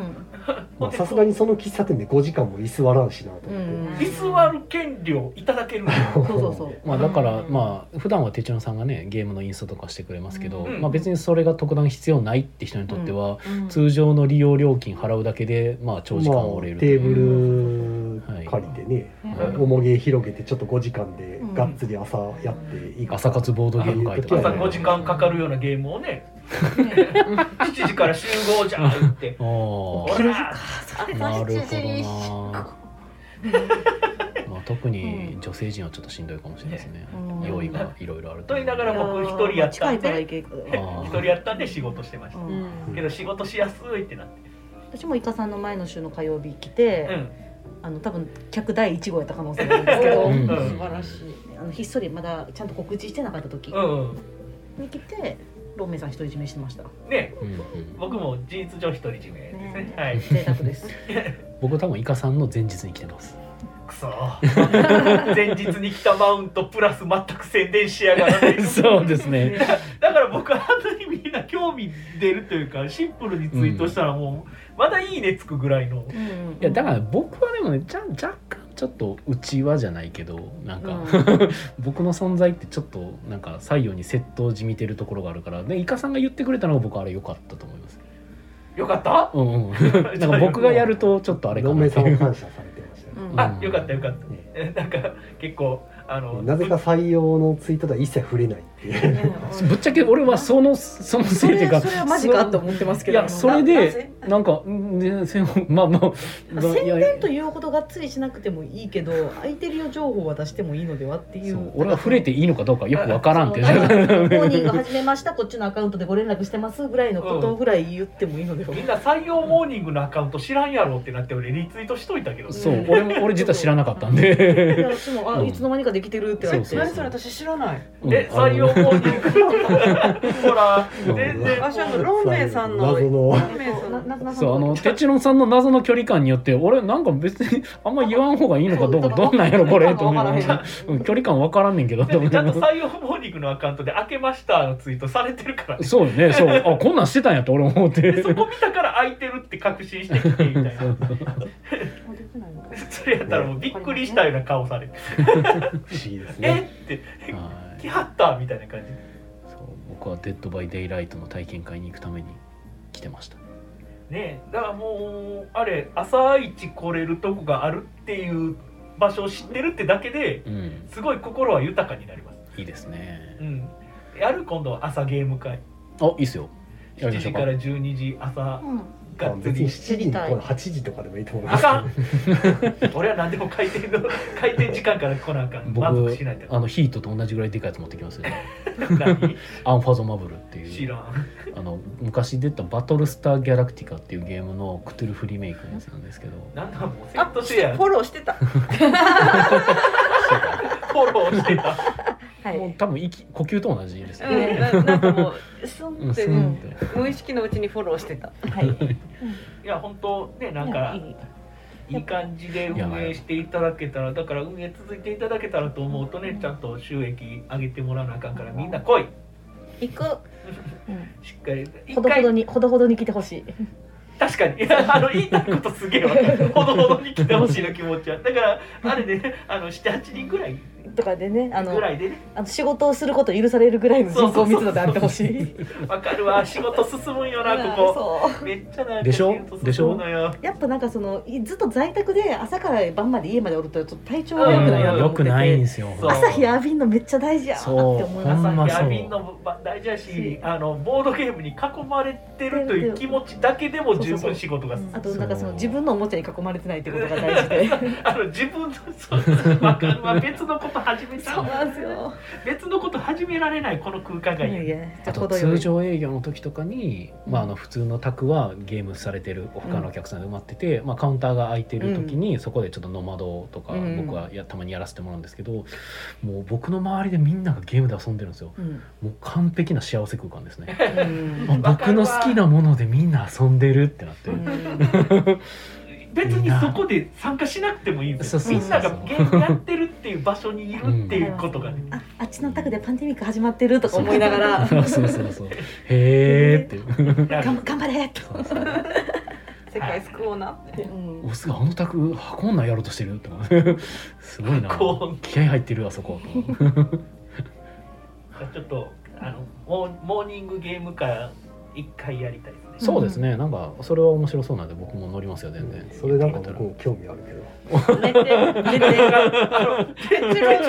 Speaker 2: まあさすがにその喫茶店で5時間も居座らんしなと
Speaker 3: う
Speaker 2: 思って、
Speaker 3: ん
Speaker 4: う居座る権利をいただけるんだよ
Speaker 3: そうそうそう
Speaker 1: まあ、だからまあ普段は手帳さんがねゲームのインストとかしてくれますけど、
Speaker 4: うん
Speaker 1: まあ、別にそれが特段必要ないって人にとっては、
Speaker 3: うん
Speaker 1: 通常の利用料金払うだけでまあ長時
Speaker 2: ま
Speaker 1: 間
Speaker 2: あ
Speaker 1: 折れるとい
Speaker 2: テー
Speaker 1: う、
Speaker 2: ブル借りてね、
Speaker 1: はい
Speaker 2: 重げ広げてちょっと5時間でがっつり朝やっていいか
Speaker 1: 朝活ボードゲーム会とか
Speaker 4: 朝5時間かかるようなゲームをね7時から集合じゃん言って
Speaker 1: あー
Speaker 4: ほら
Speaker 1: なるほどな。まあ *laughs* 特に女性陣はちょっとしんどいかもしれないですね。
Speaker 3: うん
Speaker 1: 用意がいろいろある
Speaker 4: と言いながら
Speaker 1: も
Speaker 4: 僕一人やった
Speaker 3: 近
Speaker 4: ん
Speaker 3: いから
Speaker 4: で
Speaker 3: 行けるけど
Speaker 4: 一人やったんで仕事してました
Speaker 3: うん
Speaker 4: けど仕事しやすいってなって
Speaker 3: 私もイカさんの前の週の火曜日来て、
Speaker 4: うん
Speaker 3: あの多分客第1号やった可能性があるんですけど、
Speaker 4: うん
Speaker 3: 素晴らしいあのひっそりまだちゃんと告知してなかった時
Speaker 4: うん
Speaker 3: に来てロメさん独り占めしてました
Speaker 4: ね
Speaker 1: うんうん
Speaker 4: 僕も事実上独り占めですね
Speaker 3: ね
Speaker 4: はい
Speaker 3: 贅沢
Speaker 1: *laughs*
Speaker 3: です
Speaker 1: 僕多分イカさんの前日に来てます。
Speaker 4: くそ前日に来たマウントプラス全く宣伝しやがらね
Speaker 1: *laughs*
Speaker 4: *laughs*
Speaker 1: そうですね。
Speaker 4: だから僕はあんなにみんな興味出るというかシンプルにツイートしたらもうまだいいねつくぐらい
Speaker 3: う
Speaker 4: の
Speaker 3: ん
Speaker 1: いやだから僕はでもねじゃ若干ちょっとうちはじゃないけどなんか、 *laughs* 僕の存在ってちょっとなんか採用に窃盗じみてるところがあるからでイカさんが言ってくれたのが僕あれ良かったと思います。
Speaker 4: よかった
Speaker 1: うんうん。なんか僕がやるとちょっとあれか
Speaker 2: ロ
Speaker 1: な
Speaker 2: メ
Speaker 1: って
Speaker 2: さん
Speaker 1: い
Speaker 2: は
Speaker 1: う。 *laughs*
Speaker 2: 感謝されてましたね
Speaker 3: うん
Speaker 4: あよかったよかった
Speaker 2: ね
Speaker 4: えなんか結構あの
Speaker 2: なぜか採用のツイートでは一切触れないっていう
Speaker 1: ぶっちゃけ俺はそのその
Speaker 3: そ
Speaker 1: せいで
Speaker 3: れ
Speaker 1: か
Speaker 3: それはマジかと思ってます
Speaker 1: い
Speaker 3: けど
Speaker 1: やそれでなんかうんねせん *laughs* まあまあ
Speaker 3: 宣
Speaker 1: い
Speaker 3: 伝
Speaker 1: や
Speaker 3: というほどがっつりしなくてもいいけど空いてるよ情報は出してもいいのではってい
Speaker 1: そうう俺は触れていいのかどうかよくわからんって *laughs*
Speaker 3: その
Speaker 1: いう
Speaker 3: 本人が始めましたこっちのアカウントでご連絡してますぐらいのことぐらい言ってもいいのでは、
Speaker 4: みんな採用モーニングのアカウント知らんやろってなって俺リツイートしといたけど
Speaker 1: *laughs*
Speaker 4: ね
Speaker 1: そう俺も俺実は知らなかったんで
Speaker 3: *laughs* いや私もあ、
Speaker 1: うん
Speaker 3: いつの間にかできてるって言われて
Speaker 1: そうそう
Speaker 5: 何それ私知らない
Speaker 4: で
Speaker 1: うんあの
Speaker 4: 採用モーニングほら全然
Speaker 5: 私あのロンメイさんの
Speaker 2: 謎の
Speaker 5: ロンメイさん
Speaker 3: な
Speaker 5: の
Speaker 3: なな
Speaker 1: そうあ
Speaker 4: *laughs*
Speaker 1: のテチロンさんの謎の距離感によって俺なんか別にあんま言わん方がいいのかどうかどんなんやろこれと思いながら *laughs* うん距離感わからんねんけど
Speaker 4: だ
Speaker 1: と
Speaker 4: って
Speaker 1: 思い
Speaker 4: ちゃ
Speaker 1: なん
Speaker 4: と
Speaker 1: がら
Speaker 4: 採用モーニングのアカウントで「明けました」のツイートされてるからね
Speaker 1: そうよねそうあこんなんしてたんやと俺思って
Speaker 4: でそこ見たから空いてるって確信してきてみた
Speaker 1: *laughs*
Speaker 4: いなそれやったらもうびっくりしたような顔されて
Speaker 2: 不思議です
Speaker 4: 「え
Speaker 2: ね
Speaker 4: っ?」て
Speaker 1: はい
Speaker 4: 「来はった」みたいな感じ
Speaker 1: そう僕は「デッド・バイ・デイライト」の体験会に行くために来てました
Speaker 4: ねえだからもうあれ朝一来れるとこがあるっていう場所を知ってるってだけで
Speaker 1: うん
Speaker 4: すごい心は豊かになります
Speaker 1: いいですね
Speaker 4: うんやる今度は朝ゲーム会
Speaker 1: あいいっすよやり
Speaker 4: 7
Speaker 1: ましょ
Speaker 4: 時
Speaker 1: う
Speaker 4: か
Speaker 1: から
Speaker 4: 12時朝
Speaker 3: うん
Speaker 2: ま
Speaker 4: が
Speaker 2: あ
Speaker 4: っつ
Speaker 2: 別に
Speaker 4: り
Speaker 2: 7時に来ない8時とかでもいいと思いま
Speaker 4: あ
Speaker 2: す
Speaker 4: かん俺は何でも回転の *laughs* 回転時間から来なあかん
Speaker 1: 僕
Speaker 4: 満足しないと
Speaker 1: あのヒートと同じぐらいでかいやつ持ってきますよ *laughs*
Speaker 4: 何
Speaker 1: アンファゾマブルってい
Speaker 4: 知
Speaker 1: う
Speaker 4: らん
Speaker 1: あの昔出た「バトルスター・ギャラクティカ」っていうゲームのクトゥルフリメイクのやつなんですけど
Speaker 4: なんだもうセ
Speaker 5: あ
Speaker 4: ッ
Speaker 5: フ
Speaker 4: トシェア
Speaker 5: ォローしてた
Speaker 4: フォローしてた
Speaker 3: は
Speaker 1: もう
Speaker 3: い
Speaker 1: 多分息呼吸と同じです
Speaker 5: う
Speaker 1: よ
Speaker 5: ん
Speaker 1: ね、
Speaker 5: ななんかもうス
Speaker 1: う
Speaker 5: ン
Speaker 1: ん、
Speaker 5: って
Speaker 1: す
Speaker 5: ね
Speaker 1: んって
Speaker 5: 無意識のうちにフォローしてた
Speaker 3: はい
Speaker 4: いや本当ねなんかいい感じで運営していただけたらだから運営続いていただけたらと思うとねちゃんと収益上げてもらわなあかんからみんな来い
Speaker 3: 行く
Speaker 4: しっかり一
Speaker 3: ほどほ
Speaker 4: 回
Speaker 3: どにほどほどに来てほしい
Speaker 4: 確かに *laughs* あの言いたいことすげえわほどほどに来てほしいの気持ちはだからあれで、ね、あの78人ぐらい
Speaker 3: とかでねあの
Speaker 4: ぐらいでね
Speaker 3: あの仕事をすることを許されるぐらいの人口密度であってほしい
Speaker 4: わかるわ仕事進むんよな
Speaker 3: うん
Speaker 4: こ
Speaker 3: そ
Speaker 4: こめっちゃなんか
Speaker 1: でしょ
Speaker 4: 仕事進むのよ
Speaker 3: *laughs* うやっぱなんかそのいずっと在宅で朝から晩まで家までおるとちょっと体調が良くないなと
Speaker 1: よ
Speaker 3: 思って
Speaker 1: くないん
Speaker 3: て
Speaker 1: ですよ
Speaker 4: そう
Speaker 3: 朝日浴びんのめっちゃ大事やなって思います
Speaker 1: ほんま
Speaker 4: 朝
Speaker 1: そう
Speaker 4: 日アビンのば大事やしあのボードゲームに囲まれてるという気持ちだけでも十分仕事が進む
Speaker 3: あとなんかその自分のおもちゃに囲まれてないってことが大事で
Speaker 4: あの自分のそう、わかるわ別のここと始めた
Speaker 3: *laughs* そうなんですよ。
Speaker 4: 別のこと始められないこの空間がいい
Speaker 3: いやじゃ
Speaker 1: あ
Speaker 3: あ
Speaker 1: と
Speaker 3: 程よ
Speaker 1: 通
Speaker 3: い。
Speaker 1: 常営業の時とかに、まあ、あの普通の宅はゲームされてる他のお客さんで埋まってて、まあ、カウンターが空いてる時に、そこでちょっとノマドとか
Speaker 3: うん
Speaker 1: 僕はやたまにやらせてもらうんですけど、もう僕の周りでみんながゲームで遊んでるんですよ
Speaker 3: うん
Speaker 1: もう完璧な幸せ空間ですね
Speaker 3: うん
Speaker 1: あ僕の好きなものでみんな遊んでるってなって、
Speaker 4: 別にそこで参加しなくてもいいんですよ
Speaker 1: そう
Speaker 4: み
Speaker 1: そうんそ
Speaker 4: な
Speaker 1: うそ
Speaker 4: が
Speaker 1: う
Speaker 4: ゲームやってるっていう場所にいるっていうことがね、
Speaker 3: ああっちのタクでパンデミック始まってるとか思いながら
Speaker 1: そう *laughs* そうそうへーって
Speaker 4: なる
Speaker 3: 頑張頑張れと。
Speaker 1: そうそう
Speaker 9: 世界救おうなって
Speaker 3: うん
Speaker 1: オスがあの宅あこんなんやろうとしてると
Speaker 3: *laughs*
Speaker 1: かすごいな
Speaker 4: こう
Speaker 1: 気合入ってるあそこ
Speaker 4: ちょっとあのモーモーニングゲーム会一回やりたいですね
Speaker 1: そうですねなんかそれは面白そうなんで僕も乗りますよ全然、
Speaker 2: それなんか僕も興味あるけど
Speaker 9: 寝て寝て哲郎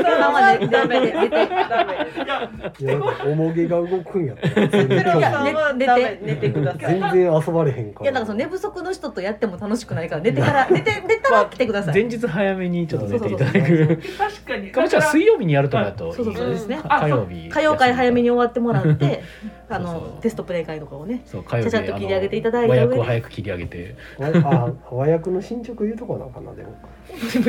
Speaker 9: さんはねダメです寝てダメで
Speaker 4: い
Speaker 9: す
Speaker 4: や
Speaker 2: いやなんか重げが動くんやったら全然興
Speaker 9: 哲郎
Speaker 2: 味
Speaker 9: さ
Speaker 2: あ
Speaker 9: ん
Speaker 2: る
Speaker 9: はダメ寝てください
Speaker 2: 全然遊ばれへんから
Speaker 3: いやなんかその寝不足の人とやっても楽しくないから寝てから寝て寝たら来てくださ
Speaker 1: 前
Speaker 3: い。
Speaker 1: 日早めにちょっと出ていただ
Speaker 2: そうそう
Speaker 3: *laughs*
Speaker 2: そう
Speaker 1: く
Speaker 4: 確かに
Speaker 1: かもちゃん
Speaker 4: だから
Speaker 1: 水曜日にやるとかだといい
Speaker 3: そうそうそうですね。
Speaker 1: か火曜日
Speaker 3: 歌謡会早めに
Speaker 1: そう
Speaker 3: 終わってもらって、あ
Speaker 1: そうそ
Speaker 3: の
Speaker 1: う
Speaker 3: テストプレイ会とかをね。
Speaker 1: そう火曜日
Speaker 3: ちゃちゃっと切り上げていただいた
Speaker 1: あ
Speaker 3: 上
Speaker 1: の
Speaker 3: で
Speaker 1: 和訳を早く切り上げて
Speaker 2: わあ和訳の進捗いうとこなのかなでも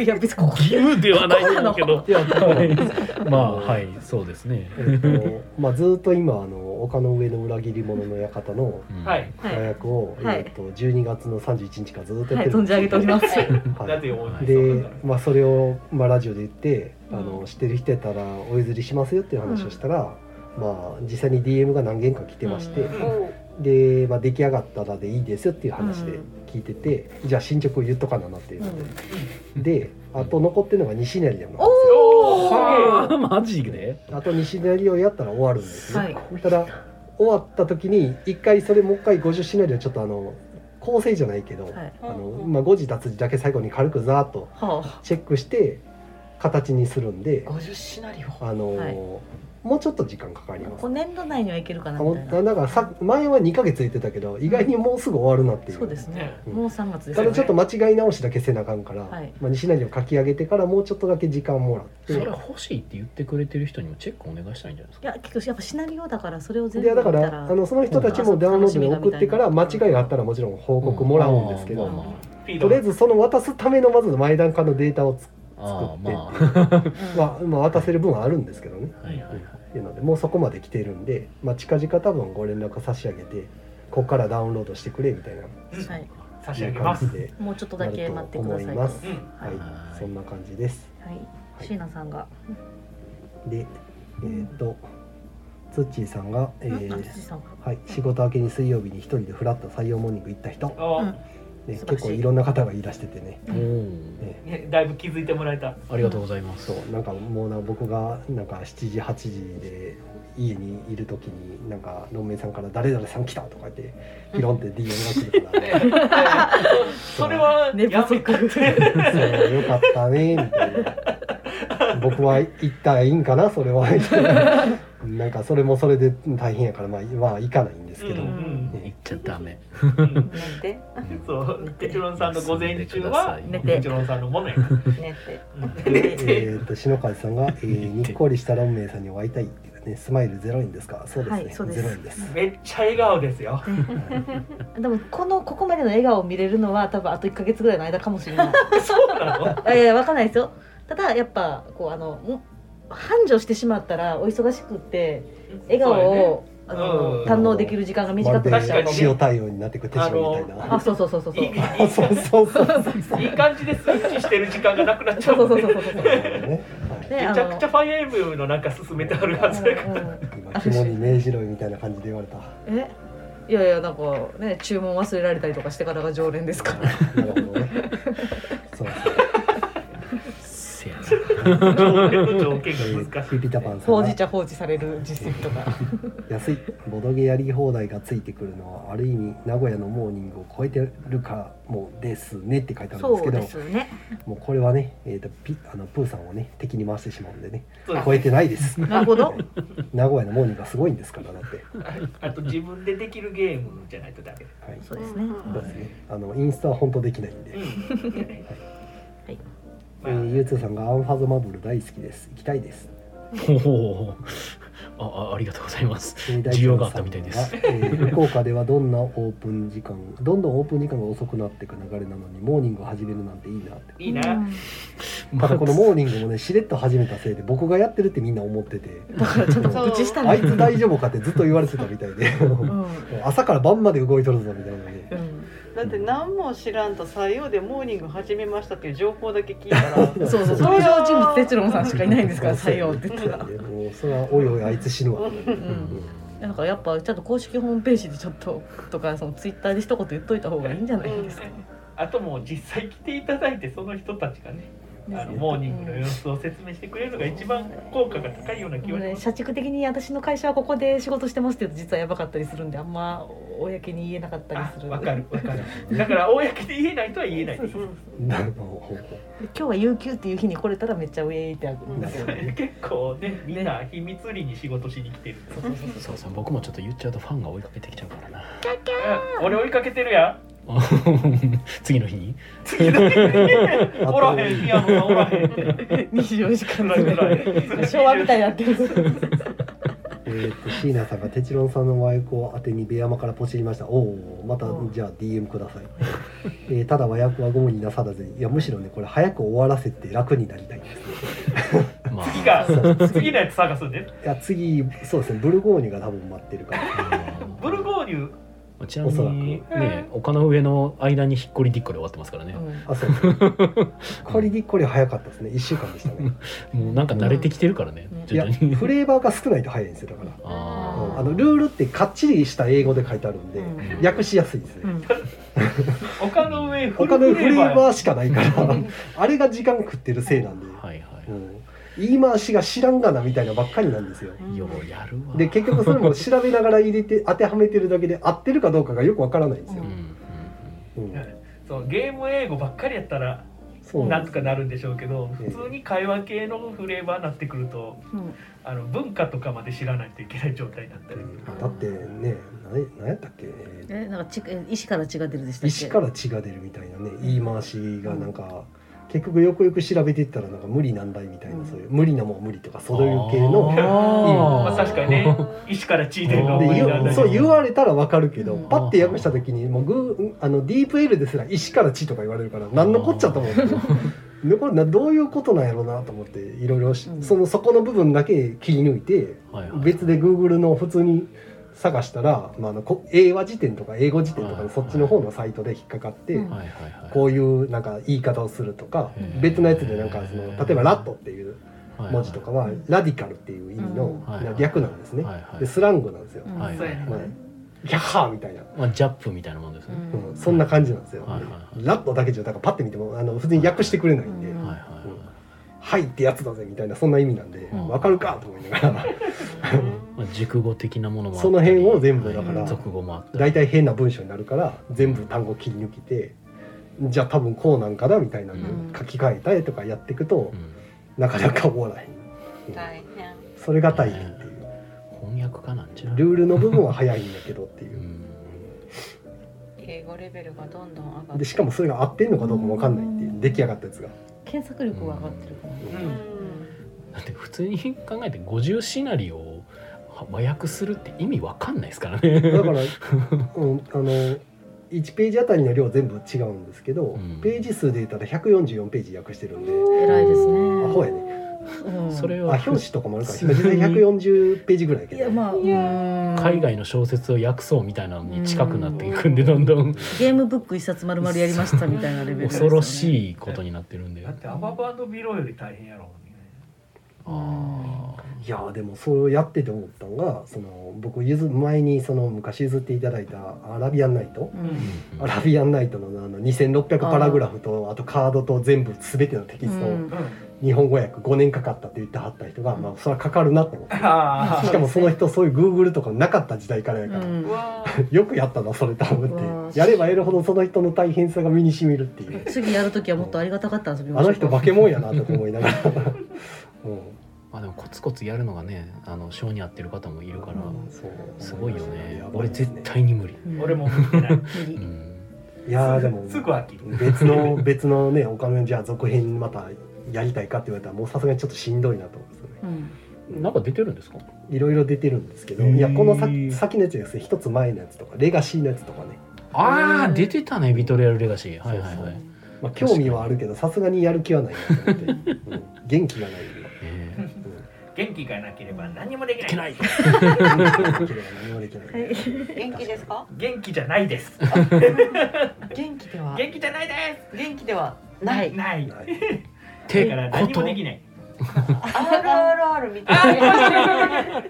Speaker 3: いや別 *laughs* にここ
Speaker 1: 義務ではない
Speaker 3: んだけど
Speaker 1: いやはい *laughs* まあはいそうですね、
Speaker 2: えっと
Speaker 3: *laughs*
Speaker 2: まあずっと今あの丘の上の裏切り者の館の
Speaker 1: うん
Speaker 4: はい
Speaker 2: 和
Speaker 3: はい
Speaker 2: 訳を、
Speaker 3: はい
Speaker 2: えっと12月の31日からずっとや
Speaker 3: は
Speaker 2: っ
Speaker 3: い
Speaker 2: てるん
Speaker 3: 存
Speaker 2: です
Speaker 3: じ上げております。
Speaker 2: はい
Speaker 4: なぜ思い
Speaker 2: で、まあ、それを、まあ、ラジオで言ってあの、知ってる人やったらお譲りしますよっていう話をしたら、まあ、実際に DM が何件か来てまして、
Speaker 4: うん
Speaker 2: で、まあ、出来上がったらでいいですよっていう話で
Speaker 3: うん
Speaker 2: 聞いてて、じゃあ進捗を言っとかななっていうので、で
Speaker 1: うん
Speaker 2: あと残ってるのが西成やの
Speaker 4: お
Speaker 1: は
Speaker 4: ー
Speaker 1: あ *laughs* マジで
Speaker 2: あと西成をやったら終わるんです、
Speaker 3: はい
Speaker 2: ただ終わった時に一回それもう一回50シナリオちょっとあの構成じゃないけど、
Speaker 3: はい。
Speaker 2: あのまあ、5時脱字だけ最後に軽くざーっと
Speaker 3: はあ。
Speaker 2: チェックして形にするんで、
Speaker 9: 50シナリオ
Speaker 2: あのー
Speaker 3: はい
Speaker 2: もうちょっと時間かかります
Speaker 3: こう。年度内にはいけるか
Speaker 2: あ
Speaker 3: なみ
Speaker 2: の
Speaker 3: たいな。
Speaker 2: だからさ前は2ヶ月言ってたけど意外にもうすぐ終わるなっていう,、
Speaker 3: そうですね。
Speaker 2: うん
Speaker 3: もう三月です
Speaker 2: た
Speaker 3: よ
Speaker 2: だ
Speaker 3: ね。
Speaker 2: ちょっと間違い直しだけせなあかんから、
Speaker 3: はい
Speaker 2: まあ、西成を書き上げてからもうちょっとだけ時間もらっ
Speaker 1: それ
Speaker 2: て
Speaker 1: 欲しいって言ってくれてる人にもチェックお願いしたいんじゃないです
Speaker 3: い
Speaker 1: か
Speaker 3: や結構やっぱシナリオだからそれを全
Speaker 2: で
Speaker 3: 部
Speaker 2: だか
Speaker 3: 見た
Speaker 2: ら
Speaker 3: ら
Speaker 2: あのその人たちもダウンロードで送ってから間違いがあったらもちろん報告もらうんですけど、
Speaker 1: まあまあま
Speaker 4: フィー
Speaker 2: と
Speaker 4: ド
Speaker 2: りあえずその渡すためのまず前段階のデータをつ、
Speaker 1: ああ
Speaker 2: 作って
Speaker 1: ま
Speaker 3: うん
Speaker 2: まあまあ、渡せる分はあるんですけどね。
Speaker 1: あはい
Speaker 2: *laughs*
Speaker 1: はいはい
Speaker 2: っていうのでもうそこまで来てるんで、まあ、近々多分ご連絡差し上げてここからダウンロードしてくれみたいな
Speaker 3: はい。
Speaker 4: 差し上げます
Speaker 2: で
Speaker 3: もうちょっとだけ待ってくださ
Speaker 2: な
Speaker 3: い
Speaker 2: ると
Speaker 3: と。
Speaker 2: 思います
Speaker 4: うん
Speaker 2: はい、
Speaker 1: はい
Speaker 2: そんな感じです
Speaker 3: はい。椎名さんが。
Speaker 2: でえっ、とツッチーさんが、え
Speaker 3: んあ
Speaker 2: ー
Speaker 3: 辻さんが。
Speaker 2: はい、仕事明けに水曜日に一人でフラッと採用モーニング行った人、
Speaker 4: あ
Speaker 3: うん
Speaker 2: ね、
Speaker 3: 素晴らしい
Speaker 2: 結構いろんな方が言い出しててね、
Speaker 1: おお
Speaker 2: ね
Speaker 4: ねだいぶ気づいてもらえた
Speaker 1: ありがとうございます
Speaker 2: そうなんかもうな僕がなんか7時8時で家にいる時になんか論明さんから「誰々さん来た!」とか言ってピロンって DM が来るから、ね、
Speaker 3: *laughs*
Speaker 4: それは
Speaker 3: 寝
Speaker 4: や
Speaker 3: 不
Speaker 4: め
Speaker 3: 足。
Speaker 2: そうよかったねみたいな僕は行ったらいいんかなそれ
Speaker 3: *laughs*
Speaker 2: はなんかそれもそれで大変やからまあ、まあ、行かないんですけど、
Speaker 3: *laughs*
Speaker 4: うんうん
Speaker 1: 言っちゃダメ
Speaker 4: うん
Speaker 9: 寝て
Speaker 4: そう哲郎さんの午前中は
Speaker 1: 寝
Speaker 3: て
Speaker 4: 哲郎さんのものや
Speaker 9: 寝て
Speaker 2: えー、と篠川さんが、えーにっこりしたロンメイさんにお会いたい」っていうね「スマイルゼロ円ですか?」そうですね、
Speaker 3: はいそうです
Speaker 2: ゼロ円です、
Speaker 4: めっちゃ笑顔ですよ
Speaker 3: でもこのここまでの笑顔を見れるのは多分あと1か月ぐらいの間かもし *laughs* れない
Speaker 4: そうなの
Speaker 3: いやいやわかんないですよただやっぱこうあのん繁盛してしまったらお忙しくって笑顔を、あの
Speaker 4: うん
Speaker 3: 堪能できる時間が
Speaker 2: ま
Speaker 3: 短
Speaker 2: る
Speaker 3: く
Speaker 2: で
Speaker 3: なっちゃうかも
Speaker 4: 確
Speaker 2: 塩対応になってくテシロみたいな、
Speaker 3: あそうそうそうそう
Speaker 4: そ
Speaker 3: そうう
Speaker 4: やねい
Speaker 2: あそうそうそうそう
Speaker 4: いいいい感じでスイッチしてる時間がなくなっちゃ
Speaker 3: そう
Speaker 4: う
Speaker 3: そう
Speaker 4: も
Speaker 3: そ
Speaker 4: ん
Speaker 3: う
Speaker 4: ね
Speaker 3: そ
Speaker 2: なるほどねはい
Speaker 3: うそうそうで
Speaker 4: *laughs* め
Speaker 3: あ
Speaker 4: ちゃく
Speaker 3: の
Speaker 4: ちゃファイアエムブレムのなんか進めてあるはずだから
Speaker 3: うんうん
Speaker 2: 今肝に銘じろよみたいな感じで言われた
Speaker 3: えいやいやなんかね注文忘れられたりとかしてからが常連ですから
Speaker 2: なるほどねそうそう
Speaker 1: せやな
Speaker 4: 条件の条件
Speaker 2: *laughs*
Speaker 4: が難し
Speaker 2: ピ
Speaker 4: い
Speaker 2: ピタパンさ
Speaker 3: ほ
Speaker 2: ん
Speaker 3: う
Speaker 2: が
Speaker 3: じ茶放置される実績とか
Speaker 2: 安いボドゲやり放題がついてくるのはある意味名古屋のモーニングを超えてるかもですねって書いてあるんですけど
Speaker 3: ね
Speaker 2: もうこれはね、えー、とピあのプーさんをね敵に回してしまうんでね
Speaker 4: そうです
Speaker 2: 超えてないです
Speaker 3: なるほど
Speaker 2: *laughs* 名古屋のモーニングがすごいんですからだって、
Speaker 4: あと自分でできるゲームじゃないとダメ
Speaker 2: はい、
Speaker 3: そうですね
Speaker 2: そうですねあのインスタは本当できないんで、
Speaker 4: うん
Speaker 2: えーゆうつーさんがアンファズマブル大好きです。行きたいです。
Speaker 9: ほうほうほうああありがとうございます
Speaker 2: えー
Speaker 9: 需要があったみたいです。
Speaker 2: 大ちゃんさんがえー福岡ではどんなオープン時間、どんどんオープン時間が遅くなっていく流れなのに、モーニングを始めるなんていいなって。
Speaker 4: いいな。
Speaker 2: ただこのモーニングもね、しれっと始めたせいで、僕がやってるってみんな思って
Speaker 9: *laughs*
Speaker 2: て、
Speaker 3: だからちょっと告知した
Speaker 2: あ
Speaker 3: の
Speaker 2: いつ大丈夫かってずっと言われてたみた
Speaker 9: *laughs*
Speaker 2: いで、
Speaker 3: うん
Speaker 2: 朝から晩まで動いとるぞみたいなね。
Speaker 3: うん
Speaker 5: だって何も知らんと採用でモーニング始めましたっていう情報だけ聞いたら
Speaker 3: そうそう登場人物テチロンさんしかいないんですから採用って言ってたら
Speaker 2: もうそれはおいおいあいつ死ぬわ。
Speaker 3: うんなんかやっぱちゃんと公式ホームページでちょっととかそのツイッターで一言言っといた方がいいんじゃないですか、
Speaker 4: あともう実際来ていただいてその人たちがねあのモーニングの様子を説明してくれるのが一番効果が高いような気
Speaker 3: も
Speaker 4: は
Speaker 3: う
Speaker 4: し
Speaker 3: ね
Speaker 4: ます
Speaker 3: 社畜的に私の会社はここで仕事してますって言うと実はやばかったりするんであんま公に言えなかったり
Speaker 4: あ
Speaker 3: するんで
Speaker 4: わかるわかるだから公で言えないとは言えない
Speaker 3: そう
Speaker 4: で
Speaker 3: そうそう
Speaker 2: なるほ
Speaker 3: 今日は有給っていう日に来れたらめっちゃ上行ってあげるんだ
Speaker 4: *laughs*
Speaker 3: けど、
Speaker 4: す結構ねみんな秘密裏に仕事しに来てる
Speaker 9: そうそう僕もちょっと言っちゃうとファンが追いかけてきちゃうからな *laughs*
Speaker 4: あ俺追いかけてるやん
Speaker 9: 次の日に
Speaker 4: 次の日
Speaker 2: ど。
Speaker 4: おらへんやもんおらへん
Speaker 3: 24時間
Speaker 4: 辛い辛い
Speaker 3: 昭和みたいになってる
Speaker 2: えー、と椎名さんがテチロンさんのワイクを当てにベアマからポチりましたおおまた
Speaker 3: うん
Speaker 2: じゃあ DM ください、えーただ和訳はゴムになさらずいやむしろねこれ早く終わらせて楽になりたいです
Speaker 9: まあ
Speaker 4: 次が次のやつ探すんで
Speaker 2: いや次そうですねブルゴーニュが多分待ってるから
Speaker 4: ブルゴーニュ
Speaker 9: まあちなみにね丘の上の間にひっこりでっこり終わってますからね、
Speaker 2: あそうですねこれにこれ早かったですね1週間でしたね
Speaker 9: もうなんか慣れてきてるからね、
Speaker 3: うん
Speaker 2: い
Speaker 9: 徐
Speaker 2: や
Speaker 9: 々に
Speaker 2: フレーバーが少ないと早いんですよだから
Speaker 9: あ
Speaker 2: うんあのルールってかっちりした英語で書いてあるんで、
Speaker 3: う
Speaker 2: 訳しやすいですね、
Speaker 4: 丘の上フル
Speaker 2: 他のフレー
Speaker 4: ー
Speaker 2: バーしかないからあれが時間食ってるせいなんで、
Speaker 9: あはいは
Speaker 2: うん言い回しが知らんがなみたいなばっかりなんですよ
Speaker 9: いようやるわ
Speaker 2: で結局それも調べながら入れて *laughs* 当てはめてるだけで合ってるかどうかがよくわからないんです
Speaker 9: う
Speaker 2: よ
Speaker 9: ん、うん
Speaker 2: うん
Speaker 4: そうゲーム英語ばっかりやったら
Speaker 2: そう
Speaker 4: な
Speaker 2: なんん
Speaker 4: と
Speaker 2: で
Speaker 4: かなるんでしょうけど
Speaker 2: ええ
Speaker 4: 普通に会話系のフレーバーになってくると
Speaker 3: うん
Speaker 4: あの文化とかまで知らないといけない状態になった
Speaker 2: す
Speaker 4: り
Speaker 2: よ、うんだってね何何やったっけ、えー
Speaker 3: えなんかちえ石から血が出るでしたっけ
Speaker 2: 石から血が出るみたいなね言い回しがなんか、結局よくよく調べていったらなんか無理難題みたいな、
Speaker 3: うん
Speaker 2: そういう無理なもん無理とかそういう系の
Speaker 4: *laughs* まあ確かにね石から血出るの
Speaker 2: で
Speaker 4: もいい
Speaker 2: 言
Speaker 4: な
Speaker 2: うそう言われたらわかるけど、
Speaker 3: うん
Speaker 2: パッて訳した時にもうグーあのディープエールですら石から地とか言われるから何のこっちゃと思ってでこれなどういうことなんやろうなと思っていろいろし
Speaker 3: うん
Speaker 2: そのそこの部分だけ切り抜いて
Speaker 9: はいはい
Speaker 2: 別で Google の普通に探したら、まあ、あのこ英和辞典とか英語辞典とか
Speaker 9: はい
Speaker 2: のそっちの方のサイトで引っかかって、
Speaker 3: うん
Speaker 9: はいはいはい
Speaker 2: こういうなんか言い方をするとか
Speaker 9: へー
Speaker 2: 別のやつでなんかその例えば「ラット」っていう
Speaker 9: はいはい
Speaker 2: 文字とかはラディカルっていう意味の
Speaker 9: うんはいはい
Speaker 2: 略なんですね
Speaker 9: はいはい
Speaker 2: でスラングなんですよ
Speaker 3: う。ん
Speaker 9: はいはいはい
Speaker 4: そう
Speaker 2: まあ
Speaker 4: やね
Speaker 2: ギャッハーみたいな、
Speaker 9: まあジャップみたいなもんですね、
Speaker 3: う
Speaker 2: うんん、そんな感じなんですよ、
Speaker 9: はいはいはい
Speaker 2: ラットだけじゃだからパッて見てもあの普通に訳してくれないんで「
Speaker 3: うん
Speaker 9: はいはいはい
Speaker 2: はい」ってやつだぜみたいなそんな意味なんで「
Speaker 9: ん
Speaker 2: わかるか」と思いながら
Speaker 9: まあ、熟語的なものもあったり
Speaker 2: その辺を全部だから
Speaker 9: はい俗語もあったり
Speaker 2: 大体変な文章になるから全部単語切り抜きてじゃあ多分こうなんかなみたいな
Speaker 3: うん
Speaker 2: の書き換えたりとかやっていくと
Speaker 9: う、ん
Speaker 2: なかなか終わらへん、
Speaker 5: 大変
Speaker 2: それが大変っていう
Speaker 9: 翻訳家なんじゃない
Speaker 2: ルールの部分は早いんだけどっていうう、
Speaker 9: ん
Speaker 5: 英語レベルがどんどん上がって
Speaker 2: でしかもそれが合ってんのかどうかもわかんないっていう出来上がったやつが
Speaker 3: 検索力が上がってるから、
Speaker 5: う
Speaker 4: うんん
Speaker 9: だって普通に考えて50シナリオを和訳するって意味わかんないですからね。
Speaker 2: だから、うん、あの1ページあたりの量全部違うんですけど、
Speaker 9: ん
Speaker 2: ページ数で言ったら144ページ訳してるんで、
Speaker 3: 偉いですね
Speaker 2: アホやね
Speaker 3: うん
Speaker 9: それ
Speaker 2: あ
Speaker 9: を
Speaker 2: 表紙とかもあるから実際140ページぐらいやけ
Speaker 3: い
Speaker 2: ど
Speaker 3: やまあうん
Speaker 9: 海外の小説を訳そうみたいなのに近くなっていくんでどんどん
Speaker 3: ゲームブック一冊丸々やりましたみたいなレベルですよ
Speaker 9: 恐
Speaker 3: ね
Speaker 9: ろしいことになってるんで
Speaker 4: だっ。てアババビロより大変やろ
Speaker 9: あ
Speaker 2: いやーでもそうやってて思ったのがその僕ゆず前にその昔譲っていただいた「アラビアンナイト」
Speaker 3: うん
Speaker 2: アラビアンナイト」のあの2600パラグラフとあとカードと全部全てのテキスト
Speaker 3: う
Speaker 2: を
Speaker 3: ん
Speaker 4: うん
Speaker 2: 日本語訳5年かかったって言ってはった人が、まあそれはかかるなと思って
Speaker 4: あ
Speaker 2: しかもその人そういうグーグルとかなかった時代からや
Speaker 3: う
Speaker 2: から、
Speaker 5: うん
Speaker 3: ん
Speaker 5: わ
Speaker 2: よくやったなそれと思
Speaker 3: わ
Speaker 2: っ
Speaker 3: あ
Speaker 2: てやればやるほどその人の大変さが身にしみるっていう
Speaker 3: 次やるときはもっとありがたかった遊びま
Speaker 2: あ
Speaker 3: しょ
Speaker 2: の
Speaker 3: う
Speaker 2: 人化け物やなとか思いながら、う
Speaker 9: まあでもコツコツやるのがねあの性に合ってる方もいるから
Speaker 2: ん、そう
Speaker 9: すごいよね
Speaker 2: やば
Speaker 9: 俺
Speaker 2: いです
Speaker 9: 絶対に無理。
Speaker 3: うん
Speaker 4: *laughs* 俺も見てな
Speaker 3: 無
Speaker 4: い
Speaker 9: う
Speaker 3: 理
Speaker 9: ん
Speaker 2: いやーでも
Speaker 4: すぐ飽きる
Speaker 2: 別の別のねお金じゃあ続編またやりたいかって言われたらもうさすがにちょっとしんどいなと思うんですよね
Speaker 3: うん
Speaker 9: なんか出てるんですか
Speaker 2: いろいろ出てるんですけど
Speaker 9: へー
Speaker 2: いやこのさ先のやつですね一つ前のやつとかレガシーのやつとかね、
Speaker 9: ああ出てたねビトレアルレガシーはいはい
Speaker 2: そう
Speaker 9: は
Speaker 2: そ
Speaker 9: いう
Speaker 2: まあ、興味はあるけどさすがにやる気はないなと思って、うん元気がないんで
Speaker 9: えー
Speaker 4: 元気がなければ何もできない
Speaker 2: 元気が何もできない
Speaker 3: はい
Speaker 5: 元気ですか
Speaker 4: 元気じゃないです
Speaker 5: 元気では
Speaker 4: *laughs* 元気じゃないで
Speaker 5: 元気では
Speaker 3: ない
Speaker 4: すないだ
Speaker 2: はい
Speaker 9: て
Speaker 4: から
Speaker 9: こ
Speaker 4: 何も
Speaker 9: と
Speaker 4: できない
Speaker 5: RRR みたいな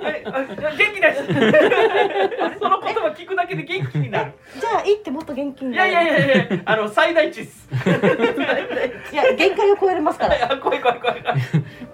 Speaker 4: えあ元気ですその言葉聞くだけで元気になる
Speaker 3: じゃあ行ってもっと元気
Speaker 4: い
Speaker 3: にな
Speaker 4: や
Speaker 3: る
Speaker 4: いやいやいやあの最大値っす
Speaker 3: いや限界を超えれますから
Speaker 4: あ怖い怖い怖い怖い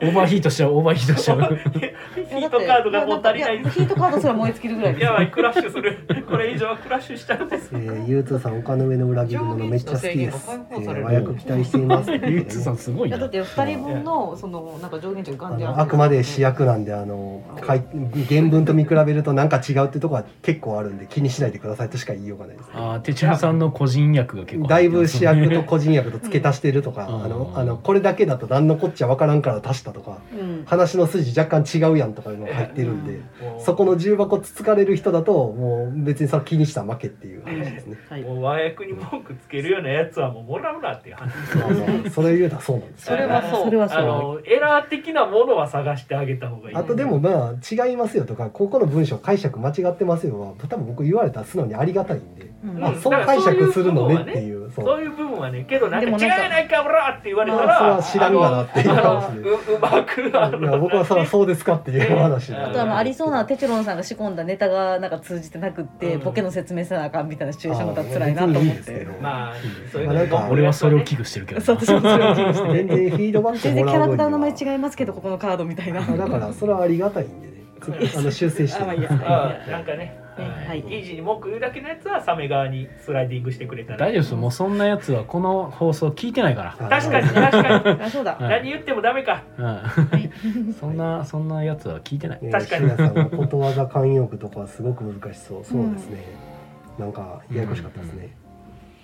Speaker 9: オーバーヒートしちゃうオーバーヒートし *laughs* ちゃう
Speaker 4: ヒートカードがもう足りない
Speaker 3: やヒートカードすら燃え尽きるぐらいです
Speaker 4: やばいクラッシュするこれ以上はクラッシュしちゃうんです
Speaker 2: えー、ゆうつーさん丘の上の裏切り者めっちゃ好きです。え
Speaker 5: 上限値の制限が解放さ
Speaker 2: ー、
Speaker 5: れる
Speaker 2: 和訳期待しています。
Speaker 9: *laughs* ゆうつさんすごい
Speaker 3: いや
Speaker 9: な
Speaker 3: だって二人分のそのなんか上限値が
Speaker 2: あ
Speaker 3: ガンって
Speaker 2: のあくまで主役なんであのかい原文と見比べるとなんか違うってとこは結構あるんで気にしないでくださいとしか言いようがないです。
Speaker 9: ああ手順さんの個人役が結構
Speaker 2: だ
Speaker 9: 入
Speaker 2: い
Speaker 9: ってま
Speaker 2: ぶ
Speaker 9: す
Speaker 2: 主
Speaker 9: ね
Speaker 2: 役と個人役と付け足してるとか、
Speaker 9: うん
Speaker 2: あの
Speaker 9: うん
Speaker 2: あのこれだけだと何のこっちゃわからんから足したとか、
Speaker 3: うん
Speaker 2: 話の筋若干違うやんとかいうのが入ってるんで、そこの重箱つつかれる人だともう別にそれ気にしたら負けっていう話ですね。
Speaker 3: はい
Speaker 4: もう和訳に文句つけるようなやつはもうもらうなっていう話
Speaker 2: まあま *laughs* あそれを言うたらそうなんですよ
Speaker 5: それはそう
Speaker 3: それは
Speaker 4: あ
Speaker 3: そう
Speaker 4: のエラー的なものは探してあげた方がいい
Speaker 2: あとでもまあ違いますよとかここの文章解釈間違ってますよは多分僕言われたら素直にありがたいんで、
Speaker 3: うん
Speaker 2: あそう解釈するのねっていうそう
Speaker 4: そういう部分はねけどなんか
Speaker 3: でも
Speaker 4: 違い
Speaker 3: なんか
Speaker 4: ないかもらって言われたら、
Speaker 2: まあそれは知らんがなっていう
Speaker 4: あの
Speaker 2: 話
Speaker 4: う
Speaker 2: で
Speaker 4: うまくあ
Speaker 2: いや僕はそれはそうですかっていう話で
Speaker 4: あ
Speaker 3: あとはまあありそうなテチロンさんが仕込んだネタがなんか通じてなくって
Speaker 4: うん
Speaker 3: ボケの説明せなあかんみたいなシチュエーションだったら辛いなと
Speaker 2: 別にい
Speaker 3: 思
Speaker 2: い
Speaker 3: っ
Speaker 2: ですけ
Speaker 3: て
Speaker 2: ど
Speaker 4: まあそういう
Speaker 2: まあなんか
Speaker 9: 俺はそれを危惧してるけど
Speaker 3: そう私もそれを気にして
Speaker 2: 全然フィードバック
Speaker 3: 全
Speaker 2: も
Speaker 3: 然
Speaker 2: ら
Speaker 3: キャ
Speaker 2: う分
Speaker 3: ラク
Speaker 2: に
Speaker 3: ター
Speaker 2: は
Speaker 3: の名前違いますけどここのカードみたいな
Speaker 2: あだからそれはありがたいんでねあの修正して
Speaker 3: あまあいいや
Speaker 4: あなんかね、
Speaker 3: はい
Speaker 4: イージーに文句言うだけのやつはサメ側にスライディングしてくれたら
Speaker 9: 大丈夫ですもうそんなやつはこの放送聞いてないか
Speaker 4: 確かに確かに
Speaker 3: あそうだ
Speaker 9: は
Speaker 4: 何言ってもダメか、
Speaker 9: ら、うん、 *laughs* そんなそんなやつは聞いてない
Speaker 2: ね
Speaker 4: 確かに
Speaker 2: 椎名さんのことわざ慣用句とかはすごく難しそうそうですね、なんかややこしかったですね、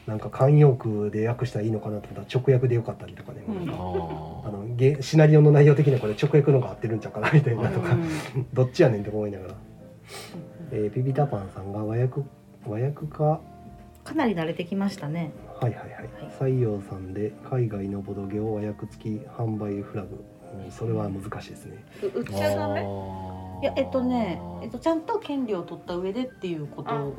Speaker 2: なんか慣用句で訳したらいいのかなと思ったら直訳でよかったりとかね、
Speaker 5: うん
Speaker 9: あ
Speaker 2: あ
Speaker 9: ー
Speaker 2: のげシナリオの内容的にはこれ直訳の方が合ってるんちゃうかなみたいなとか、 *laughs* どっちやねんって思いながら、えーピピタパンさんが和訳和訳か
Speaker 3: *laughs* かなり慣れてきましたね
Speaker 2: はいはいはい、採用さんで海外のボドゲを和訳付き販売フラグ、うんそれは難しいですね
Speaker 5: ううっちゃダメ
Speaker 3: いやえっとね、えっと、ちゃんと権利を取った上でっていうこと
Speaker 5: あ
Speaker 3: を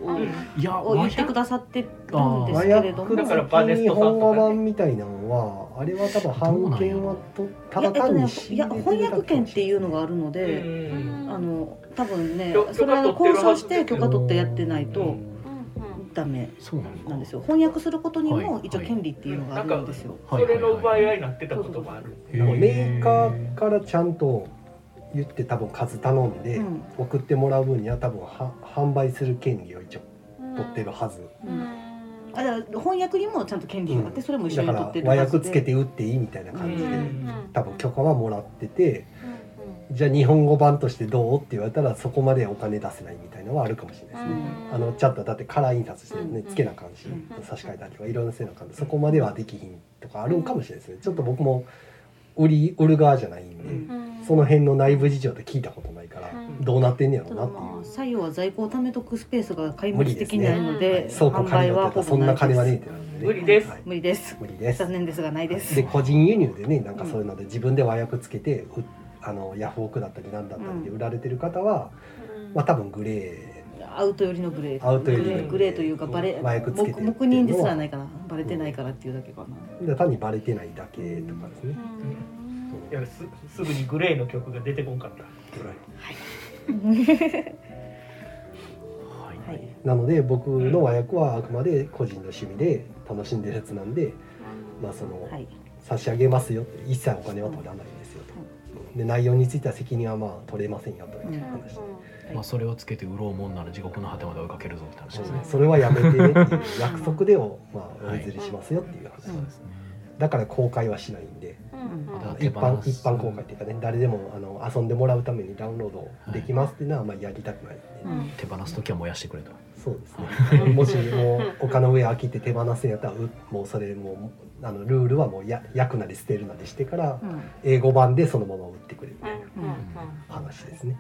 Speaker 9: いや
Speaker 3: を言ってくださってるんです
Speaker 2: 和
Speaker 3: けれど
Speaker 2: 訳
Speaker 3: も
Speaker 4: だから
Speaker 2: 付
Speaker 4: バネ
Speaker 2: き
Speaker 4: ス
Speaker 2: 日
Speaker 4: トさ
Speaker 2: 本
Speaker 4: んと
Speaker 2: 語
Speaker 4: かね
Speaker 2: 版みたいなのはあれは多分版権はとた
Speaker 3: いや
Speaker 2: だ
Speaker 3: えっと
Speaker 2: 単
Speaker 3: ね
Speaker 2: に仕
Speaker 3: い
Speaker 2: 入れ
Speaker 3: や
Speaker 2: てる
Speaker 3: 翻訳権っていうのがあるの
Speaker 4: う
Speaker 3: で、
Speaker 4: ん
Speaker 3: あの多分ね
Speaker 4: 許可
Speaker 3: それはあの
Speaker 4: 取って
Speaker 3: 交
Speaker 4: る
Speaker 3: 渉
Speaker 4: はず
Speaker 3: して許可取ってやってないと
Speaker 5: うんうん
Speaker 3: ダメ
Speaker 9: そうなのか
Speaker 3: なんですよ翻訳することに
Speaker 9: は
Speaker 3: も
Speaker 9: い
Speaker 3: 一応権利っていうのがあるんですよ、
Speaker 9: は
Speaker 4: そ
Speaker 9: いはい
Speaker 4: れの奪い合いになってたこともある、
Speaker 9: へ
Speaker 2: なんかメーカーからちゃんと言って多分数頼んで
Speaker 3: うん
Speaker 2: 送ってもらう分には多分は販売する権利を一応取ってるはず
Speaker 5: うん
Speaker 3: あだから翻訳にもちゃんと権利があって、それも一緒
Speaker 2: だ
Speaker 3: に
Speaker 2: か
Speaker 3: 取
Speaker 2: ら
Speaker 3: ってる
Speaker 2: 和
Speaker 3: はず
Speaker 2: 訳
Speaker 3: で
Speaker 2: つけて打っていいみたいな感じ
Speaker 5: う
Speaker 2: で
Speaker 5: ん
Speaker 2: 多分許可はもらってて
Speaker 5: う
Speaker 2: じゃあ日本語版としてどうって言われたらそこまでお金出せないみたいのはあるかもしれないですね。
Speaker 5: ん
Speaker 2: あのチャットだってカラー印刷してるね
Speaker 5: うん
Speaker 2: つけなあかんし
Speaker 5: うん
Speaker 2: 差し替えたりとかいろんなせなあかんでそこまではできひんとかあるんかもしれないですねちょっと僕も売り売る側じゃないんで、
Speaker 5: うん
Speaker 2: その辺の内部事情って聞いたことないから、
Speaker 5: うん
Speaker 2: どうなってんねやろ
Speaker 3: た
Speaker 2: う
Speaker 3: だ
Speaker 2: なっていう、
Speaker 3: まあ採用は在庫を貯めとくスペースが壊滅的にないの
Speaker 5: 無理
Speaker 3: で
Speaker 5: で
Speaker 2: 倉庫
Speaker 3: 販
Speaker 2: 借
Speaker 3: 売
Speaker 2: りよう
Speaker 3: は
Speaker 2: って言っ
Speaker 3: ほ
Speaker 2: たらそ
Speaker 3: ぼ
Speaker 2: ん
Speaker 3: な
Speaker 2: ない金はねえってなる
Speaker 3: です
Speaker 2: んでね
Speaker 4: 無理です
Speaker 2: はい
Speaker 3: 無理です
Speaker 2: 無理です
Speaker 3: 残念ですがないです
Speaker 2: で個人輸入でねなんかそういうので自分で和訳つけて、うあのヤフオクだったりなんだったりで売られてる方は、まあ多分グレ
Speaker 3: アウト寄りのグレー
Speaker 2: アウト寄りのグレー
Speaker 3: グレーというかバレ
Speaker 2: 和訳つけてるっていうのは
Speaker 3: 黙黙認ですらないかなバレてないからっていうだけかな
Speaker 2: ーで単にバレてないだけとかですね、
Speaker 4: いやすすぐにグレーの曲が出てこんかった
Speaker 9: はい
Speaker 3: はい
Speaker 2: なので僕の和訳はあくまで個人の趣味で楽しんでるやつなんで、まあその
Speaker 3: はい
Speaker 2: 差し上げますよって一切お金は取らないですよと、で内容については責任はまあ取れませんよという話です、
Speaker 9: まあ、それをつけて売ろうもんなら地獄の果てまで追いかけるぞって話ですね、
Speaker 2: それはやめてねっていう約束でをまあお譲りしますよっていう話、
Speaker 9: そうですね
Speaker 2: だから公開はしないんで、
Speaker 5: う
Speaker 9: うんうん
Speaker 1: あ
Speaker 2: 一
Speaker 1: 手
Speaker 2: 般
Speaker 1: 放
Speaker 2: 一
Speaker 1: す
Speaker 2: 般公開っていうかね誰でもあの遊んでもらうためにダウンロードできますっていうのはあんまりやりたくないんで、
Speaker 9: うん
Speaker 1: 手放す時は燃やしてくれと
Speaker 2: そうですね *laughs* もしもう丘の上飽きて手放せんやったらうもうそれもうあのルールはもうや焼くなり捨てるなりしてから
Speaker 9: うん
Speaker 2: 英語版でそのまま売ってくれる
Speaker 9: うんうん
Speaker 2: 話ですね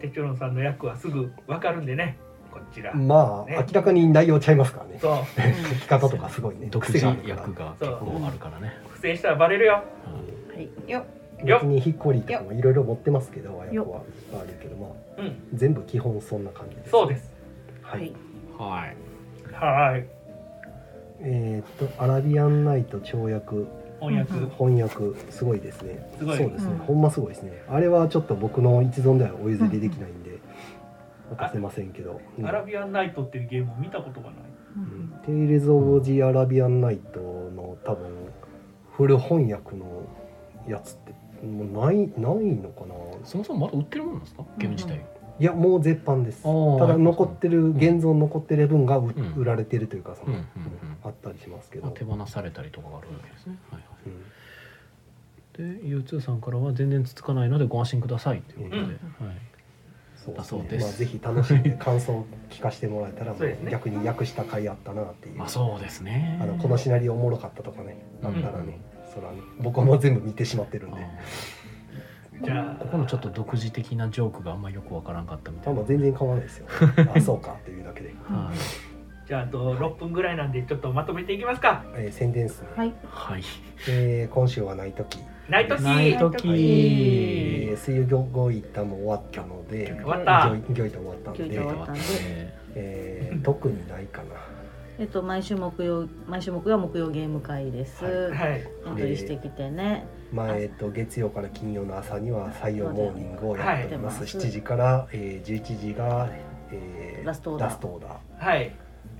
Speaker 4: テチョロンさんの役はすぐ分かるんでねこちら、
Speaker 2: まあ明らかに内容ちゃいますからね
Speaker 4: そう
Speaker 2: 書き方とかすごいね
Speaker 1: 独
Speaker 2: 癖
Speaker 1: 自
Speaker 2: があるから
Speaker 1: 役が結構あるからね
Speaker 4: 苦戦したらバレるよよっ
Speaker 2: 別にヒッコリとかもいろいろ持ってますけど親子はいっぱいあるけどまあ
Speaker 4: うん
Speaker 2: 全部基本そんな感じです
Speaker 4: そうです
Speaker 2: はい
Speaker 1: はい
Speaker 4: はーい
Speaker 2: えーっと「アラビアンナイト跳躍
Speaker 4: 翻訳、
Speaker 2: 翻訳」すごいですね
Speaker 4: すごい
Speaker 2: そうですね、
Speaker 9: うん
Speaker 2: ほんますごいですねあれはちょっと僕の一存ではお譲りできないんで渡せませんけど「
Speaker 4: アラビアンナイトっていうゲームを見たことがない
Speaker 2: テイルズ・オブ・ジ・アラビアン・ナイト」の多分フル翻訳のやつってもうないないのかな
Speaker 1: そもそもまだ売ってるもんなんですかゲーム自体
Speaker 2: いやもう絶版です
Speaker 1: あー
Speaker 2: ただ残ってる
Speaker 1: ん
Speaker 2: 現存残ってる分が売
Speaker 1: ん
Speaker 2: 売られてるというかその
Speaker 1: うんうんうん
Speaker 2: あったりしますけ
Speaker 1: まあ
Speaker 2: ど
Speaker 1: 手放されたりとかがあるわけですねはいはい
Speaker 2: うん
Speaker 1: で U2 さんからは全然つつかないのでご安心くださいということで、
Speaker 4: うん
Speaker 1: はい、
Speaker 2: そう
Speaker 1: だ
Speaker 2: です
Speaker 1: そう
Speaker 2: ね
Speaker 1: です
Speaker 2: まあぜひ楽しんで感想を聞かせてもら
Speaker 1: *laughs*
Speaker 2: えたら
Speaker 4: そうですね
Speaker 2: 逆に訳した回あったなっていう
Speaker 1: まあそうですね
Speaker 2: あのこのシナリオおもろかったとかねあったらね、そらね僕はもう全部見てしまってるんで
Speaker 4: じゃあ
Speaker 1: ここのちょっと独自的なジョークがあんまよくわからんかったみた
Speaker 2: ま
Speaker 1: いな、
Speaker 2: あまあ全然構わないです
Speaker 3: *laughs*
Speaker 2: よあそうかっていうだけで、
Speaker 1: はい
Speaker 4: じゃああと6分ぐらいなんでちょっとまとめていきますか
Speaker 2: えー宣伝ですね、
Speaker 3: はい
Speaker 1: はい
Speaker 2: えー今週はない時、
Speaker 4: ナイトシー
Speaker 1: ない
Speaker 4: 終
Speaker 1: 時
Speaker 2: えー、水曜ごいたも終わったので
Speaker 4: わった
Speaker 2: ギョイタ終わったん
Speaker 3: ギョイタ終
Speaker 2: で
Speaker 3: わ、ったんで
Speaker 2: えー特にないかな
Speaker 3: えっと毎週木曜毎週木曜は木曜ゲーム会です。
Speaker 4: はい
Speaker 3: エントリーしてきてね。
Speaker 2: まあ
Speaker 3: あ
Speaker 2: えっと月曜から金曜の朝には採用モーニングをやっております、
Speaker 3: はい
Speaker 2: 7時から、えー、11時が、え
Speaker 3: ラストオーダー
Speaker 2: ーダー
Speaker 4: はい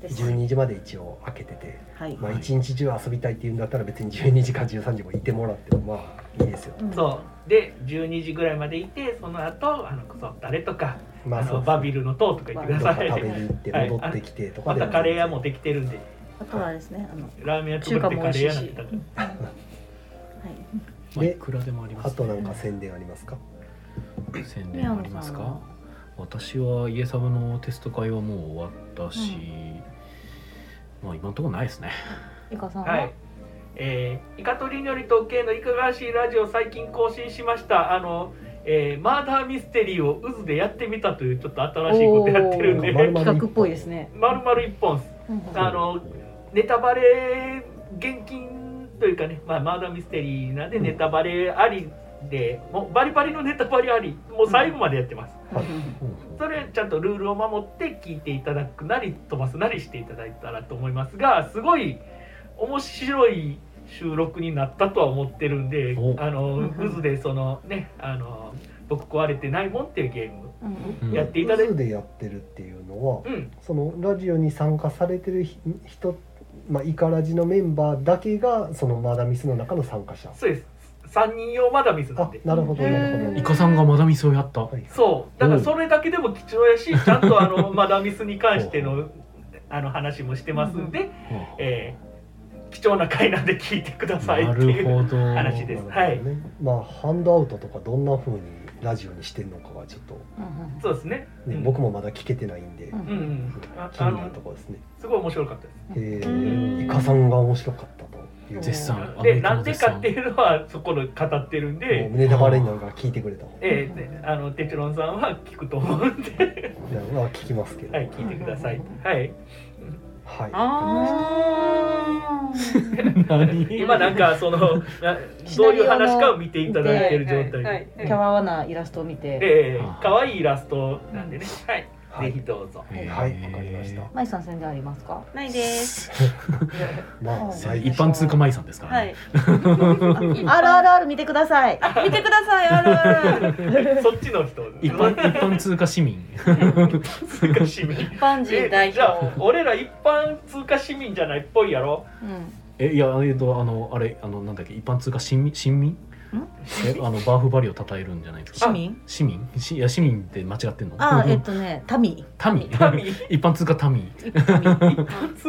Speaker 3: です
Speaker 2: 12時まで一応開けてて、
Speaker 3: はい。
Speaker 2: まあ、
Speaker 1: はい
Speaker 2: 一日中遊びたいっていうんだったら別に12時から13時もいてもらってもまあいいですよ、
Speaker 4: そうで12時ぐらいまでいてその後あのクソったれとか、
Speaker 2: ま
Speaker 4: あ
Speaker 2: あ
Speaker 4: の
Speaker 2: そう
Speaker 4: バビルの塔とか言ってく
Speaker 2: と
Speaker 4: ださ
Speaker 2: か
Speaker 4: い
Speaker 2: 食べに行って
Speaker 4: はい
Speaker 2: 戻ってきてとか
Speaker 4: ま
Speaker 2: で
Speaker 4: たカレー屋もできてるんで
Speaker 3: あとはですねあのは
Speaker 4: ラーメン屋作ってカレー屋なんて言ったから
Speaker 3: い。
Speaker 1: まあ、
Speaker 2: で
Speaker 1: いくらでもありま
Speaker 2: あ
Speaker 1: す、
Speaker 2: となんか宣伝ありますか
Speaker 1: 宣伝ありますか私は家サブのテスト会はもう終わったし、まあ今のところないですね
Speaker 3: ゆかさんは、
Speaker 4: はい。えー、イカとりにより統計のいかがわしいラジオ最近更新しました。あの、えー、マーダーミステリーを渦でやってみたというちょっと新しいことやってるん
Speaker 2: おー
Speaker 4: で、
Speaker 3: 企画っぽいですね。
Speaker 4: まるまる一本っす。あの、ネタバレ厳禁というかね、まあ、マーダーミステリーなんでネタバレありで、もうバリバリのネタバレあり、もう最後までやってます。それちゃんとルールを守って聞いていただくなり飛ばすなりしていただいたらと思いますがすごい面白い収録になったとは思ってるんで
Speaker 1: お
Speaker 4: あの
Speaker 3: うんうん
Speaker 4: 渦でそのねあの僕壊れてないもんっていうゲーム
Speaker 3: うん
Speaker 1: うん
Speaker 4: やっていただいて
Speaker 2: 渦でやってるっていうのは
Speaker 4: うん
Speaker 2: そのラジオに参加されてるひ人まあイカラジのメンバーだけがそのマダミスの中の参加者
Speaker 4: そうです3人用まだ水なん
Speaker 2: あ
Speaker 4: で
Speaker 2: なるほどなるほど
Speaker 1: イカさんがマダミスをやった、
Speaker 2: はい
Speaker 4: そうだからそれだけでも貴重やしちゃんとあのマダミスに関してのあの話もしてますんで、えー貴重な回なんで聞いてください
Speaker 1: な
Speaker 4: ってい
Speaker 1: る
Speaker 4: う
Speaker 1: ほど
Speaker 4: 話ですは
Speaker 2: なる
Speaker 4: い
Speaker 2: ほどねまあハンドアウトとかどんな風にラジオにしてるのかはちょっと、
Speaker 4: そうですね
Speaker 2: ね
Speaker 4: うん
Speaker 2: 僕もまだ聞けてないんで、
Speaker 4: うんうんあ
Speaker 2: 気
Speaker 4: あ
Speaker 2: にな
Speaker 4: の
Speaker 2: るところですね。
Speaker 4: すごい面白かったです
Speaker 2: えー、イカさんが面白かったという。
Speaker 1: 絶賛
Speaker 4: で、
Speaker 1: ア
Speaker 4: な
Speaker 1: メ
Speaker 4: ん
Speaker 1: リカの
Speaker 4: で
Speaker 1: 絶賛
Speaker 4: かっていうのは、そこの語ってるん
Speaker 2: もう
Speaker 4: で。
Speaker 2: 胸だばれになんか聞いてくれた。い
Speaker 4: ええであの、テチロンさんは聞くと思うんで、
Speaker 2: や、まあ、聞きますけど。
Speaker 4: はい、聞いてください。はい、
Speaker 2: はい。
Speaker 9: あ
Speaker 4: 今なんか、その、などういう話かを見ていただいてる状
Speaker 9: ーはい
Speaker 4: 態。
Speaker 9: は
Speaker 3: キ
Speaker 9: い
Speaker 3: ャワワなイラストを見て、
Speaker 4: ええ
Speaker 1: あー
Speaker 4: 可愛いイラストなんでね、は、
Speaker 2: はいい
Speaker 4: ぜひどうぞ。
Speaker 1: えー
Speaker 2: はい、わかりました。
Speaker 3: まいさん宣伝ありますか？
Speaker 9: ないです。
Speaker 2: まあ、
Speaker 3: は
Speaker 2: 最
Speaker 1: 一般通貨マイさんですから、ね
Speaker 9: はい。
Speaker 3: あるあるある見てください。
Speaker 9: 見てください、ある。
Speaker 4: そっちの人、
Speaker 1: 一般一般通貨市民
Speaker 4: 通貨市民。
Speaker 9: 一般人代
Speaker 4: えじゃあ
Speaker 9: 表。
Speaker 4: 俺ら一般通貨市民じゃないっぽいやろ
Speaker 1: えいやえっとあのあれあのなんだっけ一般通貨新民新民えあのバーフバリを称えるんじゃないです
Speaker 3: 市
Speaker 1: か
Speaker 3: 民？
Speaker 1: 市民しいや市民って間違ってんの *laughs*
Speaker 3: あ、えっとね、民、
Speaker 1: 民
Speaker 4: 民
Speaker 1: *laughs* 一般通貨民
Speaker 4: 通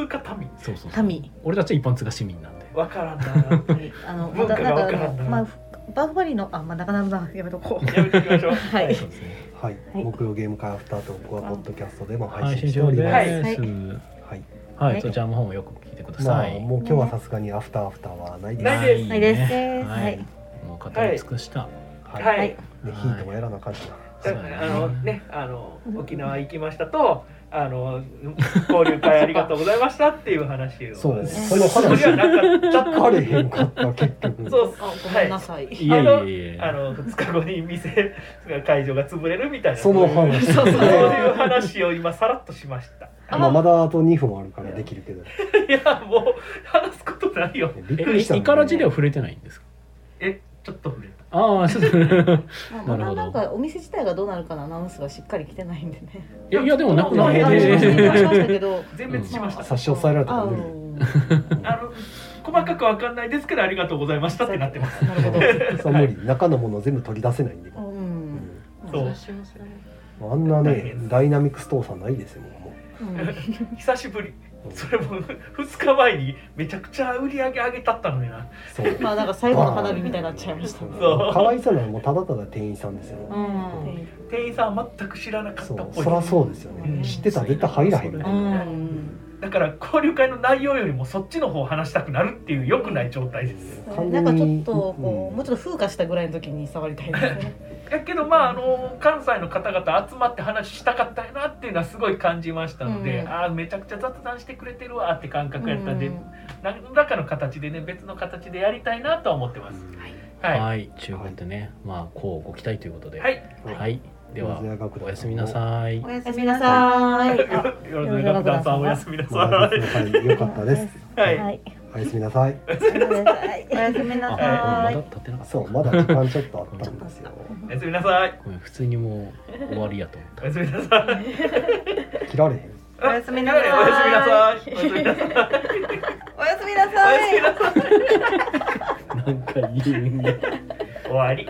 Speaker 4: 貨民
Speaker 1: そうそうそう
Speaker 3: 民、
Speaker 1: 俺たちは一般通貨市民なんで
Speaker 4: わからんな。
Speaker 3: あの
Speaker 4: 文化がわからんな
Speaker 3: まあバフバリのあまあなかなかなやめとこう。
Speaker 4: やめていきましょう。
Speaker 3: はい。
Speaker 1: そうですね
Speaker 2: はい、
Speaker 3: はい
Speaker 2: 木曜ゲーム会アフタートークはポッドキャストでも配
Speaker 1: 配
Speaker 2: 信
Speaker 1: 信
Speaker 2: して
Speaker 1: 中
Speaker 2: おり
Speaker 1: で
Speaker 2: ます。
Speaker 1: す。
Speaker 2: は、
Speaker 1: はいい、
Speaker 3: はい
Speaker 1: そちらの方もよく聞いてくだ
Speaker 2: ま
Speaker 1: さ
Speaker 2: あ
Speaker 1: い。
Speaker 2: もう今日はさすがにアフターアフターはないです。
Speaker 4: ないです
Speaker 3: ないです
Speaker 1: ねは
Speaker 3: はい
Speaker 1: い。もう語り尽くした。
Speaker 2: はい、
Speaker 4: はいい。
Speaker 2: でヒートもやらなあかんしな。
Speaker 1: そ
Speaker 4: だ
Speaker 1: う
Speaker 4: か
Speaker 1: だね
Speaker 4: らあのね、あの沖縄行きましたと、あの交流会ありがとうございましたっていう話を。
Speaker 2: そう、そ
Speaker 4: そ
Speaker 2: の
Speaker 4: れは
Speaker 2: 話
Speaker 4: なんかちょっ
Speaker 2: かれへんかった結局。
Speaker 4: と。そう
Speaker 11: あ
Speaker 4: っす、
Speaker 11: ご
Speaker 4: は
Speaker 11: め
Speaker 4: い
Speaker 11: んな。さい。
Speaker 1: いやいやい
Speaker 4: あ
Speaker 1: や。
Speaker 4: の2日後に店が会場が潰れるみたいな
Speaker 2: その話。
Speaker 4: そうそういう話を今さらっとしました
Speaker 2: まあまだあと2分あるからできるけど。
Speaker 4: いやもう話すことないよ
Speaker 2: びっく
Speaker 1: え、
Speaker 2: りした。
Speaker 1: イカラジでは触れてないんですか。
Speaker 4: えちょっと触れた
Speaker 1: ああ、そうですね。
Speaker 3: ま
Speaker 1: な
Speaker 3: あま
Speaker 1: るほど
Speaker 3: だなんかお店自体がどうなるかのアナウンスがしっかり来てないんでね。
Speaker 1: いやいやでもなくなっ
Speaker 4: え
Speaker 1: て
Speaker 3: *laughs*
Speaker 4: え
Speaker 3: あの
Speaker 4: ええ
Speaker 3: 心配しました
Speaker 1: る。
Speaker 3: けど。
Speaker 4: 全滅しました、
Speaker 2: 差し押さえられたら
Speaker 3: あ
Speaker 2: 無理。
Speaker 3: うん
Speaker 4: あの細かくわかんないですけどありがとうございましたってなってます
Speaker 3: なるほど。
Speaker 2: そう無理。中のもの全部取り出せないんで。
Speaker 3: う。
Speaker 2: うんん
Speaker 4: そう
Speaker 2: あんな
Speaker 4: 大
Speaker 2: ね
Speaker 4: 変
Speaker 2: ダイナミクストーさんないですよもう。も
Speaker 3: うん
Speaker 4: 久しぶり
Speaker 2: う
Speaker 4: それも2日前にめちゃくちゃ売り上げ上げたったのにな
Speaker 2: そう。
Speaker 3: まあなんか最後の花火みたいになっちゃいましたね。
Speaker 4: そう
Speaker 2: かわいそうなのはもうただただ店員さんですよ。
Speaker 3: うん
Speaker 4: 店員さんは全く知らなかった
Speaker 2: そ
Speaker 4: っ
Speaker 2: う、
Speaker 4: ぽい
Speaker 2: そらそうですよ
Speaker 4: う
Speaker 2: ね。
Speaker 4: ん
Speaker 2: 知ってたら絶対入らへんみたいな。
Speaker 3: うん
Speaker 4: だから交流会の内容よりもそっちの方を話したくなるっていう良くない状態です
Speaker 2: 完
Speaker 3: な
Speaker 2: 全
Speaker 3: ん
Speaker 2: に
Speaker 3: かちょっとこ
Speaker 2: う
Speaker 3: うんもうちょっと風化したぐらいの時に触りたいですね。
Speaker 4: やけどまああの関西の方々集まって話したかったよなっていうのはすごい感じましたので、
Speaker 3: うん
Speaker 4: ああめちゃくちゃ雑談してくれてるわって感覚やったんで、
Speaker 3: うん
Speaker 4: 何らかの形でね別の形でやりたいなとは思ってます。はい、はい
Speaker 1: はい、中国でね、まあ、こうご期待ということで。
Speaker 2: は。
Speaker 1: はいい、では
Speaker 2: 水谷学、団
Speaker 1: おやすみなさい
Speaker 9: お。やす
Speaker 3: おやす
Speaker 9: み
Speaker 3: みな
Speaker 9: なさい。
Speaker 3: さい。
Speaker 4: よろずや楽団さんおやすみなさい。
Speaker 2: はい、よかったです。
Speaker 4: はい、
Speaker 3: はい。
Speaker 2: おやすみなさい。
Speaker 9: おやすみな
Speaker 1: あ、これ
Speaker 9: さ
Speaker 1: ま
Speaker 9: い
Speaker 1: だ。立ってなかった。
Speaker 2: そう、まだ時間ちょっとあったんですよ。
Speaker 4: おやすみなさい。
Speaker 1: ごめん、普通にもう終わりやと思っ
Speaker 4: おやすみなさい。
Speaker 2: 切られへん。
Speaker 9: おやすみな
Speaker 4: おや
Speaker 9: さ
Speaker 4: すみなさい。おやすみなさい。
Speaker 9: おやすみな
Speaker 4: お
Speaker 9: さ
Speaker 4: やすみ
Speaker 9: い。
Speaker 4: なさい。
Speaker 1: *laughs* た。なんか言うんや。
Speaker 4: 終わり。